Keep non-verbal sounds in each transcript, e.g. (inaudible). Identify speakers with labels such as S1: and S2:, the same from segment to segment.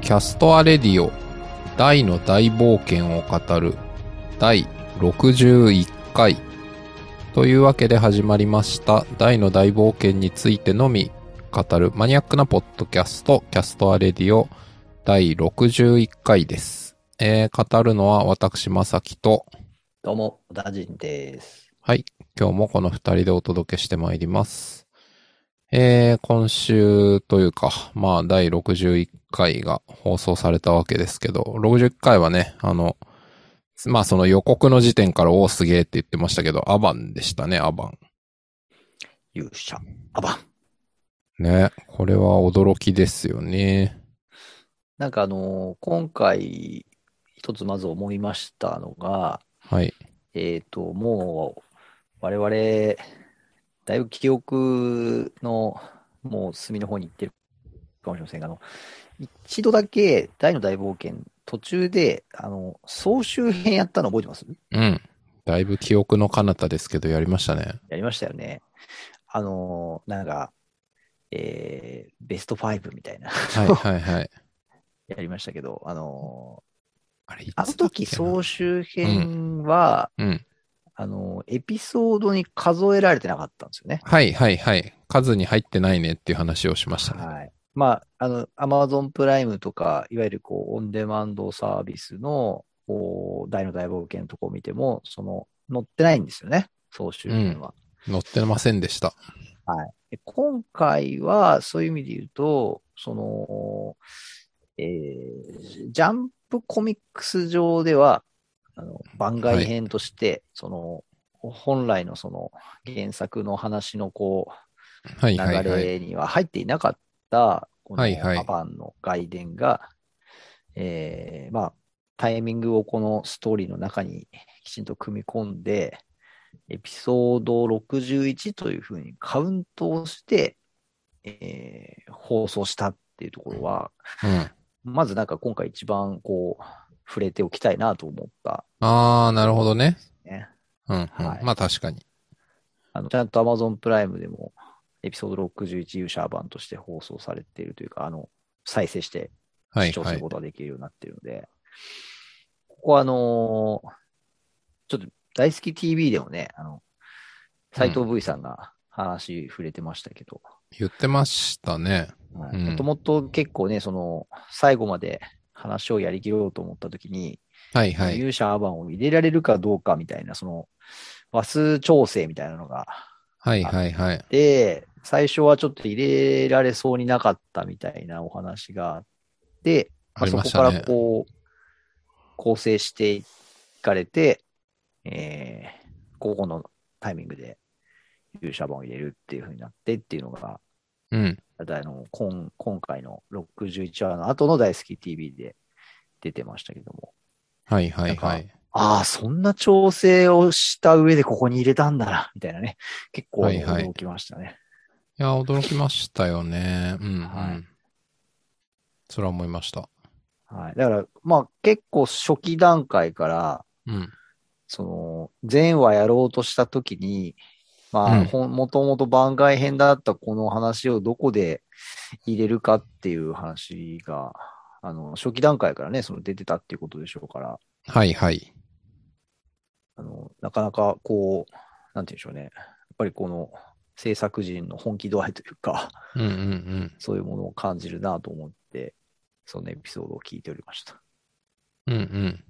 S1: キャストアレディオ大の大冒険を語る第61回というわけで始まりました大の大冒険についてのみ語るマニアックなポッドキャストキャストアレディオ第61回です、えー語るのは私まさきと
S2: どうも、小田人です。
S1: はい。今日もこの二人でお届けしてまいります。えー、今週というか、まあ、第61回が放送されたわけですけど、61回はね、あの、まあ、その予告の時点から、おーすげーって言ってましたけど、アバンでしたね、アバン。
S2: 勇者、アバン。
S1: ね。これは驚きですよね。
S2: なんかあのー今回、一つまず思いましたのが、
S1: はい。
S2: えっ、と、もう、我々、だいぶ記憶の、もう隅の方に行ってるかもしれませんが、あの、一度だけ、大の大冒険、途中で、あの、総集編やったの覚えてます
S1: うん。だいぶ記憶の彼方ですけど、やりましたね。
S2: やりましたよね。あのーなんか、えー、ベスト5みたいな、 (laughs)
S1: はい、はい、はい。
S2: やりましたけど、あのー
S1: あれ、
S2: あの時総
S1: 集
S2: 集編は、
S1: うん。
S2: あの、エピソードに数えられてなかったんですよね。
S1: はい、はい、はい。数に入ってないねっていう話をしましたね。
S2: はい。まあ、あの、アマゾンプライムとか、いわゆるこう、オンデマンドサービスの、こう大の大冒険のとこを見ても、その、載ってないんですよね。総集編は。
S1: 載ってませんでした。
S2: で今回は、そういう意味で言うと、その、えージャンプコミックス上では、あの番外編として、その、本来のその原作の話のこ
S1: は
S2: う、
S1: いはい
S2: 流
S1: はい。
S2: れには入っていなかった、この
S1: はいはい
S2: アバンの外伝が、えーまあ、タイミングをこのストーリーの中にきちんと組み込んで、エピソード61というふうにカウントをして、えー放送したっていうところは、
S1: うん。
S2: まずなんか今回一番こう、触れておきたいなと思った
S1: あー、なるほどね。
S2: ね。
S1: うん、うん
S2: はい
S1: まあ確かに。
S2: あのちゃんと Amazon プライムでも、エピソード61勇者版として放送されているというか、あの、再生して
S1: はい
S2: 視聴
S1: は
S2: する
S1: い
S2: こ。とができるようになっているので、ここはあのーちょっと大好き TV でもね、あの、斎藤 V さんが話触れてましたけど、
S1: 言ってましたね。
S2: は
S1: う
S2: い
S1: ん
S2: もともと結構ね、その、最後まで話をやりきろうと思ったときに、
S1: はいはい。
S2: 勇者アバンを入れられるかどうかみたいな、その、和数調整みたいなのが
S1: はいはいはい。
S2: で、最初はちょっと入れられそうになかったみたいなお話があって、
S1: あ
S2: まあ
S1: り
S2: そ
S1: ま
S2: こ
S1: し
S2: か
S1: た
S2: ら
S1: ね。
S2: こう、構成していかれて、えー、ここのタイミングで勇者版を入れるっていう風になってっていうのが、
S1: うん。
S2: だいたいあの今今回の61話の後の大好き TV で出てましたけども、
S1: はいはいは
S2: なん
S1: い。
S2: ああ、そんな調整をした上でここに入れたんだな、みたいなね、結構
S1: はいはい
S2: 驚きましたね。
S1: いや、驚きましたよね。うん、うん。
S2: はい
S1: それは思いました。
S2: はい。だから、まあ結構初期段階から、
S1: うん。
S2: その、前話やろうとしたときに、ま
S1: うん
S2: あ、ほん、もともと番外編だったこの話をどこで入れるかっていう話が、あの、初期段階からね、その出てたっていうことでしょうから、
S1: はいはい。
S2: あの、なかなかこう、なんて言うんでしょうね。やっぱりこの制作陣の本気度合いというか、
S1: うんうんうん。
S2: そういうものを感じるなと思って、そのエピソードを聞いておりました。
S1: うんうん。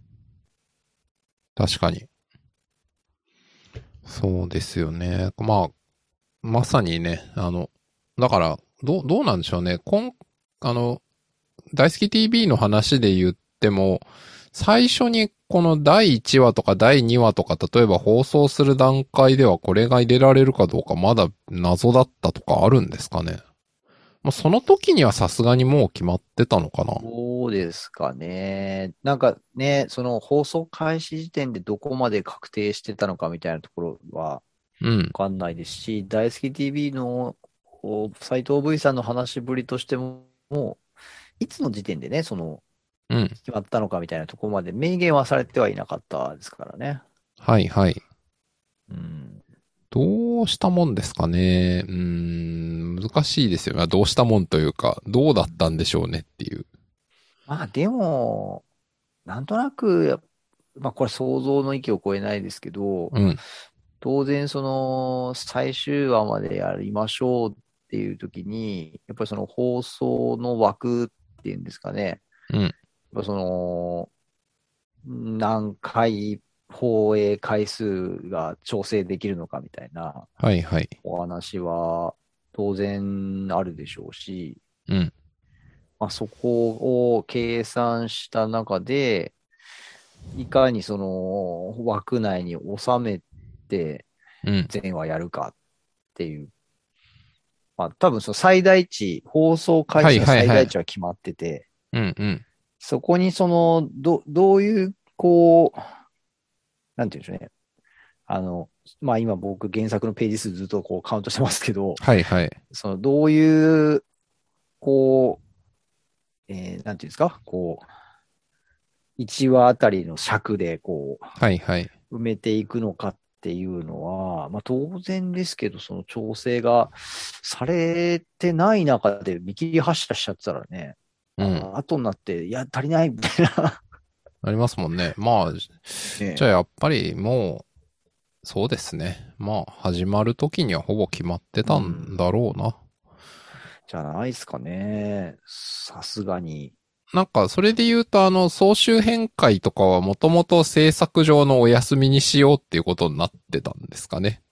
S1: 確かに。そうですよね。まあ、まさにね、あの、だから、どう、どうなんでしょうね。こん、あの、大好き TV の話で言っても、最初にこの第1話とか第2話とか、例えば放送する段階ではこれが入れられるかどうかまだ謎だったとかあるんですかね。もうその時にはさすがにもう決まってたのかな。
S2: どうですかね。なんかね、その放送開始時点でどこまで確定してたのかみたいなところは
S1: うん。
S2: わかんないですし、大好き TV の斎藤 V さんの話しぶりとしても、もういつの時点でね、その
S1: うん。
S2: 決まったのかみたいなところまで明言はされてはいなかったですからね。
S1: はいはい。
S2: うん。
S1: どうしたもんですかね。うーん、難しいですよね。どうしたもんというか、どうだったんでしょうねっていう。
S2: まあでも、なんとなく、まあこれ想像の域を超えないですけど、
S1: うん。
S2: 当然その最終話までやりましょうっていう時に、やっぱりその放送の枠っていうんですかね。
S1: うん
S2: やっぱその、何回放映回数が調整できるのかみたいな
S1: はいはい。
S2: お話は当然あるでしょうし、
S1: うん。
S2: まあ、そこを計算した中で、いかにその枠内に収めて
S1: うん。
S2: 全話やるかっていう。まあ、多分その最大値、放送回数の
S1: はいはいはい
S2: 最大値は決まってて、
S1: うんうん。
S2: そこにその、ど、どういう、こう、なんていうんでしょうね。あの、まあ今僕原作のページ数ずっとこうカウントしてますけど、
S1: はいはい。
S2: そのどういう、こう、えーなんていうんですか、こう、1話あたりの尺でこ
S1: はいはい。
S2: う埋めていくのかっていうのは、まあ当然ですけど、その調整がされてない中で見切り発車しちゃったらね、
S1: うん。
S2: 後になって、いや、足りないみたい
S1: (laughs)
S2: な。
S1: ありますもんね。まあ、
S2: ね
S1: じゃあやっぱりもう、そうですね。まあ、始まる時にはほぼ決まってたんだろうな。
S2: じゃないですかね。さすがに。
S1: なんか、それで言うと、あの、総集編会とかはもともと制作上のお休みにしようっていうことになってたんですかね。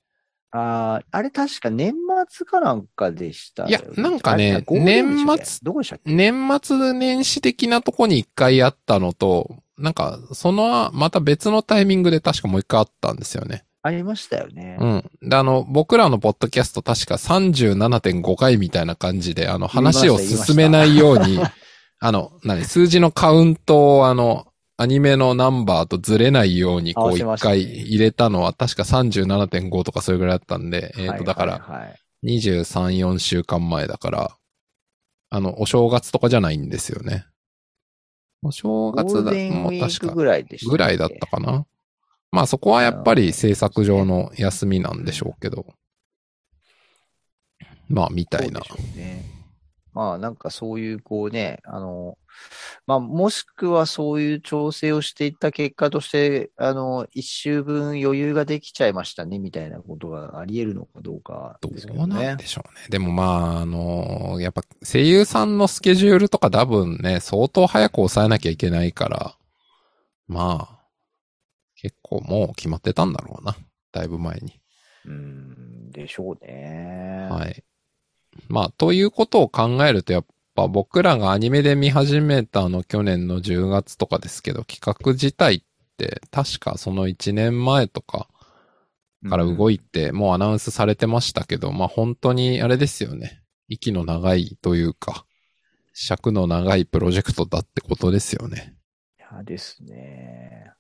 S2: ああ、あれ確か年末かなんかでしたよね、
S1: いやなんかね
S2: あれゴールデンウィークで
S1: 年末
S2: したっけどこでしたっけ
S1: 年末年始的なとこに一回あったのと、なんか、その、また別のタイミングで確かもう一回あったんですよね。
S2: ありましたよね。
S1: うん。で、あの、僕らのポッドキャスト確か37.5回みたいな感じで、あの、話を進めないように、 (laughs) あの、何、数字のカウントを、あの、アニメのナンバーとずれないように、こ
S2: 合わ
S1: う
S2: せま
S1: 一
S2: したね
S1: 回入れたのは、確か37.5とかそれぐらいだったんで、えっ、
S2: はい
S1: と、だから、
S2: はいはい
S1: 23、4週間前だから、あの、お正月とかじゃないんですよね。お正
S2: ゴー
S1: 月
S2: ル
S1: だ、
S2: デン
S1: も
S2: ウ
S1: う
S2: ィー
S1: 確
S2: ク
S1: か。
S2: ぐらいでしたっけ
S1: ぐらいだったかな。まあそこはやっぱり制作上の休みなんでしょうけど。まあみたいな。
S2: そうでしょうね。まあなんかそういうこうね、あの、まあもしくはそういう調整をしていった結果として、あの、一周分余裕ができちゃいましたね、みたいなことがあり得るのかどうか
S1: ど
S2: ですけ
S1: う
S2: ど
S1: なん
S2: ね。
S1: でしょうね。でもまあ、あのやっぱ声優さんのスケジュールとか多分ね、相当早く抑えなきゃいけないから、まあ、結構もう決まってたんだろうな。だいぶ前に。
S2: うん、でしょうね。
S1: はい。まあ、ということを考えると、やっぱ僕らがアニメで見始めたあの去年の10月とかですけど、企画自体って確かその1年前とかから動
S2: い
S1: いて、もうアナウンスされてましたけど、まあ本当にあれですよね。息の長いというか、尺の長いプロジェクトだってことですよね。
S2: やですね。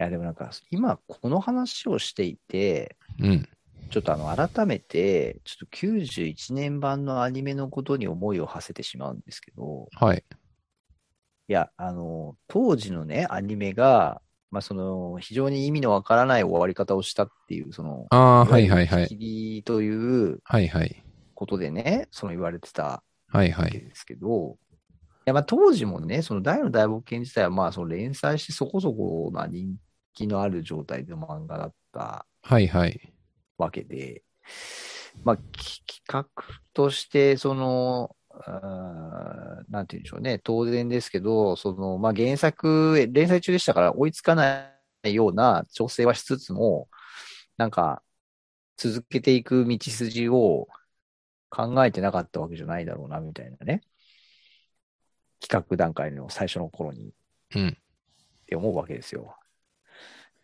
S2: いや、でもなんか、今この話をしていて、
S1: うん。
S2: ちょっとあの、改めて、ちょっと91年版のアニメのことに思いを馳せてしまうんですけど、
S1: はい。
S2: いや、あの、当時のね、アニメが、まあ、その、非常に意味のわからない終わり方をしたっていう、その、
S1: ああ、はいはいは
S2: 打ち
S1: い。
S2: 切りという
S1: はいはい。
S2: ことでね、その言われてた
S1: はいは
S2: わけ
S1: い。
S2: ですけど、いや、まあ、当時もね、その大の大冒険自体は、まあ、その連載してそこそこな人気のある状態の漫画だった
S1: はいはい。
S2: わけで、まあ、き企画として、その、あーなんて言うんでしょうね、当然ですけど、その、まあ、原作、え連載中でしたから追いつかないような調整はしつつも、なんか、続けていく道筋を考えてなかったわけじゃないだろうな、みたいなね。企画段階の最初の頃に。
S1: うん。
S2: って思うわけですよ。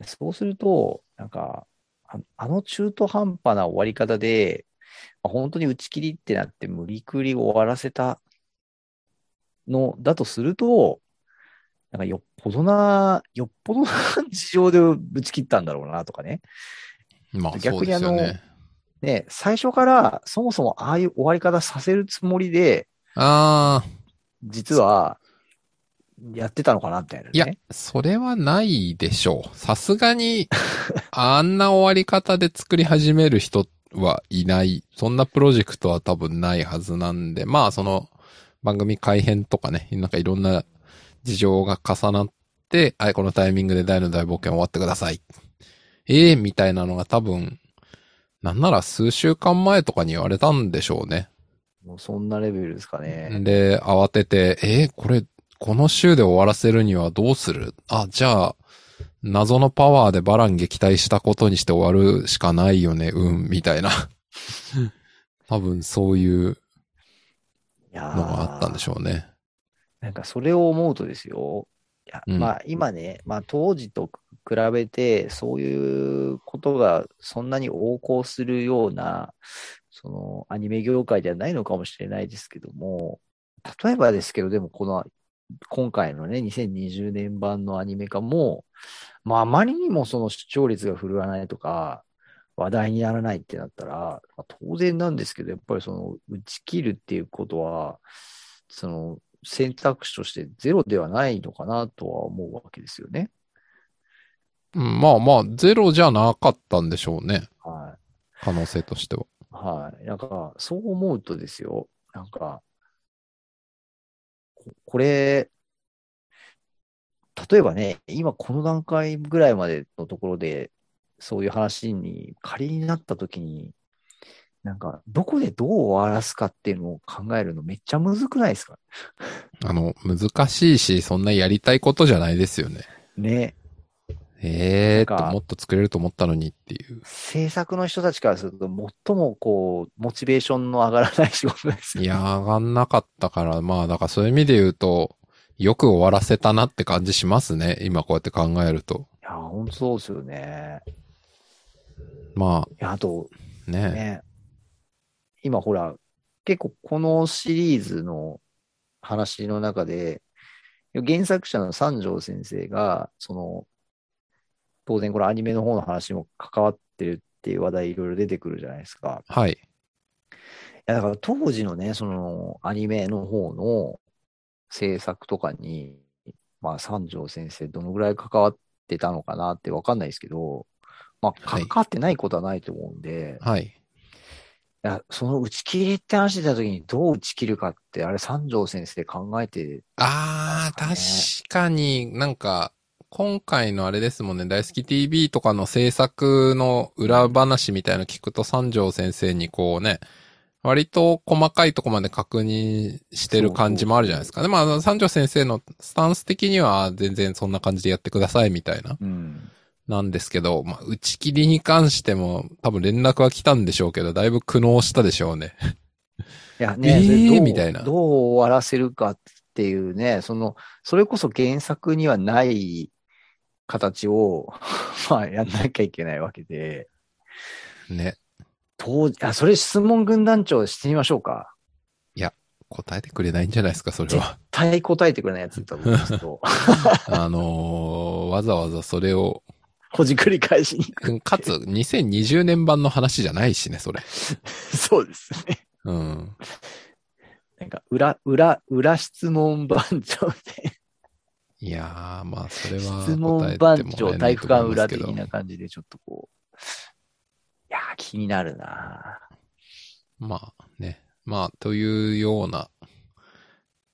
S2: そうすると、なんか、ああの中途半端な終わり方で、まあ本当に打ち切りってなって無理くり終わらせたのだとすると、なんかよっぽどな、よっぽどな (laughs) 事情で打ち切ったんだろうなとかね。
S1: まあそ
S2: 逆
S1: う
S2: に
S1: で
S2: あ
S1: す
S2: の
S1: よね。
S2: ね、最初からそもそもああいう終わり方させるつもりで、
S1: ああ、
S2: 実はやってたのかなみたいなね。
S1: いや、それはないでしょう。さすがに、あんな終わり方で作り始める人はいない。そんなプロジェクトは多分ないはずなんで、まあその、番組改編とかね、なんかいろんな事情が重なって、はい、このタイミングで大の大冒険終わってください。ええみたいなのが多分、なんなら数週間前とかに言われたんでしょうね。
S2: もうそんなレベルですかね。
S1: で、慌てて、えーこれ、この週で終わらせるにはどうするあ、じゃあ、謎のパワーでバラン撃退したことにして終わるしかないよね、うん、みた
S2: (laughs)
S1: いな。多分そういう
S2: いや
S1: のがあったんでし
S2: ょ
S1: ょうね。
S2: なんかそれを思うとですよ。いや
S1: うん
S2: まあ今ね、まあ当時と比べて、そういうことがそんなに横行するような、そのアニメ業界ではないのかもしれないですけども、例えばですけど、でもこの、今回のね、2020年版のアニメ化も、まああまりにもその視聴率が振るわないとか、話題にならないってなったら、まあ当然なんですけど、やっぱりその打ち切るっていうことは、その選択肢としてゼロではないのかなとは思うわけですよね。
S1: うん、まあまあ、ゼロじゃなかったんでしょうね。
S2: はい。
S1: 可能性としては。
S2: はい。なんか、そう思うとですよ。なんか、ここれ、例えばね、今この段階ぐらいまでのところで、そういう話に仮になったときに、なんか、どこでどう終わらすかっていうのを考えるのめっちゃむずくないですか
S1: あの、難しいし、そんなやりたいことじゃないですよね。
S2: ね。
S1: ええ
S2: な
S1: ー、
S2: んか
S1: ってもっと作れると思ったのにっていう。
S2: 制作の人たちからすると、最もこう、モチベーションの上がらない仕事ですよ
S1: い
S2: ね。
S1: や、上がんなかったから、まあ、だからそういう意味で言うと、よく終わらせたなって感じしますね。今こうやって考えると。
S2: いや、本当そうですよね。
S1: ま
S2: いや、あと、
S1: あ、ね。
S2: ね、今ほら、結構このシリーズの話の中で、原作者の三条先生が、その、当然これアニメの方の話にも関わってるっていう話題いろいろ出てくるじゃないですか。
S1: はい。
S2: いや、だから当時のね、そのアニメの方の制作とかに、まあ三条先生どのぐらい関わってたのかなってわかんないですけど、まあ
S1: はい
S2: 関わってないことはないと思うんで、
S1: はい。
S2: いや、その打ち切りって話した時にどう打ち切るかって、あれ三条先生考えて、
S1: あー、
S2: なんかね
S1: 確かになんか、今回のあれですもんね、大好き TV とかの制作の裏話みたいなの聞くと三条先生にこうね、割と細かいとこまで確認してる感じもあるじゃないですか。で、まあ、三条先生のスタンス的には全然そんな感じでやってくださいみたいな。
S2: うん。
S1: なんですけど、まあ、打ち切りに関しても、多分連絡は来たんでしょうけど、だいぶ苦悩したでしょうね。
S2: いや
S1: えー
S2: ね、それどう
S1: みたいな
S2: どう終わらせるかっていうね、その、それこそ原作にはない形を、 (laughs) まあ、やんなきゃいけないわけで、
S1: (laughs) ね。
S2: 当時、あ、それ質問軍団長してみましょうか。
S1: 答えてくれないんじゃないですか、それは。
S2: 対答えてくれないやつだと思うんですけど、
S1: (laughs) あのーわざわざそれを、
S2: ほじくり返しに。 (laughs)
S1: かつ、2020年版の話じゃないしね、それ。
S2: そうですね。
S1: うん。
S2: なんか、裏、裏、裏質問番長みたいな。
S1: いやー、まあ、それは
S2: 質問
S1: 答え
S2: 番
S1: てもら
S2: 長、
S1: えな
S2: 体
S1: いと思
S2: 育館
S1: いま
S2: 裏
S1: すけ
S2: 的
S1: ど。
S2: な感じで、ちょっとこう。いやー、気になるな
S1: まあ、ね。まあ、というような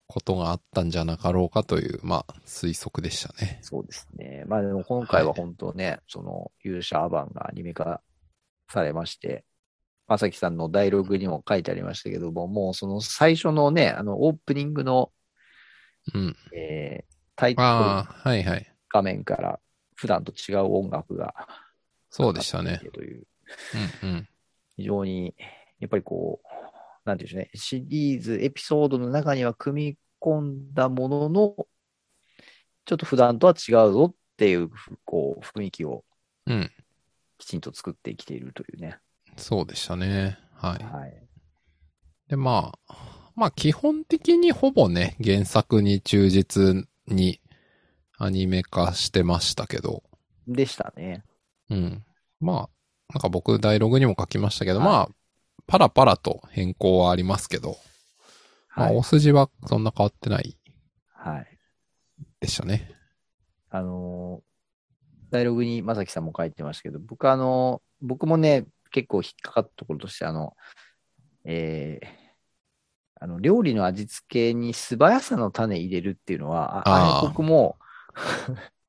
S1: ことがあったんじゃなかろうかという、まあ、推測でしたね。
S2: そうですね。まあでも今回
S1: は
S2: はい本当ね、その勇者アバンがアニメ化されまして、まさきさんのダイログにも書いてありましたけども、もうその最初のね、あのオープニングの、
S1: うん。
S2: えータイトル
S1: ああ、はいはい。
S2: 画面から普段と違う音楽が
S1: そうでしたね。。
S2: という
S1: うんうん。
S2: 非常に、やっぱりこう、なんていうんでしょうね、シリーズ、エピソードの中には組み込んだものの、ちょっと普段とは違うぞっていう、ふこう、雰囲気を
S1: うん。
S2: きちんと作ってきているというね。
S1: そうでしたね。はい。
S2: はい。
S1: で、まあ、まあ基本的にほぼね、原作に忠実にアニメ化してましたけど、
S2: でしたね。
S1: うん。まあ、なんか僕、ダイログにも書きましたけど、
S2: はい
S1: まあ、パラパラと変更はありますけど、ま
S2: は
S1: あ、
S2: い
S1: 大。筋はそんな変わってない
S2: はい、
S1: でしたね。
S2: あのーダイログにまさきさんも書いてましたけど、僕あのー僕もね、結構引っかかったところとして、あの、えーあの、料理の味付けに素早さの種入れるっていうのは、
S1: あー
S2: ああれ僕も、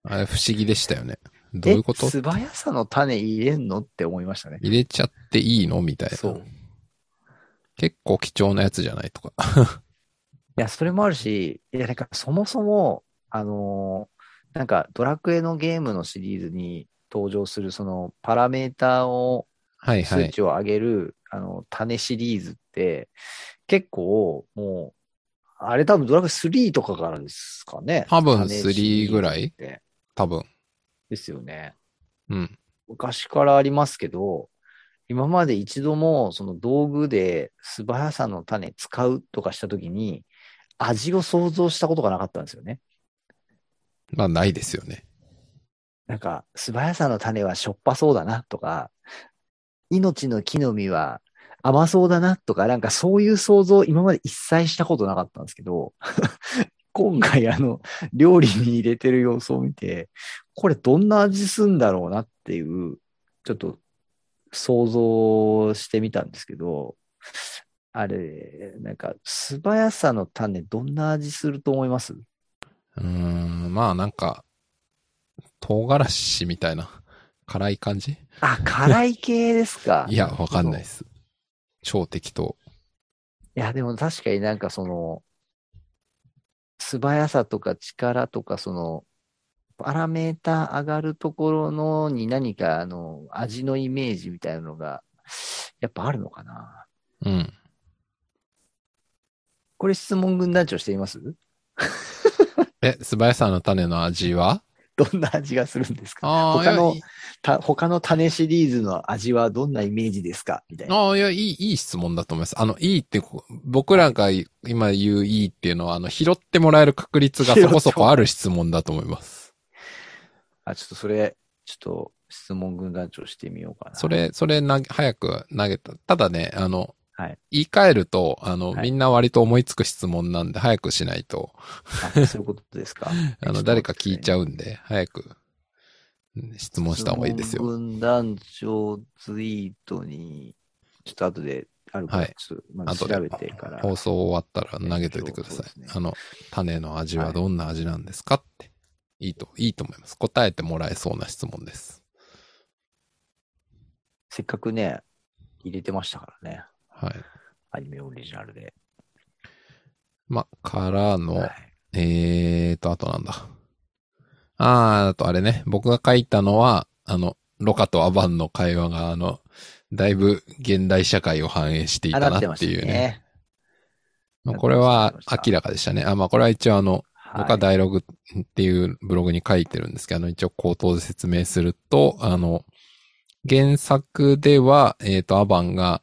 S1: あれ不思議でしたよね。どういうこと
S2: え素早さの種入れんのって思いましたね。
S1: 入れちゃっていいのみたいな。
S2: そう。い
S1: 結構貴重なやつじゃないとか。
S2: や、それもあるし、いや、なんかそもそも、あのーなんかドラクエのゲームのシリーズに登場するそのパラメーターを、
S1: はいは
S2: 数
S1: い。
S2: 値を上げる、あの、種シリーズって、結構もう、あれ多分ドラクエ3とかからですかね。
S1: 多分
S2: 種シリ
S1: 3
S2: ーズ
S1: ぐらい
S2: って
S1: 多分。
S2: ですよね。
S1: うん。
S2: 昔からありますけど、今まで一度もその道具で素早さの種使うとかしたときに、味を想像したことがなかったんですよね。
S1: まあないですよね。
S2: なんか、素早さの種はしょっぱそうだなとか、命の木の実は甘そうだなとか、なんかそういう想像を今まで一切したことなかったんですけど、 (laughs) 今回あの、料理に入れてる様子を見て、これどんな味すんだろうなっていう、ちょっと想像してみたんですけど、あれ、なんか素早さの種どんな味すると思います
S1: うーん。まあなんか、唐辛子みたいな。辛い感じ
S2: あ、辛 (laughs) い系ですか
S1: いや、わかんないです。超適当。
S2: いや、でも確かになんかその、素早さとか力とか、その、パラメーター上がるところのに何か、あの、味のイメージみたいなのが、やっぱあるのかな。
S1: うん。
S2: これ質問軍団長しています (laughs)
S1: え、素早さの種の味は
S2: どんな味がするんですか
S1: ああ、
S2: 他の
S1: いや
S2: た他の種シリーズの味はどんなイメージですかみたいな。
S1: ああ、いや、いい、いい質問だと思います。あの、いいってこ、僕らが今言ういいっていうのは、あの、拾ってもらえる確率がそこそこある質問だと思います。
S2: あ、ちょっとそれ、ちょっと質問軍団長してみようかな。
S1: それ、それ投げ、早く投げた。ただね、あの、
S2: はい
S1: 言い換えると、あの、
S2: は
S1: み
S2: い
S1: んな割と思いつく質問なんで、早くしないと、
S2: あそういうことで
S1: (laughs)
S2: すか。
S1: あの、誰か聞いちゃうんで、早く、うん質問した方がいいです
S2: 質
S1: よ。
S2: 問軍団長ツイートに、ちょっと後であるか
S1: は
S2: ら
S1: い、
S2: ちょっとまず
S1: 後で
S2: 調べてから。
S1: 放送終わったら投げといてください。
S2: そうですね
S1: あの、種の味は
S2: はい
S1: どんな味なんですかって。いいと、いいと思います。答えてもらえそうな質問です。
S2: せっかくね、入れてましたからね。
S1: はい。
S2: アニメオリジナルで。
S1: ま、からの、
S2: はい
S1: えーと、あとなんだ。あー、あとあれね、僕が書いたのは、あの、ロカとアバンの会話が、あの、だいぶ現代社会を反映してい
S2: あ、
S1: た
S2: なって
S1: な
S2: ま
S1: っ
S2: してた
S1: いうね。
S2: ね。
S1: まあこれは明らかでしたね。あ、まあこれは一応あの、僕は
S2: はい。
S1: ダイログっていうブログに書いてるんですけど、あの、一応口頭で説明すると、あの、原作では、えっ、と、アバンが、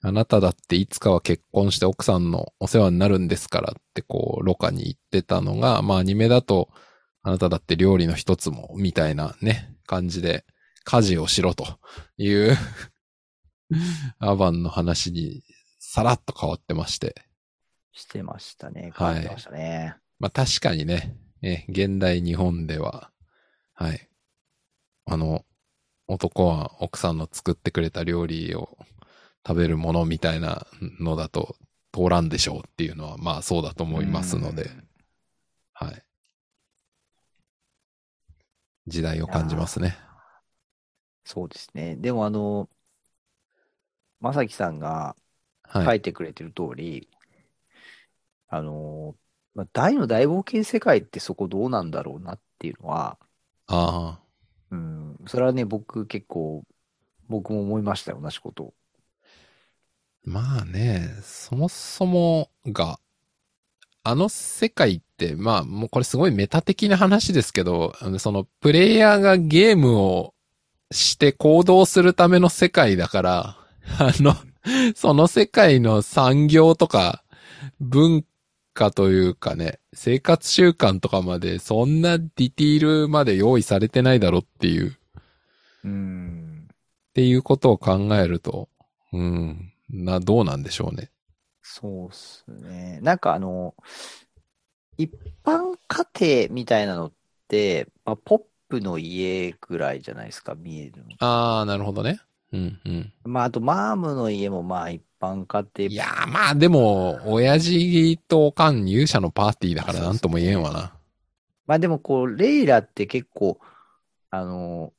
S1: あなただっていつかは結婚して奥さんのお世話になるんですからってこう、ロカに言ってたのが、まあアニメだと、あなただって料理の一つも、みたいなね、感じで、家事をしろという、 (laughs) アバンの話に、さらっと変わってまして。
S2: してましたね。
S1: は
S2: 書
S1: い
S2: いてましたね。
S1: まあ確かにね、え現代日本では、はい。あの、男は奥さんの作ってくれた料理を食べるものみたいなのだと通らんでしょうっていうのは、まあそうだと思いますので
S2: う、ん
S1: はい。時代を感じますね。
S2: そうですね。でもあの、まさきさんが、
S1: は
S2: 書
S1: い。
S2: いてくれてる通り、あのー、まあ、大の大冒険世界ってそこどうなんだろうなっていうのは、
S1: ああ。
S2: うん、それはね、僕結構、僕も思いましたよ、同じことを。
S1: まあね、そもそもが、あの世界って、まあもうこれすごいメタ的な話ですけど、あのそのプレイヤーがゲームをして行動するための世界だから、あの、その世界の産業とか文化というかね、生活習慣とかまでそんなディティールまで用意されてないだろっていう
S2: うん、
S1: っていうことを考えると、うん、な、どうなんでしょうね。
S2: そうっすね。なんかあの、一般家庭みたいなのって、まあ、ポップの家ぐらいじゃないですか、見えるの。
S1: ああ、なるほどね。うん、うん。
S2: まあ、あと、マームの家もまあ一般家庭
S1: いやー、まあでも、親父とおかん勇者のパーティーだからなんとも言えんわな。
S2: まあでもこう、レイラって結構、あの、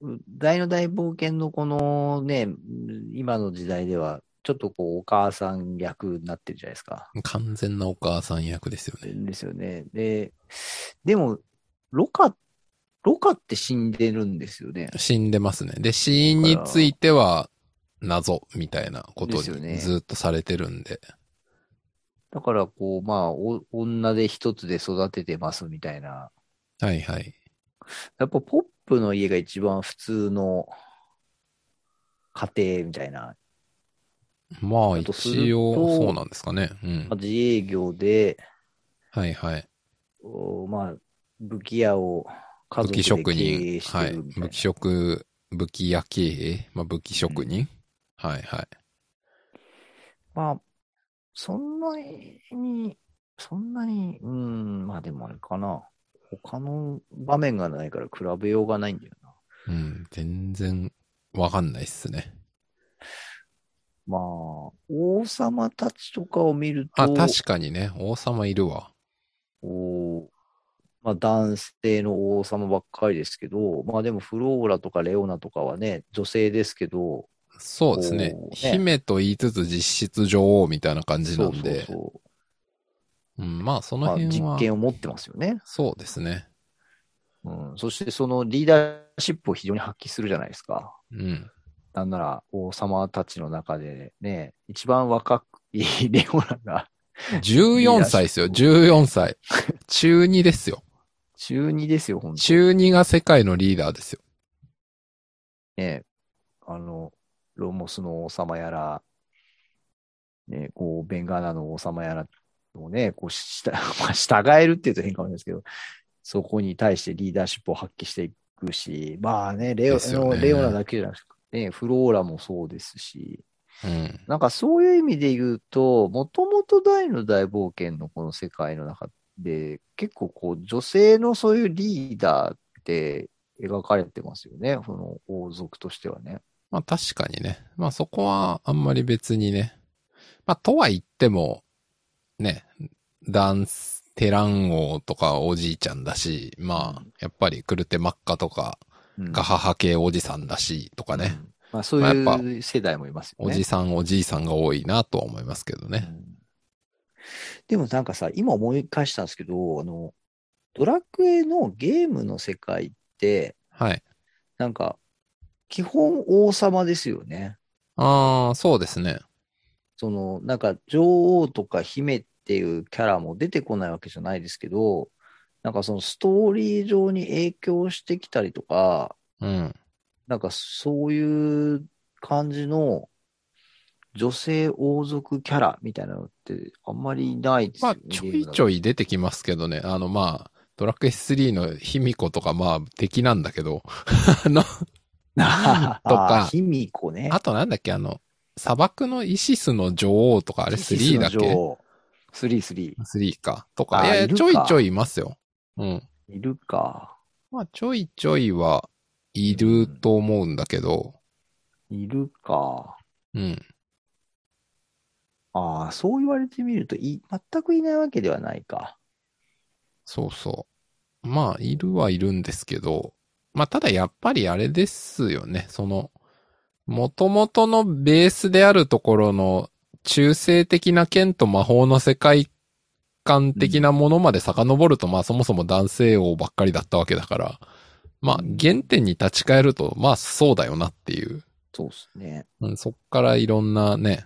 S2: う大の大冒険のこのね、うん今の時代では、ちょっとこう、お母さん役になってるじゃないですか。
S1: 完全なお母さん役ですよね。
S2: ですよね。で、でも、ロカ、ロカって死んでるんですよね。
S1: 死んでますね。で、死因については、謎みたいなこと
S2: ですよね
S1: にずっとされてるんで。
S2: だからこう、まあ、お女で一つで育ててますみたいな。
S1: はいはい。
S2: やっぱポップの家が一番普通の家庭みたいな
S1: まあ
S2: だとすると
S1: 一応そうなんですかね。うん
S2: まあ。自営業で、
S1: はいはい。
S2: おまあ、武器屋を家
S1: 武
S2: 族で
S1: 器職
S2: 経営
S1: 人。
S2: し
S1: は
S2: て
S1: い。
S2: るみたいな。
S1: 武器職、武器屋経営。まあ武器職人。はいはい。
S2: まあ、そんなに、そんなに、うん、まあでもあれかな。他の場面がないから比べようがないんだよな。
S1: うん。全然わかんないっすね。
S2: まあ、王様たちとかを見ると、
S1: あ、確かにね。王様いるわ。
S2: こうまあ男性の王様ばっかりですけど、まあでもフローラとかレオナとかはね、女性ですけど、
S1: そうですね。
S2: こうね
S1: 姫と言いつつ実質女王みたいな感じなんで。
S2: そうそう
S1: うん、まあそ
S2: そう。
S1: の
S2: まあ、
S1: 辺は。
S2: 実権を持ってますよね。
S1: そうですね。
S2: うん、そしてそのリーダーシップを非常に発揮するじゃないですか。
S1: うん。
S2: なんなら王様たちの中でね、一番若いレオナが (laughs)
S1: 14歳ですよ。
S2: リーダーシップ
S1: 14歳。
S2: (laughs)
S1: 中2ですよ。
S2: 中2ですよ、本当に。
S1: 中2が世界のリーダーですよ。
S2: ね、あの、ロモスの王様やら、ね、こう、ベンガーナの王様やらをね、こう、した、 (laughs) まあ、従えるっていうと変かもしれないですけど、そこに対してリーダーシップを発揮していくし、まあね、レオ、
S1: ですよね
S2: レオナだけじゃなくて、ね、フローラもそうですし、
S1: うん。
S2: なんかそういう意味で言うと、もともと大の大冒険のこの世界の中で、結構こう女性のそういうリーダーって描かれてますよね。その王族としてはね。
S1: まあ確かにね。まあそこはあんまり別にね。まあとは言っても、ね、ダンス、テラン王とかおじいちゃんだし、まあ
S2: うん、
S1: やっぱりクルテマッカとか、
S2: うん
S1: ガハハ系おじさんだし、とかね。
S2: うんまあそう
S1: まあやっ
S2: いう世代もいますよ
S1: お
S2: ね。
S1: じさん、おじいさんが多いなとは思いますけどね。
S2: うんでもなんかさ、今思い返したんですけど、あの、ドラクエのゲームの世界って、
S1: はい。
S2: なんか、基本王様ですよね。
S1: ああ、そうですね。
S2: その、なんか女王とか姫っていうキャラも出てこないわけじゃないですけど、なんかそのストーリー上に影響してきたりとか、
S1: うん。
S2: なんかそういう感じの女性王族キャラみたいなのってあんまりないです
S1: ま
S2: よ
S1: あ
S2: ね。
S1: ちょいちょ
S2: い。
S1: い出てきますけどね。あのまあ、ドラクエ3の卑弥呼とかまあ敵なんだけど、あの、
S2: あ
S1: (laughs) とか
S2: 卑弥呼ね。
S1: あとなんだっけ、あの、砂漠のイシスの女王とか、あ
S2: あ
S1: れ3だっけ
S2: スリースリ
S1: ?3 か。とか、
S2: あ
S1: いやいや
S2: いるか
S1: ちょいちょいいますよ。うん。
S2: ー。いるか。
S1: まあ、ちょいちょいはいると思うんだけど、
S2: いるか。
S1: うん。
S2: ああ、そう言われてみるとい、全くいないわけではないか。
S1: そうそう。まあ、いるはいるんですけど、まあ、ただやっぱりあれですよね。その、元々のベースであるところの中性的な剣と魔法の世界観的なものまで遡ると、まあそもそも男性王ばっかりだったわけだから、まあ原点に立ち返ると、まあそうだよなっていう。
S2: そうですね。
S1: うんそっからいろんなね、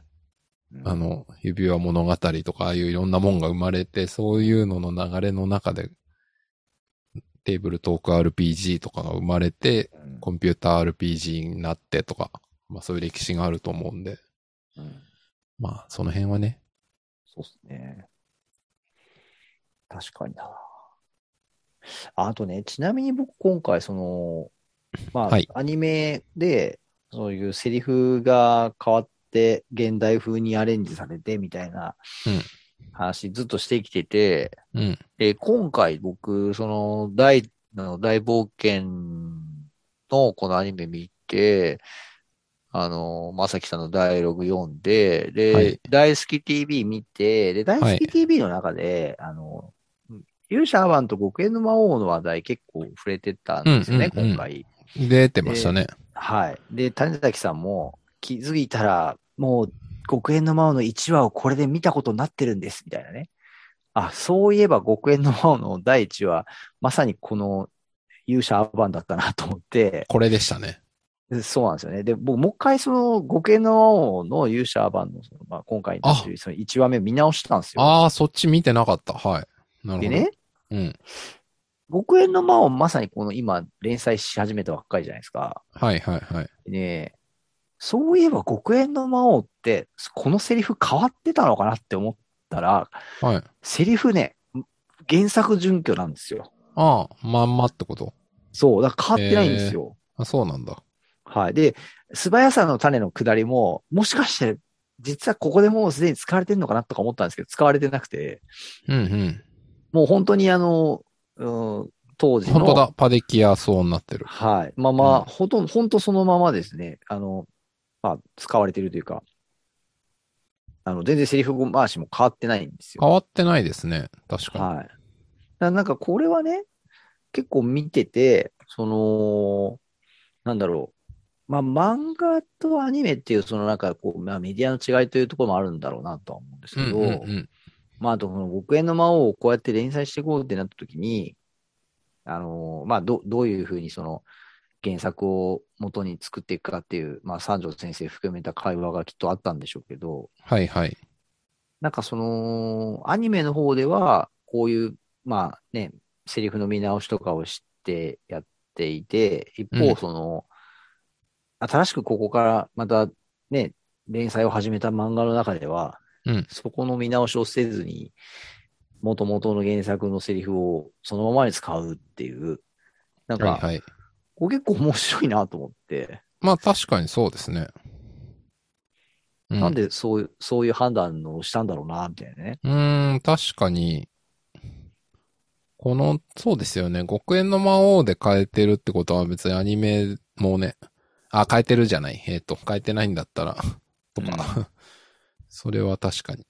S2: うん
S1: あの、指輪物語とか、ああいういろんなもんが生まれて、そういうのの流れの中で、テーブルトーク RPG とかが生まれて、
S2: うん
S1: コンピューター RPG になってとか、まあそういう歴史があると思うんで、
S2: うん
S1: まあその辺はね、
S2: そうですね。確かにな。あとね、ちなみに僕今回、その、まあ、
S1: はい
S2: アニメで、そういうセリフが変わって、現代風にアレンジされてみたいな
S1: うん
S2: 話、ずっとしてきてて、
S1: うん、
S2: で、今回僕、その、大の大冒険のこのアニメ見て、あの、まさきさんのダイアログ読んで、で、
S1: はい
S2: 大好き TV 見て、で、大好き TV の中で、あの、勇者アバンと極縁の魔王の話題結構触れてたんですよね、
S1: うんうんうん
S2: 今回。
S1: 出てましたね。
S2: はい。で、谷崎さんも気づいたら、もう極縁の魔王の1話をこれで見たことになってるんです、みたいなね。あ、そういえば極縁の魔王の第1話、まさにこの勇者アバンだったなと思って、
S1: これでしたね。
S2: そうなんですよね。で、僕もう一回その極縁の魔王の勇者アバンの、そのまあ、今回のその1話目見直したんですよ。
S1: ああ、そっち見てなかった。はい。なるほ
S2: で
S1: ど。
S2: ね、
S1: うん。
S2: 極縁の魔王まさにこの今連載し始めたばっかりじゃないですか。
S1: はいはいはい。
S2: ねえ、そういえば極縁の魔王って、このセリフ変わってたのかなって思ったら、
S1: はい。
S2: セリフね、原作準拠なんですよ。
S1: ああ、まんまってこと。
S2: そう、だから変わってないんですよ。
S1: あそうなんだ。
S2: はい。で、素早さの種の下りも、もしかして、実はここでもうすでに使われてるのかなとか思ったんですけど、使われてなくて、
S1: うんうん。
S2: もう本当にあの、うん、当時の、
S1: 本当だ。パデキアそうになってる。
S2: はい。まあまあ、
S1: うん
S2: ほとんど、ほんとそのままですね。あの、まあ、使われてるというか、あの、全然セリフ回しも変わってないんですよ。
S1: 変わってないですね。確かに。
S2: はい。ななんか、これはね、結構見てて、その、なんだろう。まあ、漫画とアニメっていう、そのなんかこう、まあ、メディアの違いというところもあるんだろうなとは思うんです
S1: うん
S2: けど、
S1: うんうん。
S2: まあ、あと、この極縁の魔王をこうやって連載していこうってなった時に、あのーまあ、ど、どういうふうにその原作を元に作っていくかっていう、まあ、三条先生含めた会話がきっとあったんでしょうけど、
S1: はいはい。
S2: なんかその、アニメの方では、こういう、まあね、セリフの見直しとかをしてやっていて、一
S1: うん
S2: 方、その、新しくここからまたね、連載を始めた漫画の中では、
S1: うん
S2: そこの見直しをせずに、元々の原作のセリフをそのままに使うっていう、なんか、
S1: はいはい。
S2: これ結構面白いなと思って、
S1: まあ確かにそうですね。う
S2: なんでそういう、そういう判断をしたんだろうな、みたいなね。
S1: うーん、確かに、この、そうですよね。極縁の魔王で変えてるってことは別にアニメもね、あ、変えてるじゃない。えっ、と、変えてないんだったら、とか、 (laughs) それは確かに。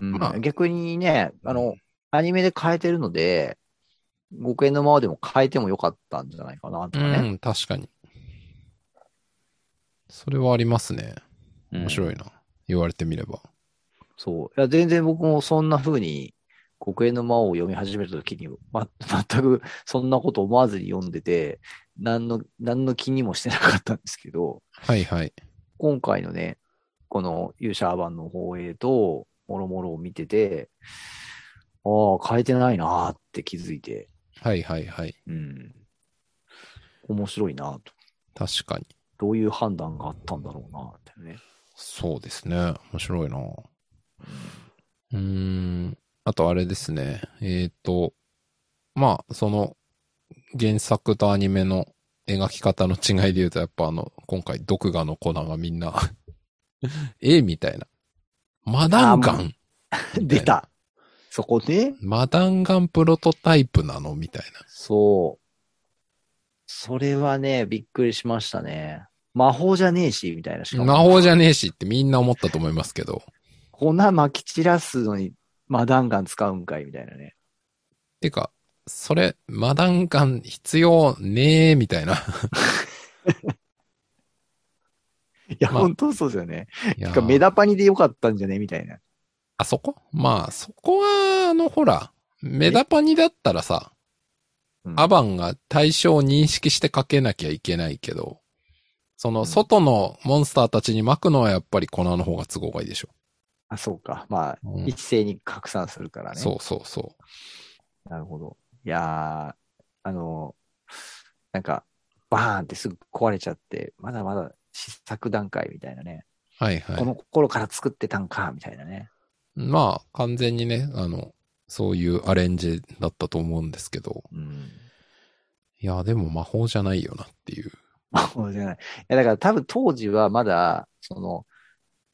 S2: うん
S1: まあ
S2: 逆にね、あの、アニメで変えてるので、極縁のままでも変えてもよかったんじゃないかなと
S1: う
S2: かね。
S1: ん、確かに。それはありますね。面
S2: い。
S1: 白いな。言われてみれば。
S2: そう。いや、全然僕もそんな風に、極縁の魔王を読み始めた時に、ま、全くそんなこと思わずに読んでて、何の、何の気にもしてなかったんですけど、
S1: はいはい。
S2: 今回のね、この勇者アバンの放映と、もろもろを見てて、ああ、変えてないなーって気づいて、
S1: はいはいはい。
S2: うん。面白いなと。
S1: 確かに。
S2: どういう判断があったんだろうな、ってね。
S1: そうですね。面白いな。うーん。あとあれですね。えっ、と、まあ、その、原作とアニメの描き方の違いで言うと、やっぱあの、今回、毒画の粉がみんな、 (laughs) ええみたいな。マダンガ
S2: あも (laughs)
S1: ン
S2: 出たそこね。
S1: マダンガンプロトタイプなのみたい
S2: そう。それはね、びっくりしましたね。魔法じゃねえし、みたいな。しか
S1: な。
S2: も
S1: 魔法じゃねえしってみんな思ったと思いますけど。
S2: 粉撒き散らすのに、マダンガン使うんかい、みたいなね。
S1: てか、それ、マダンガン必要ねえ、みたいな。
S2: いや、
S1: まあ
S2: 本当そうですよね。
S1: いや
S2: (laughs) て
S1: ー
S2: か、メダパニでよかったんじゃねみたいな。
S1: あそこまあ、そこは、あの、ほら、メダパニだったらさ、
S2: うん
S1: アバンが対象を認識してかけなきゃいけないけど、そうの、
S2: ん
S1: 外のモンスターたちに巻くのはやっぱり粉の方が都合がいいでしょ。
S2: あ、そうか。まあ、
S1: うん
S2: 一斉に拡散するからね。。
S1: そうそうそう
S2: なるほど。いやー、あの、なんか、バーンってすぐ壊れちゃって、まだまだ試作段階みたいなね。
S1: う。はいは
S2: こ
S1: い。
S2: の頃から作ってたんか、みたいなね。
S1: まあ、完全にね、あの、そういうアレンジだったと思うんですけど、
S2: うん。
S1: いや、でも魔法じゃないよなっていう。
S2: そう (laughs) じゃない。いや、だから多分当時はまだ、その、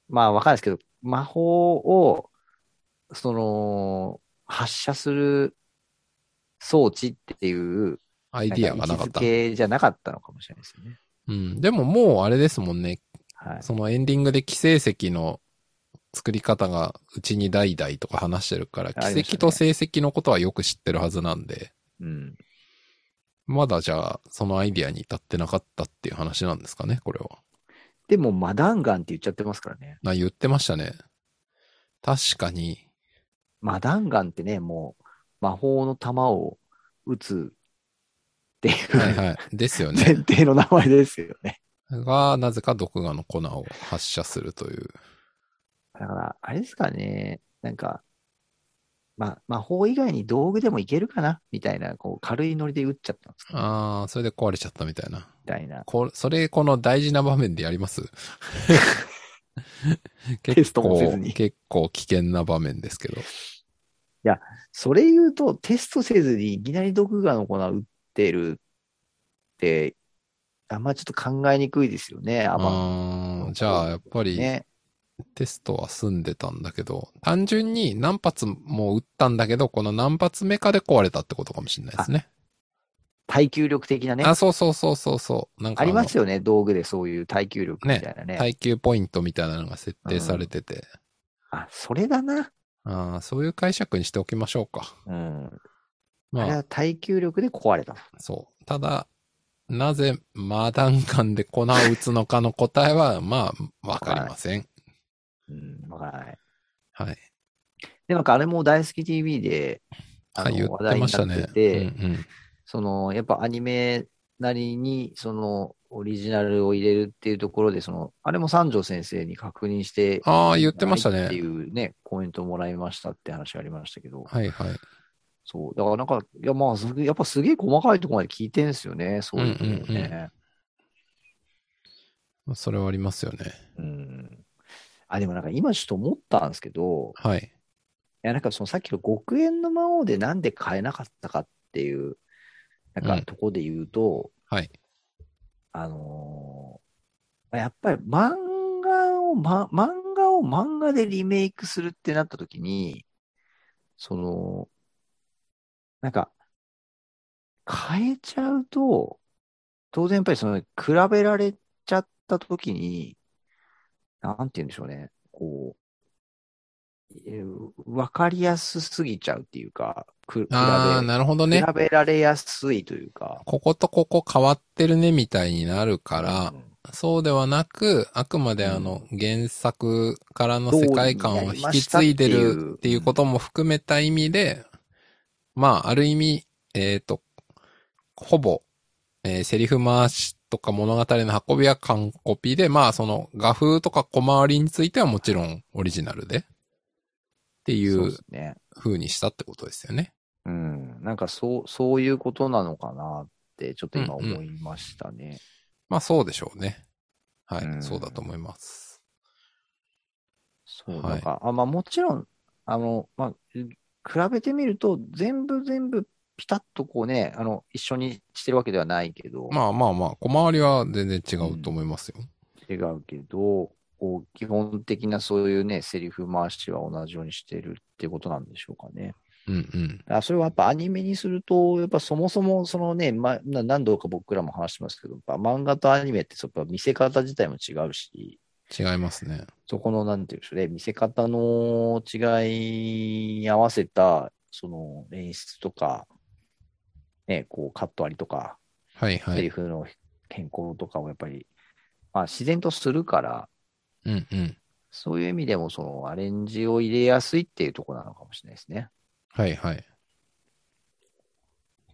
S2: まあわかんないですけど、魔法を、その、発射する装置っていう、
S1: アイディアがなかっ
S2: ん位置づ
S1: た。
S2: けじゃなかったのかもしれないですよね。
S1: うん。でももうあれですもんね。
S2: はい。
S1: そのエンディングで奇跡石の作り方がうちに代々とか話してるから、
S2: ありました
S1: 奇
S2: ね
S1: 跡と成績のことはよく知ってるはずなんで、
S2: うん。
S1: まだじゃあそのアイディアに至ってなかったっていう話なんですかね、これは。
S2: でも、マダンガンって言っちゃってますからね。
S1: あ、言ってましたね。確かに、
S2: マダンガンってね、もう、魔法の玉を撃つってい
S1: はいうはい。ですよ
S2: (laughs) 前
S1: ね。
S2: 提の名前ですよね。
S1: が、なぜか毒ガの粉を発射するという。
S2: だから、あれですかね、なんか、まあ、魔法以外に道具でもいけるかなみたいな、こう、軽いノリで打っちゃったんですか
S1: あー、それで壊れちゃったみたいな。
S2: みたいな。
S1: こそれ、この大事な場面でやります
S2: (laughs) テストもせずに
S1: 結構危険な場面ですけど。
S2: それ言うと、テストせずにいきなり毒ガの粉打ってるって、あんまちょっと考えにくいですよね、アバン
S1: あーじゃあ、やっぱり
S2: ね。
S1: テストは済んでたんだけど、単純に何発も撃ったんだけど、この何発目かで壊れたってことかもしれないですね。
S2: 耐久力的なね。
S1: あ、そうそうそうそうそう。なんか
S2: あります
S1: よ。
S2: よね、道具でそういう耐久力みたいなね。
S1: 耐久ポイントみたいなのが設定されてて。
S2: あ、それだな。
S1: ああ、そういう解釈にしておきましょうか。
S2: うん。あれ
S1: まあ、
S2: は耐久力で壊れた。
S1: そう。ただ、なぜ、マダンカンで粉を打つのかの答えは、まあ、わかりません。
S2: うん、わからない。
S1: はい。
S2: で、なんかあれも大好き TV で、
S1: あ、
S2: の
S1: 言ってました
S2: 話題に
S1: ねう
S2: なっ。てて
S1: んうん。
S2: その、やっぱアニメなりに、その、オリジナルを入れるっていうところで、その、あれも三条先生に確認して、
S1: ああ、言ってました
S2: ないってい
S1: ね。
S2: うね、コメントもらいましたって話ありましたけど、
S1: はいはい。
S2: そう。だからなんか、いや、まあ、すげえやっぱすげえ細かいところまで聞いてんすよね、そういうのね。
S1: うんうんうんそれはありますよね。
S2: うん。あ、でもなんか今ちょっと思ったんですけど、
S1: はい。
S2: いや、なんかそのさっきの極限の魔王でなんで買えなかったかっていう、なん
S1: う
S2: か
S1: ん
S2: とこで言うと、
S1: はい。
S2: あのーやっぱり漫画を、ま、漫画を漫画でリメイクするってなった時に、その、なんか、変えちゃうと、当然やっぱりその、比べられちゃった時に、なんて言うんでしょうね、こう、えーわかりやすすぎちゃうっていうか、く比べ、
S1: ああ、なるほどね
S2: 比。べられやすいというか、
S1: こことここ変わってるねみたいになるから
S2: う、ん
S1: そうではなく、あくまであの原作からの世界観を引き継いでるっていうことも含めた意味で、まあ、ある意味、えっ、と、ほぼ、えーセリフ回しとか物語の運びは完コピで、まあ、その画風とか小回りについてはもちろんオリジナルで、ってい
S2: そう
S1: う
S2: ですね。
S1: 風にしたってことですよね。
S2: うん。なんかそう、そういうことなのかなって、ちょっと今
S1: うんうん
S2: 思いましたね。
S1: まあ、そうでしょうね。はい、
S2: うん
S1: そうだと思います。
S2: そう、
S1: はい
S2: なんか、あ、まあもちろん、あの、まあ、う比べてみると、全部全部ピタッとこうね、あの、一緒にしてるわけではないけど、
S1: まあまあまあ、小回りは全然違うと思いますよ。
S2: 違うけど、こう基本的なそういうね、セリフ回しは同じようにしてるってことなんでしょうかね。
S1: うん、うん、
S2: あそれはやっぱアニメにすると、やっぱそもそもそのね、ま、な何度か僕らも話してますけど、やっぱ漫画とアニメってそうやっぱ見せ方自体も違うし、
S1: 違いますね。
S2: そこの、なんていうんでしょうね、見せ方の違いに合わせた、その演出とか、ね、こうカット割りとか、
S1: はいは
S2: セリ
S1: い。
S2: フの変更とかをやっぱり、まあ自然とするから、
S1: うんうん。
S2: そういう意味でもそのアレンジを入れやすいっていうところなのかもしれないですね。
S1: はいはい。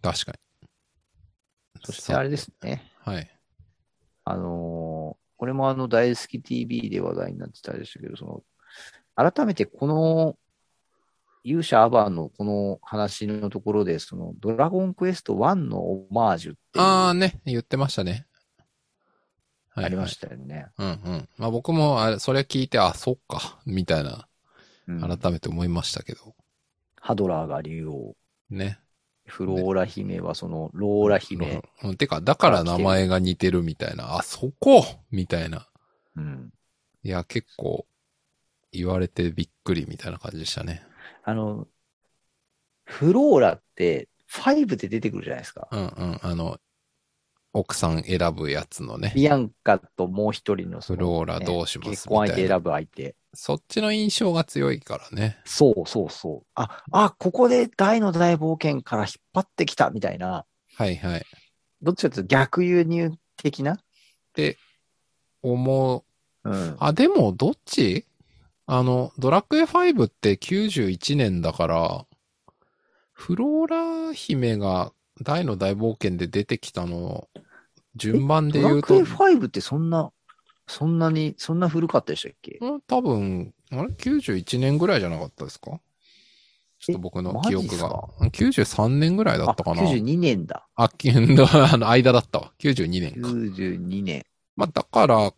S1: 確かに。
S2: そしてあれですね、
S1: さ。はい。
S2: あのーこれもあの大好き TV で話題になってたでしたけど、その、改めてこの、勇者アバンのこの話のところで、その、ドラゴンクエスト1のオマージュっていう
S1: ああね、言ってましたね。はい、
S2: ありましたよね。
S1: た。うんうん。まあ僕も、あれ、それ聞いて、あ、そっか、みたいな、
S2: うん
S1: 改めて思いましたけど。
S2: ハドラーが竜王、
S1: ね。
S2: フローラ姫はその、ローラ姫。
S1: うん。てか、だから名前が似てるみたいな、あ、そこみたいな。
S2: うん。
S1: いや、結構、言われてびっくりみたいな感じでしたね。
S2: あの、フローラって、5で出てくるじゃないですか。
S1: うんうん。あの、奥さん選ぶやつのね、
S2: ビアンカともう一人のそ
S1: フ
S2: の、
S1: ローラどうしますみ
S2: 結婚
S1: た
S2: 相手
S1: いな。
S2: 選ぶ相手。
S1: そっちの印象が強いからね。
S2: そうそうそう。あ、あ、ここで大の大冒険から引っ張ってきたみたいな、
S1: はいはい。
S2: どっちかというと逆輸入的な
S1: 思う。
S2: うん。
S1: あ、でも、どっちあの、ドラクエ5って91年だから、フローラ姫が大の大冒険で出てきたの、順番で
S2: ド
S1: 言
S2: ラ
S1: う
S2: クエ
S1: と、
S2: 5ってそんな、そんなに、そんな古かったでしたっけ
S1: うん多分、あれ ?91 年ぐらいじゃなかったですかちょっと僕の記
S2: マジ
S1: 憶
S2: っす
S1: が
S2: か。
S1: 93年ぐらいだったかな
S2: あ、。92年だ。
S1: あ、き (laughs) あの、間だったわ。92年か。
S2: 92年。
S1: まあ、だから、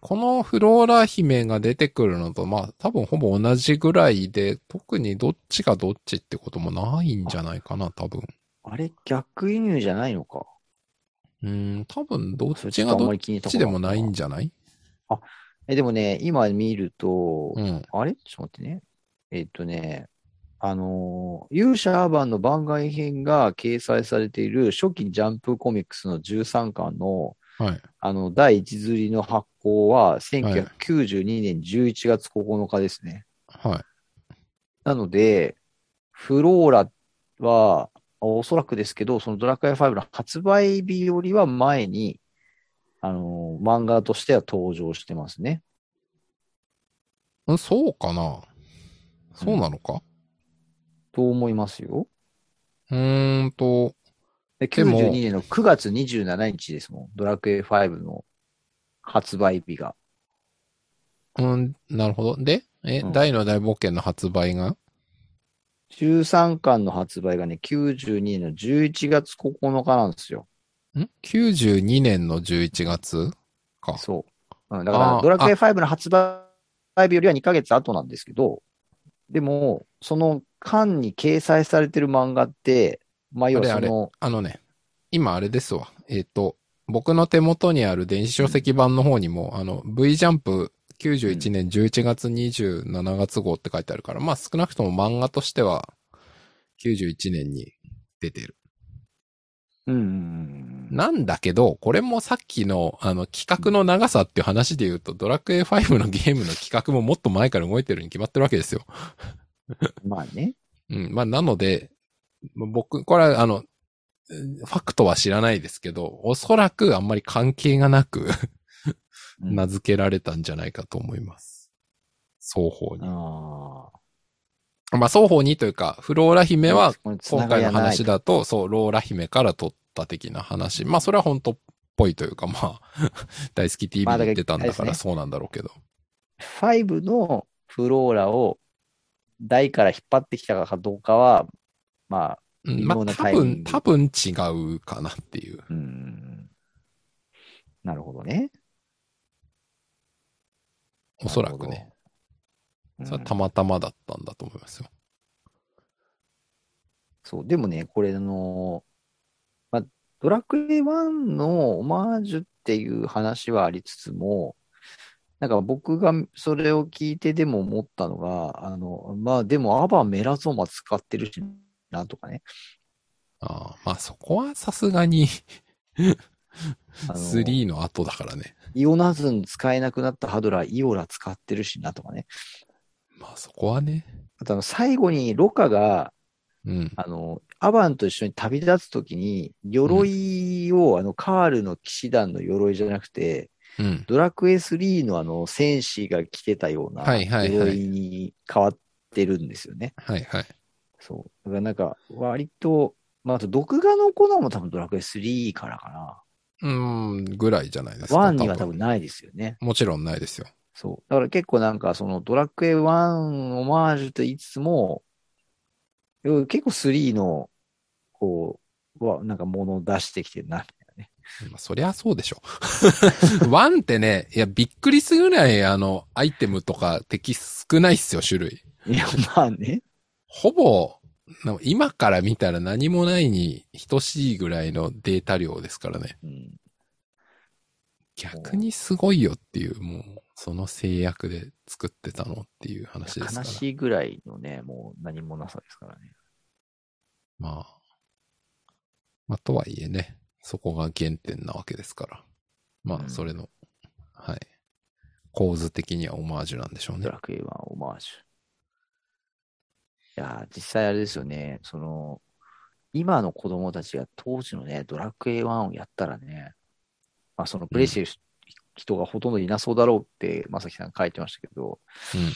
S1: このフローラ姫が出てくるのと、まあ、多分ほぼ同じぐらいで、特にどっちがどっちってこともないんじゃないかな、多分。
S2: あれ、逆輸入じゃないのか。
S1: うん、多分どっ
S2: それち
S1: ち
S2: ょっ
S1: が
S2: とあん
S1: ど
S2: ま
S1: っ
S2: り気に入ったこ
S1: ち
S2: と
S1: でもないん
S2: じ
S1: じゃない
S2: ゃ。え、でもね、今見ると
S1: う、ん。
S2: あれちょっと待ってね。えっとね、あのー勇者アーバンの番外編が掲載されている初期ジャンプコミックスの13巻の、
S1: はい。
S2: あの、第1釣りの発行は、1992年11月9日ですね。
S1: はい。
S2: なので、フローラは、おそらくですけど、そのドラクエ5の発売日よりは前に、あのー漫画としては登場してますね。
S1: うんそうかなそうなのか、
S2: と思いますよ。
S1: うーんと、
S2: で
S1: でも
S2: 92年の9月27日ですもん。ドラクエ5の発売日が。
S1: うん、なるほど。で、え、
S2: うん
S1: 大の大冒険の発売が
S2: 13巻の発売がね、92年の11月9日なんですよ。
S1: ん ?92 年の11月か。
S2: そう。うん、だ
S1: あ
S2: か
S1: ー
S2: ら、ドラクエ5の発売日よりは2ヶ月後なんですけど、でも、その巻に掲載されてる漫画って、まあ、要は
S1: あ
S2: そ
S1: れ
S2: の、
S1: あのね、今あれですわ。えっ、と、僕の手元にある電子書籍版の方にも、あの、V ジャンプ91年11月27月号って書いてあるから、まあ少なくとも漫画としては91年に出てる。
S2: うんうんうん。
S1: なんだけど、これもさっきの、あの、企画の長さっていう話で言うと、ドラクエ5のゲームの企画ももっと前から動いてるに決まってるわけですよ。
S2: まあね。
S1: うん。まあ、なので、まあ僕、これは、あの、うんファクトは知らないですけど、おそらくあんまり関係がなく、
S2: うん
S1: 名付けられたんじゃないかと思います。双方に。
S2: ああ。
S1: まあ、双方にというか、フローラ姫は、
S2: これ繋
S1: 今
S2: が
S1: 回の
S2: りはない
S1: 話だと、そう、ローラ姫から取った的な話。まあ、それは本当っぽいというか、まあ、 (laughs) 大好き TV
S2: まあ
S1: に
S2: だ
S1: 言
S2: け
S1: ってたん
S2: あれ
S1: だ
S2: です
S1: か
S2: ね
S1: らそうなんだろうけど。
S2: 5のフローラを台から引っ張ってきたかどうかは、まあ、
S1: うん、ま
S2: 微妙
S1: あ、
S2: な
S1: 多
S2: タイミン
S1: 分、
S2: グ
S1: 多分違うかなっていう。
S2: うーん。なるほどね。
S1: おそらくね。
S2: なる
S1: それは
S2: ほど。うん
S1: たまたまだったんだと思いますよ。
S2: そう、でもね、これあの、まあ、ドラクエ1のオマージュっていう話はありつつも、なんか僕がそれを聞いてでも思ったのが、あの、まあでもアバンメラゾーマ使ってるしなとかね。
S1: ああ、まあそこはさすがに
S2: あの
S1: 3の後だからね。
S2: イオナズン使えなくなったハドラー、イオラ使ってるしなとかね。
S1: まあそこはね。
S2: あとあの最後にロカが、
S1: うん。
S2: あの、アバンと一緒に旅立つときに、鎧を、あの、カールの騎士団の鎧じゃなくて、
S1: うん。
S2: ドラクエ3のあの、戦士が着てたような
S1: はいはいはい
S2: 鎧に変わってるんですよね。
S1: はいはい。
S2: そう。だからなんか、割と、まあ、あと、毒画の粉も多分ドラクエ3からかな。
S1: うーん、ぐらいじゃないですか。
S2: 1には多分ないですよね。
S1: もちろんないですよ。
S2: そう。だから結構なんかそのドラクエ1オマージュと言いつつも、うん結構3の、こう、は、なんかものを出してきてるな。 (laughs)
S1: まあそりゃそうでしょ。1ってね、いや、びっくりするぐらい、あの、アイテムとか敵少ないっすよ、種類。
S2: いや、まあね。
S1: ほぼ、な今から見たら何もないに等しいぐらいのデータ量ですからね。
S2: うん。
S1: 逆にすごいよっていう、もう、その制約で作ってたのっていう話ですから。
S2: 悲しいぐらいのね、もう何もなさですからね。
S1: まあ。まあ、とはいえね、そこが原点なわけですから。ま
S2: う
S1: あ、
S2: ん
S1: それの、はい。構図的にはオマージュなんでしょうね
S2: ド。ラクエはオマージュ。いやー、実際あれですよね、その、今の子供たちが当時のね、ドラクエ1をやったらね、まあ、そのプレイしてる人人がほとんどいなそうだろうって、まさきさん書いてましたけど、
S1: うん
S2: い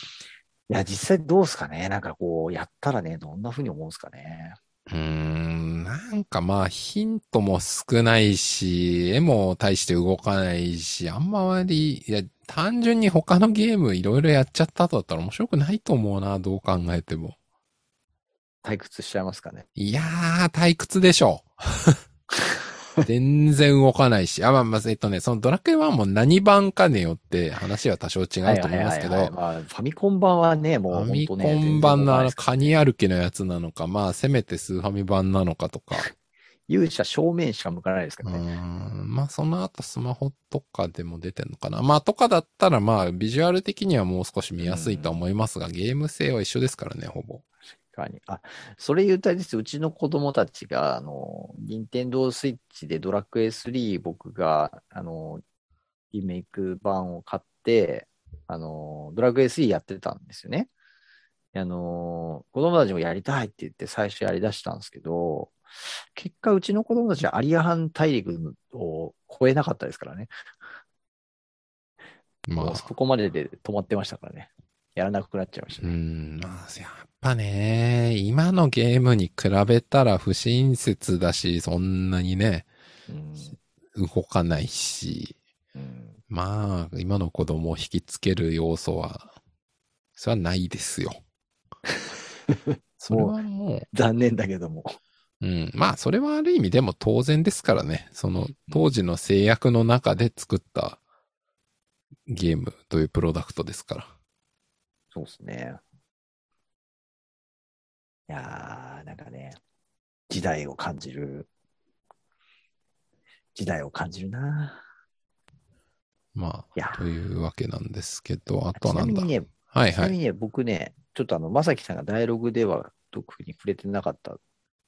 S2: や、実際どうですかねなんかこう、やったらね、どんな風に思うんですかね
S1: うーん、なんかまあ、ヒントも少ないし、絵も大して動かないし、あんまり、いや、単純に他のゲームいろいろやっちゃった後だったら面白くないと思うな、どう考えても。
S2: 退屈しちゃいますかね
S1: いやー、退屈でしょ。 (laughs) 全然動かないし。あ、まあ、まあ、えっとね、そのドラクエ1も何版かによって話は多少違うと思いますけ
S2: はいはいはいはい
S1: ど、
S2: まあ、ファミコン版はね、も
S1: フ
S2: う
S1: ァ
S2: 本
S1: ミ
S2: 当
S1: コ
S2: ね。
S1: ン版のあの
S2: 全然動かないです
S1: カニ歩きのやつなのか、まあ、せめてスーファミ版なのか
S2: (laughs)
S1: とか。
S2: 勇者正面しか向かないですか
S1: う
S2: らね。
S1: ーんまあその後スマホとかでも出てんのかな。まあとかだったらまあビジュアル的にはもう少し見やすいとは思いますが、ゲーム性は一緒ですからね、ほぼ。
S2: 確かに。あ、それ言うたらですようちの子供たちが、あの、任天堂スイッチでドラクエ3僕が、あの、リメイク版を買って、あの、ドラクエ3やってたんですよね。あの、子供たちもやりたいって言って最初やりだしたんですけど、結果うちの子供たちはアリアハン大陸を超えなかったですからね。
S1: ま
S2: も
S1: あ
S2: う、そこまでで止まってましたからね。やらなくなっちゃいまし
S1: う
S2: た
S1: ー
S2: ね。
S1: ん、まあやっぱね、今のゲームに比べたら不親切だし、そんなにね、
S2: うん
S1: 動かないし、
S2: うん
S1: まあ今の子供を引きつける要素は、それはないです
S2: (laughs)
S1: よ。それはもう、
S2: 残念だけども。
S1: うん。まあ、それはある意味でも当然ですからね。その、当時の制約の中で作ったゲームというプロダクトですから。
S2: そうですね。いやー、なんかね、時代を感じる。時代を感じるな。
S1: ま
S2: いや
S1: あ、というわけなんですけど、あとは
S2: ちな
S1: なん
S2: み
S1: だ。
S2: にね、
S1: はい
S2: ち
S1: は
S2: なみ
S1: い。
S2: にね、僕ね、ちょっとあの、まさきさんがダイアログでは特に触れてなかった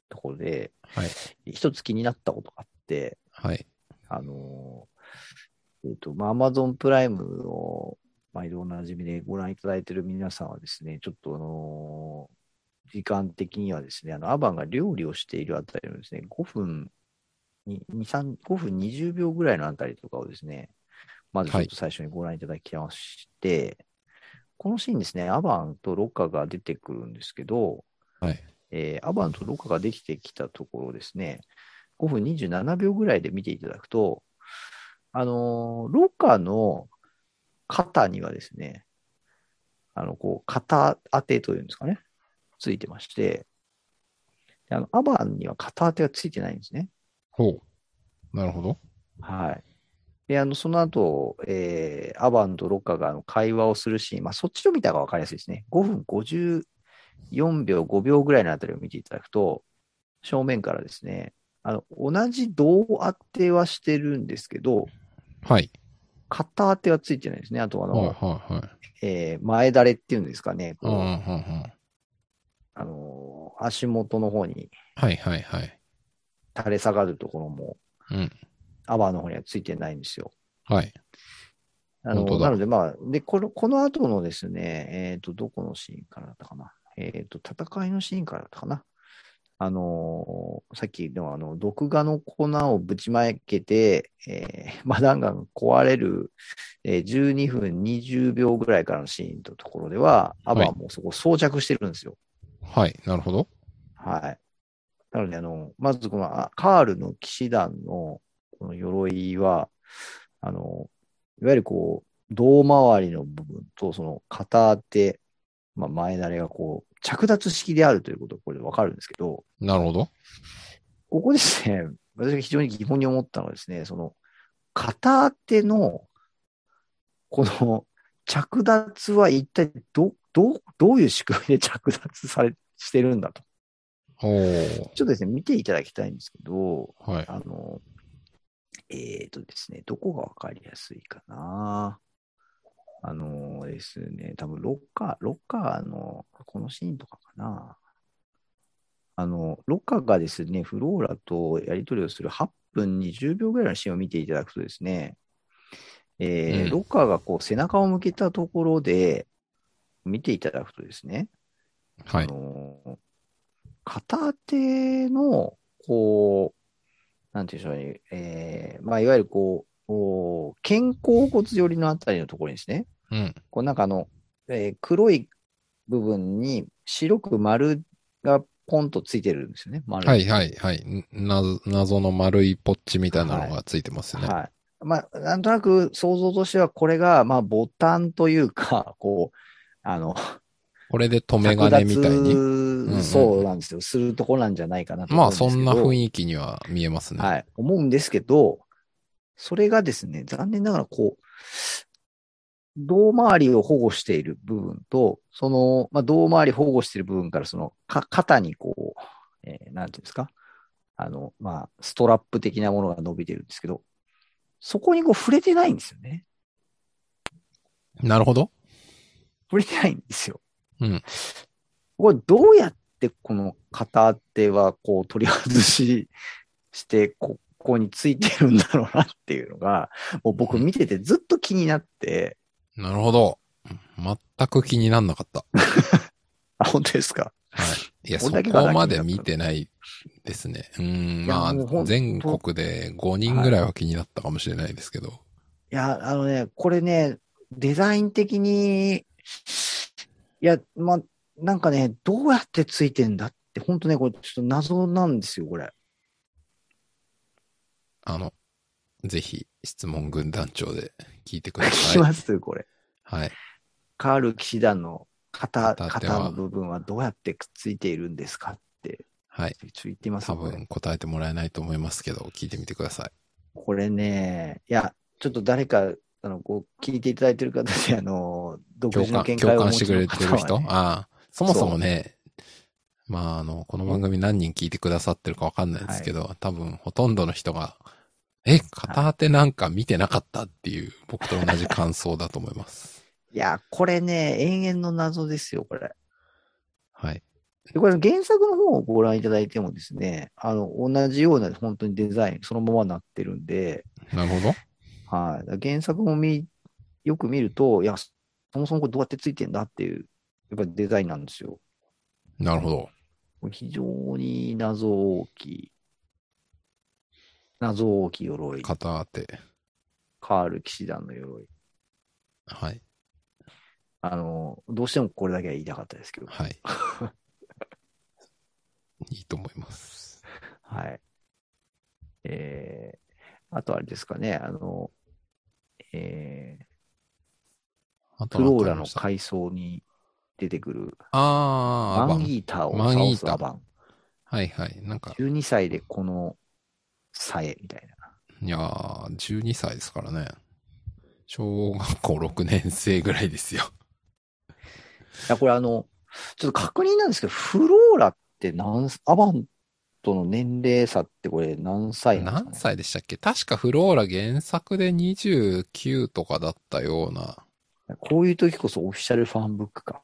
S2: ところで、
S1: はい。
S2: 一つ気になったことがあって、
S1: はい。
S2: あのーえっ、と、まあ、Amazon プライムを毎度おなじみでご覧いただいている皆さんはですね、ちょっとあのー時間的にはですね、あの、アバンが料理をしているあたりのですね、5分に、2、3、5分20秒ぐらいのあたりとかをですね、まずちょっと最初にご覧いただきまして、このシーンですね、アバンとロカが出てくるんですけど、
S1: はい。
S2: えーアバンとロカができてきたところですね、5分27秒ぐらいで見ていただくと、あのーロカの肩にはですね、あの、こう、肩当てというんですかね、ついてまして、であのアバンには肩当てがついてないんですね。
S1: ほう。なるほど。
S2: はい。で、あの、その後、えーアバンとロカがあの会話をするシーン、まあ、そっちを見た方が分かりやすいですね。5分54秒、5秒ぐらいのあたりを見ていただくと、正面からですね、あの、同じ胴当てはしてるんですけど、
S1: はい。
S2: 片当てはついてないですね。あと、あ
S1: はい
S2: の、
S1: はいはい。
S2: えー前だれっていうんですかね、
S1: うんうんうんう。
S2: こうんあのー、足元の方に
S1: はいはいはい。
S2: 垂れ下がるところも、
S1: うん。
S2: アバンの方にはついてないんですよ。
S1: はい。
S2: あの
S1: 本当だ
S2: なので、まあ、で、この、この後のですね、えっ、と、どこのシーンからだったかな。えっ、と、戦いのシーンからだったかな。あのーさっきのあの、毒画の粉をぶちまけて、えー、 (laughs) マダンガンが壊れる、えー、12分20秒ぐらいからのシーンのところでは、アバンはもうそこ装着してるんですよ。
S1: はい。なるほど。
S2: はい。なので、あの、まずこのあカールの騎士団のこの鎧は、あの、いわゆるこう、胴回りの部分と、その片当て、まあ、前慣れがこう、着脱式であるということがこれでわかるんですけど、
S1: なるほど。
S2: ここですね、私が非常に疑問に思ったのはですね、その、片当ての、この、着脱は一体ど、どう、どういう仕組みで着脱され、してるんだと。
S1: おー。
S2: ちょっとですね、見ていただきたいんですけど、
S1: はい。
S2: あの、えっ、とですね、どこがわかりやすいかな。あのですね、多分ロッカー、ロッカーの、このシーンとかかな。あの、ロッカーがですね、フローラとやり取りをする8分20秒ぐらいのシーンを見ていただくとですね、えー
S1: うん
S2: ロッカーがこう背中を向けたところで見ていただくとですね、
S1: は
S2: あ
S1: い。
S2: のー片手の、こう、なんていうんでしょうね、えーまあ、いわゆるこう、おー肩甲骨寄りのあたりのところにですね、
S1: うん。
S2: こうなんかあの、えー黒い部分に白く丸がポンとついてるんですよね、丸。
S1: はいはいはい。んな謎の丸いポッチみたいなのがついてますね。
S2: はい。まあ、なんとなく想像としては、これが、まあ、ボタンというか、こう、あの、
S1: これで留め金みたいに。んうん
S2: にそうなんですよ。するとこなんじゃないかなと思
S1: ま
S2: う
S1: あ
S2: ですけ
S1: そ
S2: ど。
S1: んな雰囲気には見えますね。
S2: はい、思うんですけど、それがですね、残念ながらこう、胴回りを保護している部分と、その、まあ、胴回り保護している部分から、その、か、肩にこう、えーなんていうんですか、あの、まあ、ストラップ的なものが伸びてるんですけど、そこにこう触れてないんですよね。
S1: なるほど。
S2: 触れてないんですよ。
S1: うん。
S2: これどうやってこの片手はこう取り外しして、ここについてるんだろうなっていうのが、もう僕見ててずっと気になって、
S1: なるほど。全く気になんなかった。
S2: あ、本当ですか
S1: はい。いや、そ
S2: 俺だけ
S1: こ
S2: が
S1: まで見てないですね。うん、
S2: いや
S1: まあ
S2: もうほん、と
S1: 全国で5人ぐらいは気になったかもしれないですけど。
S2: いや、あのね、これね、デザイン的に、いや、ま、なんかね、どうやってついてんだって、本当ね、これちょっと謎なんですよ、これ。
S1: あの、ぜひ、質問軍団長で聞いてくだ
S2: 聞
S1: さ
S2: き
S1: い。
S2: ます、これ。
S1: はい。
S2: カール騎士団の肩、
S1: 片手は
S2: 肩の部分はどうやってくっついているんですかって、
S1: はい。
S2: ちょっと言ってみます
S1: 多
S2: よこれ
S1: 分答えてもらえないと思いますけど、聞いてみてください。
S2: これね、いや、ちょっと誰か、あの、こう、聞いていただいてる方で、あ (laughs) の、独
S1: 共
S2: 自の
S1: 感、
S2: 見解
S1: 共
S2: をお
S1: 感
S2: 持
S1: して
S2: ち
S1: く
S2: の
S1: れてる
S2: 方
S1: 人、
S2: はね
S1: ああ、そもそもね、まあ、あの、この番組何人聞いてくださってるかわかんないですけど、多分ほとんどの人が、え、片手なんか見てなかったっていう、僕と同じ感想だと思います。
S2: いや、これね、永遠の謎ですよ、これ。
S1: はい。
S2: でこれ、原作の方をご覧いただいてもですね、あの、同じような、本当にデザイン、そのままなってるんで、
S1: なるほど。
S2: はい。だから原作も見、よく見ると、いや、そもそもこれどうやってついてんだっていう、やっぱりデザインなんですよ。
S1: なるほど。
S2: これ非常に謎大きい、謎大きい鎧、
S1: 片手。
S2: カール騎士団の鎧。
S1: はい。
S2: あの、どうしてもこれだけは言いたかったですけど。
S1: はい。いいと思います。
S2: はい。えー、あとあれですかね、あの、え
S1: あ
S2: ー、
S1: と
S2: フロー
S1: な
S2: ラ
S1: んかありま
S2: の
S1: した
S2: 階層に出てくる
S1: ああ、ア
S2: マ
S1: バ
S2: ン
S1: ン。
S2: ギータを
S1: マンギー
S2: 倒す
S1: タ
S2: アバン。
S1: はいはい。なんか、
S2: 12歳でこのさえみたいな。
S1: いやー、12歳ですからね。小学校6年生ぐらいですよ。
S2: いや、これあの、ちょっと確認なんですけど、フローラって何す、アバンとの年齢差ってこれ何歳なん
S1: 何
S2: ですか、
S1: 歳
S2: ね、
S1: でしたっけ確かフローラ原作で29とかだったような。
S2: こういう時こそオフィシャルファンブックか。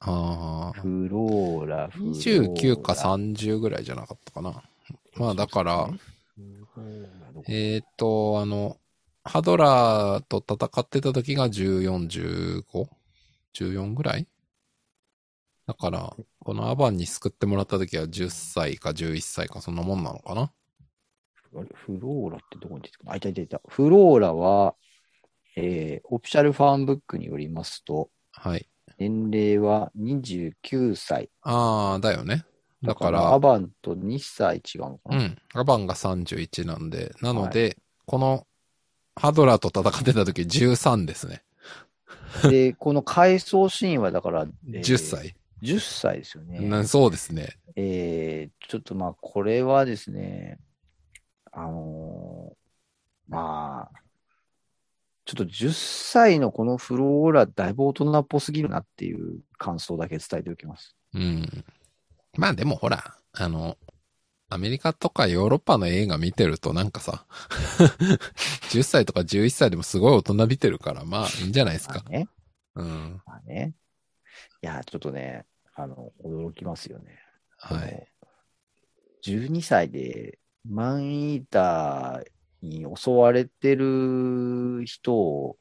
S1: あー、
S2: フローラ、フローラ
S1: 29か30ぐらいじゃなかったかな。まあだから、えーっと、あの、ハドラーと戦ってた時が14、15?14 ぐらいだから、このアバンに救ってもらった時は10歳か11歳かそんなもんなのかな
S2: あれフローラってどこに出てくるあ、いたいたいた。フローラは、えーオフィシャルファンブックによりますと、
S1: はい。
S2: 年齢は29歳。
S1: ああ、だよね。だから、
S2: アバンと2歳違うのか
S1: う
S2: な、
S1: ん。アバンが31なんで、なので、この、ハドラーと戦ってた時13ですね。
S2: で、この回想シーンはだから、えー
S1: 10。歳。
S2: 10歳ですよね。
S1: なそうですね。
S2: えー、ちょっとまあ、これはですね、あのーまあ、ちょっと10歳のこのフローラ、だいぶ大人っぽすぎるなっていう感想だけ伝えておきます。
S1: うん。まあでもほら、あの、アメリカとかヨーロッパの映画見てるとなんかさ、10歳とか11歳でもすごい大人びてるから、まあいいんじゃないです
S2: ま
S1: か
S2: あ。ね。
S1: うん。
S2: まあね。いや、ちょっとね、あの、驚きますよね。
S1: は
S2: あの
S1: い。。
S2: 12歳でマンイーターに襲われてる人を、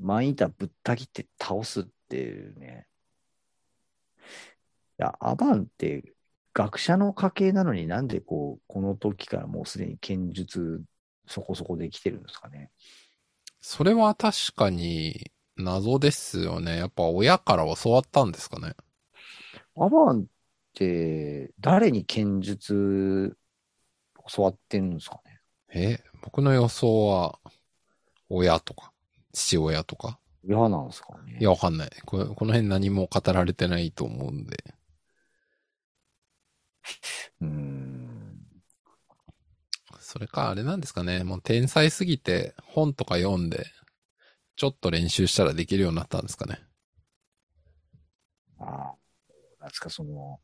S2: マンイーターぶった切って倒すっていうね。いや、アバンって学者の家系なのになんでこう、この時からもうすでに剣術そこそこできてるんですかね。
S1: それは確かに謎ですよね。やっぱ親から教わったんですかね。
S2: アバンって誰に剣術教わってるんですかね。
S1: え、僕の予想は、親とか、父親とか。
S2: 嫌なんですかね。
S1: いや、わかんない。ここの辺何も語られてないと思うんで。
S2: うーん。
S1: それか、あれなんですかね。もう天才すぎて、本とか読んで、ちょっと練習したらできるようになったんですかね。
S2: ああ、なんですか、その、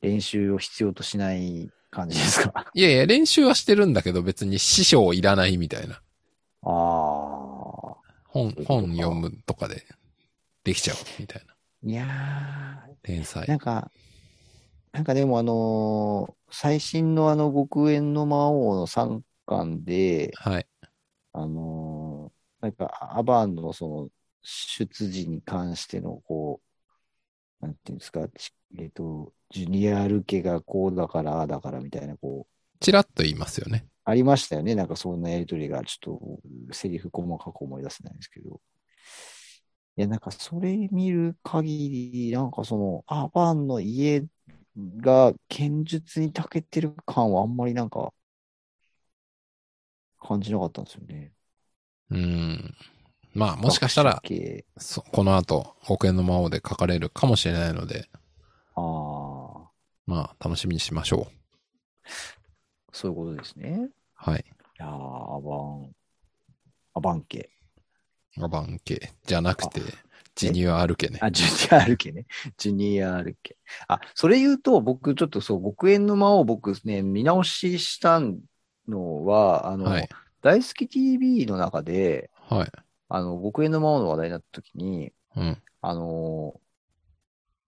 S2: 練習を必要としない感じですか。
S1: いやいや、練習はしてるんだけど、別に師匠いらないみたいな。
S2: ああ。
S1: 本、本読むとかで、できちゃうみたいな。
S2: いや
S1: 天
S2: ー、な
S1: 才。
S2: んか、なんかでもあのー最新のあの極縁の魔王の3巻で、
S1: はい。
S2: あのーなんかアバンのその出自に関してのこう、なんていうんですか、ちえっと、ジュニアール家がこうだから、ああだからみたいな、こう、
S1: ちらっと言いますよね。
S2: ありましたよね。なんかそんなやりとりが、ちょっとセリフ細かく思い出せないんですけど。いや、なんかそれ見る限り、なんかその、アバンの家が剣術に長けてる感はあんまりなんか、感じなかったんですよね。
S1: うん。まあ、もしかしたら、
S2: 学者系
S1: そこの後、保円の魔王で書かれるかもしれないので、
S2: ああ、
S1: まあ、楽しみにしましょう。
S2: そういうことですね。
S1: はい。
S2: いやーアバン、アバン家。
S1: アバン系じゃなくて、ジニアアルケね。
S2: あ、ジュニアール家ね。ジュニアール家。あ、それ言うと、僕、ちょっとそう、極縁の間を僕ね、見直ししたのは、あの、
S1: はい。
S2: 大好き TV の中で、
S1: はい。
S2: あの、極縁の魔王の話題になった時に、
S1: うん。
S2: あの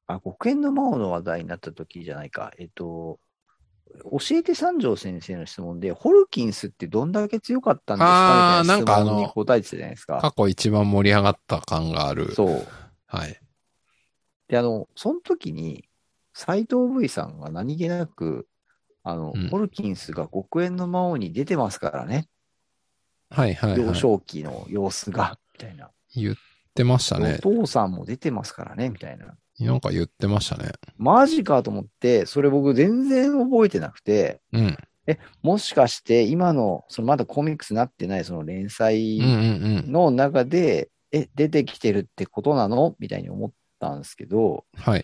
S2: あ、極縁の魔王の話題になった時じゃないか、えっと、教えて三条先生の質問で、ホルキンスってどんだけ強かったんですか
S1: あー
S2: みたい
S1: なんか
S2: な
S1: あ
S2: 質
S1: の
S2: 問に答えてたじゃないですか。
S1: 過去一番盛り上がった感がある。
S2: そう。
S1: はい。
S2: で、あの、その時に、斎藤 V さんが何気なく、あの、
S1: うん
S2: ホルキンスが極縁の魔王に出てますからね。
S1: はいはい、
S2: 幼
S1: はい。
S2: 少期の様子が、みたいな。
S1: 言ってましたね
S2: お。父さんも出てますからね、みたいな。
S1: なんか言ってましたね。
S2: マジかと思って、それ僕全然覚えてなくて、
S1: うん。
S2: もしかして今の、そのまだコミックスになってないその連載
S1: うんうんうん。
S2: の中で、え、出てきてるってことなのみたいに思ったんですけど、
S1: はい。
S2: い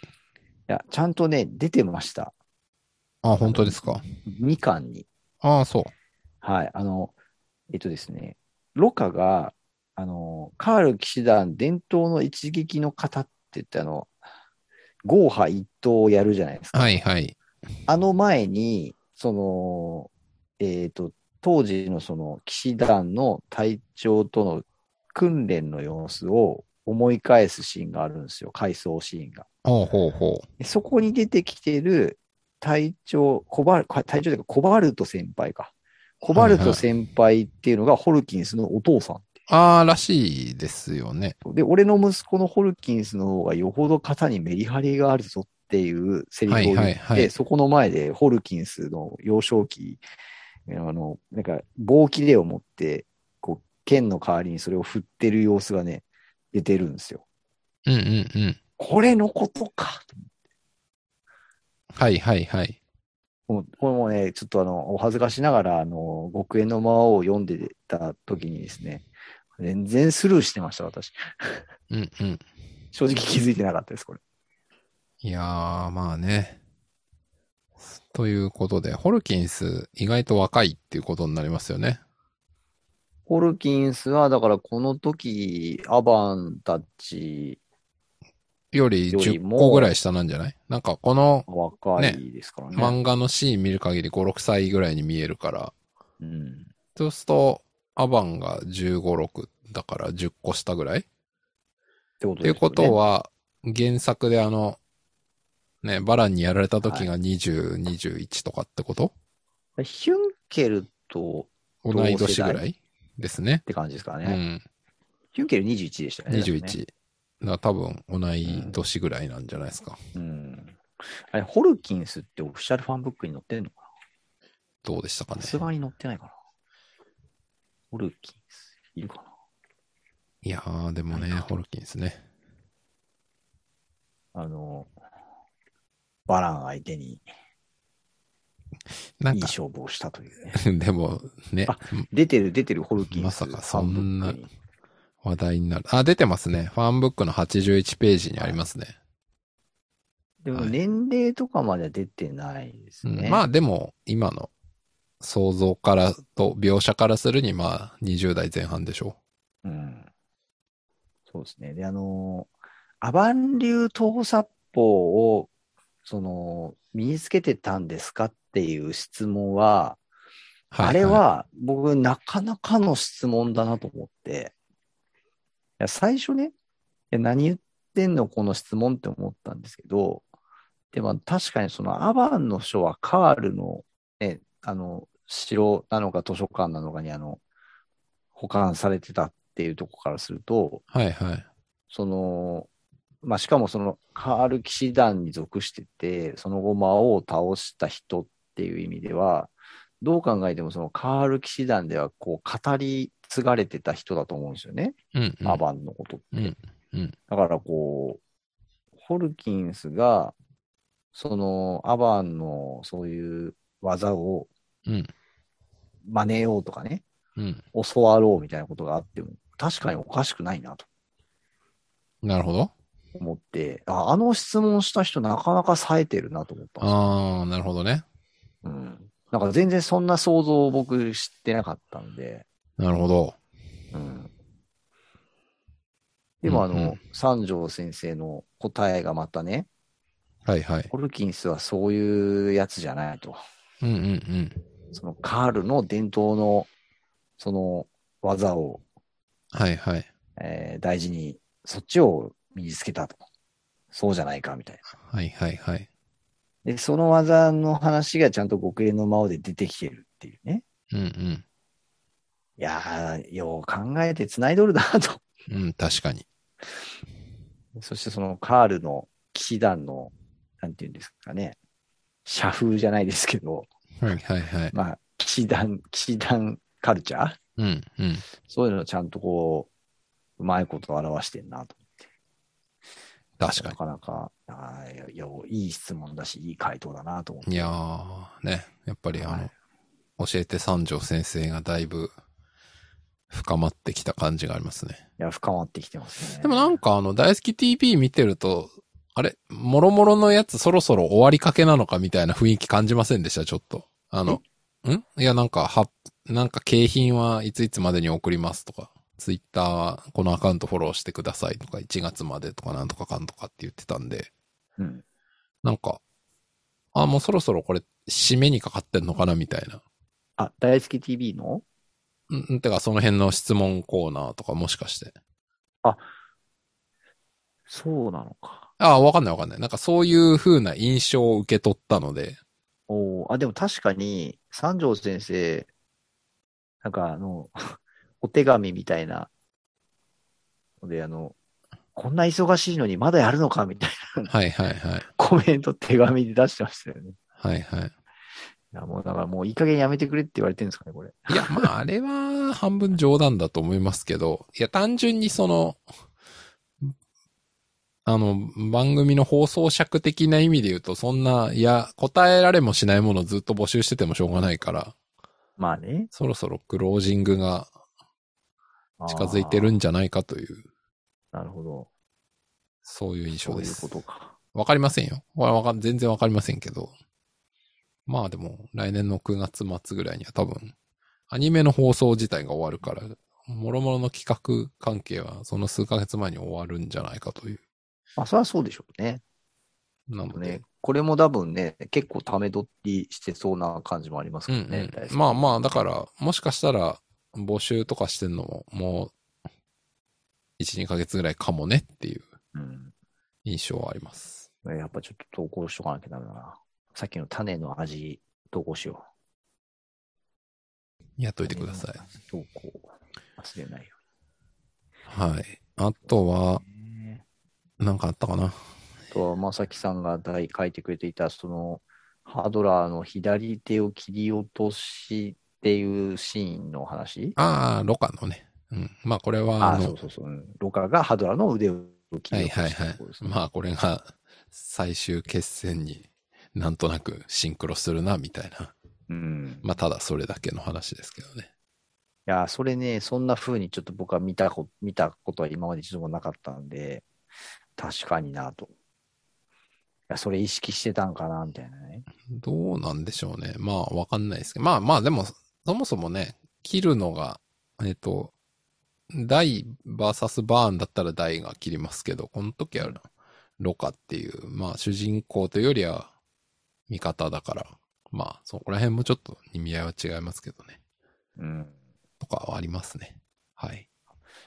S2: や、ちゃんとね、出てました。
S1: あ、本当ですか。
S2: 2巻に。
S1: ああ、そう。
S2: はい、あの、えっとですね、ロカが、あの、カール騎士団伝統の一撃の型って言って、あの、ゴーハ一刀をやるじゃないですか。
S1: はいはい。
S2: あの前に、その、えっ、と、当時のその騎士団の隊長との訓練の様子を思い返すシーンがあるんですよ。回想シーンが。
S1: ほうほうほ。
S2: でそこに出てきてる隊長、コバル、か隊長というかコバルト先輩か。コバルト先輩っていうのがホルキンスのお父さんっていう
S1: ああ、らしいですよね。
S2: う。で、俺の息子のホルキンスの方がよほど肩にメリハリがあるぞっていうセリフを言って、
S1: はいはいはい
S2: そこの前でホルキンスの幼少期、あの、なんか棒切れを持って、こう、剣の代わりにそれを振ってる様子がね、出てるんですよ。
S1: うんうんうん。
S2: これのことか。
S1: はいはいはい。
S2: もうこれもね、ちょっとあの、お恥ずかしながら、あの、極縁の魔王を読んでた時にですね、全然スルーしてました、私。
S1: うんうん。
S2: 正直気づいてなかったです、これ。
S1: いやー、まあね。ということで、ホルキンス、意外と若いっていうことになりますよね。
S2: ホルキンスは、だからこの時、アバンたち
S1: より
S2: より
S1: 10
S2: も
S1: 個ぐらい下なんじゃないなんか、この
S2: が若いですからね。
S1: 漫画のシーン見る限り5、6歳ぐらいに見えるから、
S2: うん。
S1: そうすると、アバンが15、6だから10個下ぐらいっ
S2: ってこと
S1: ていうことは、原作であの、ね、バランにやられた時が20、21とかってこと
S2: ヒュンケルとっ
S1: 同い年ぐらいですね。
S2: て感じですか
S1: う
S2: ね。
S1: ん。
S2: ヒュンケル21でしたよね。確かね
S1: 21。だから多分同い年ぐらいなんじゃないですか。
S2: うん。あれ、ホルキンスってオフィシャルファンブックに載ってんのか
S1: どうでしたか
S2: な
S1: ね
S2: さ。すがに載ってないかな。ホルキンス、いるか
S1: いやー、でもね、
S2: ないか
S1: ホルキンスね。
S2: なあの、バラン相手に
S1: ないん
S2: い
S1: か、
S2: 勝負をしたというね。
S1: でもね、
S2: あ出てる出てるホルキンス。
S1: まさかそんな
S2: ファンブックに
S1: 話題になる。あ、出てますね。ファンブックの81ページにありますね。
S2: でも
S1: はい
S2: 年齢とかまでは出てないです
S1: うん
S2: ね。
S1: まあでも、今の想像からと描写からするに、まあ20代前半でしょ
S2: うん。そうですね。で、あの、アバン流東殺法を、その、身につけてたんですかっていう質問は、
S1: う。いい
S2: あれ、は僕なかなかの質問だなと思って、いや最初ね、いや何言ってんのこの質問って思ったんですけど、でも確かにそのアバンの書はカールの、ね、あの、城なのか図書館なのかにあの、保管されてたっていうところからすると、
S1: はいはい。
S2: その、まあ、しかもそのカール騎士団に属してて、その後魔王を倒した人っていう意味では、どう考えてもそのカール騎士団ではこう語り継がれてた人だと思うんですよね。
S1: うん、うん。
S2: アバンのことって。
S1: うんうん
S2: だからこう、ホルキンスが、そのアバンのそういう技を
S1: うん
S2: 真似ようとかね、
S1: うん。
S2: 教わろうみたいなことがあっても、確かにおかしくないなと。
S1: なるほど。
S2: 思って、ああの質問した人なかなか冴えてるなと思ったんですよ。
S1: あー、なるほどね。
S2: うん、なんか全然そんな想像を僕知ってなかったんで、
S1: なるほど。
S2: うん、でもあの、
S1: うんうん
S2: 三条先生の答えがまたね、
S1: はいはい。
S2: ホルキンスはそういうやつじゃないと。
S1: うんうんうん。
S2: そのカールの伝統のその技を、
S1: はいはい。
S2: えー大事に、そっちを身につけたと。そうじゃないかみたいな。
S1: はいはいはい。
S2: で、その技の話がちゃんと極限の魔王で出てきてるっていうね。
S1: うん
S2: いやー、よう考えて繋いどるなと。 (laughs)
S1: うん。うん、確かに。
S2: そしてそのカールの騎士団の、なんていうんですかね、社風じゃないですけど、
S1: はいはいはい。
S2: まあ、騎士団、騎士団カルチャー
S1: うんうん。
S2: そういうのをちゃんとこう、うまいこと表してんなと。
S1: 確か
S2: なかなか、あーいやよういい質問だし、いい回答だなと思って。
S1: に。いやー、ね。やっぱりあの、
S2: はい
S1: 教えて三条先生がだいぶ深まってきた感じがありますね。
S2: いや、深まってきてますね。
S1: でもなんかあの、大好き TV 見てると、あれ、もろもろのやつそろそろ終わりかけなのかみたいな雰囲気感じませんでした、ちょっと。あの、んいや、なんか、は、なんか景品はいついつまでに送りますとか、ツイッターはこのアカウントフォローしてくださいとか、1月までとかなんとかかんとかって言ってたんで、
S2: うん。
S1: なんか、あ、もうそろそろこれ、締めにかかってんのかなみたいな。
S2: あ、大好き TV の
S1: うん、んてか、その辺の質問コーナーとかもしかして。
S2: そうなのか。
S1: あわかんないわかんない。なんかそういう風な印象を受け取ったので、
S2: おーあ、でも確かに、三条先生、なんかあの、 (laughs) お手紙みたいな、で、あの、こんな忙しいのにまだやるのかみたい
S1: はいはいはい。
S2: な (laughs) コメント手紙で出してましたよね。い
S1: はいはい。
S2: や、もうだからもういい加減やめてくれって言われてるんですかね、これ。
S1: いや、まあ、あれは半分冗談だと思いますけど、いや、単純にその、あの、番組の放送尺的な意味で言うと、そんな、いや、答えられもしないものをずっと募集しててもしょうがないから、
S2: まあね。
S1: そろそろクロージングが近づいてる
S2: あ
S1: んじゃないかという、
S2: ー。なるほど。
S1: そういう印象
S2: そう
S1: で
S2: いう
S1: す
S2: こ。とか。
S1: わかりませんよ。これはわかん全然わかりませんけど。まあでも、来年の9月末ぐらいには多分、アニメの放送自体が終わるから、もろもろの企画関係はその数ヶ月前に終わるんじゃないかという。
S2: まあ、それはそうでしょうね。
S1: なので
S2: ね、これも多分ね、結構ため取りしてそうな感じもありま
S1: う
S2: すけ
S1: ん
S2: どね。
S1: う
S2: 大好
S1: ん、
S2: き
S1: まあまあ、だから、もしかしたら、募集とかしてんのも、もう、1、2ヶ月ぐらいかもねっていう
S2: うん。
S1: 印象はあります。
S2: やっぱちょっと投稿しとかなきゃダメだな。さっきの種の味、投稿しよ
S1: やっといてください。
S2: 投稿。忘れないよ
S1: はい。あとは
S2: う、にね。
S1: なんかあったかな
S2: あとは、まさきさんが題書いてくれていた、その、ハドラーの左手を切り落としっていうシーンの話。
S1: ああ、ロカのね。うん。まあこれは、
S2: あ
S1: あ
S2: あ、
S1: の
S2: そうそうそう。うんロカがハドラーの腕を切
S1: はい
S2: り落
S1: はい
S2: とし
S1: は
S2: た
S1: い
S2: ところで。すね。
S1: まあこれが最終決戦になんとなくシンクロするな、みたいな。
S2: うん。
S1: まあただそれだけの話ですけどね。
S2: いやー、それね、そんな風にちょっと僕は見たこ見たことは今まで一度もなかったんで、確かになと。いや、それ意識してたんかな、みたいなね。
S1: どうなんでしょうね。まあわかんないですけど。まあまあでも、そもそもね、切るのが、えっと、ダイバーサスバーンだったらダイが切りますけど、この時はロカっていう、まあ主人公というよりは味方だから、まあそこら辺もちょっと意味合いは違いますけどね。
S2: うん。
S1: とかはありますね。はい。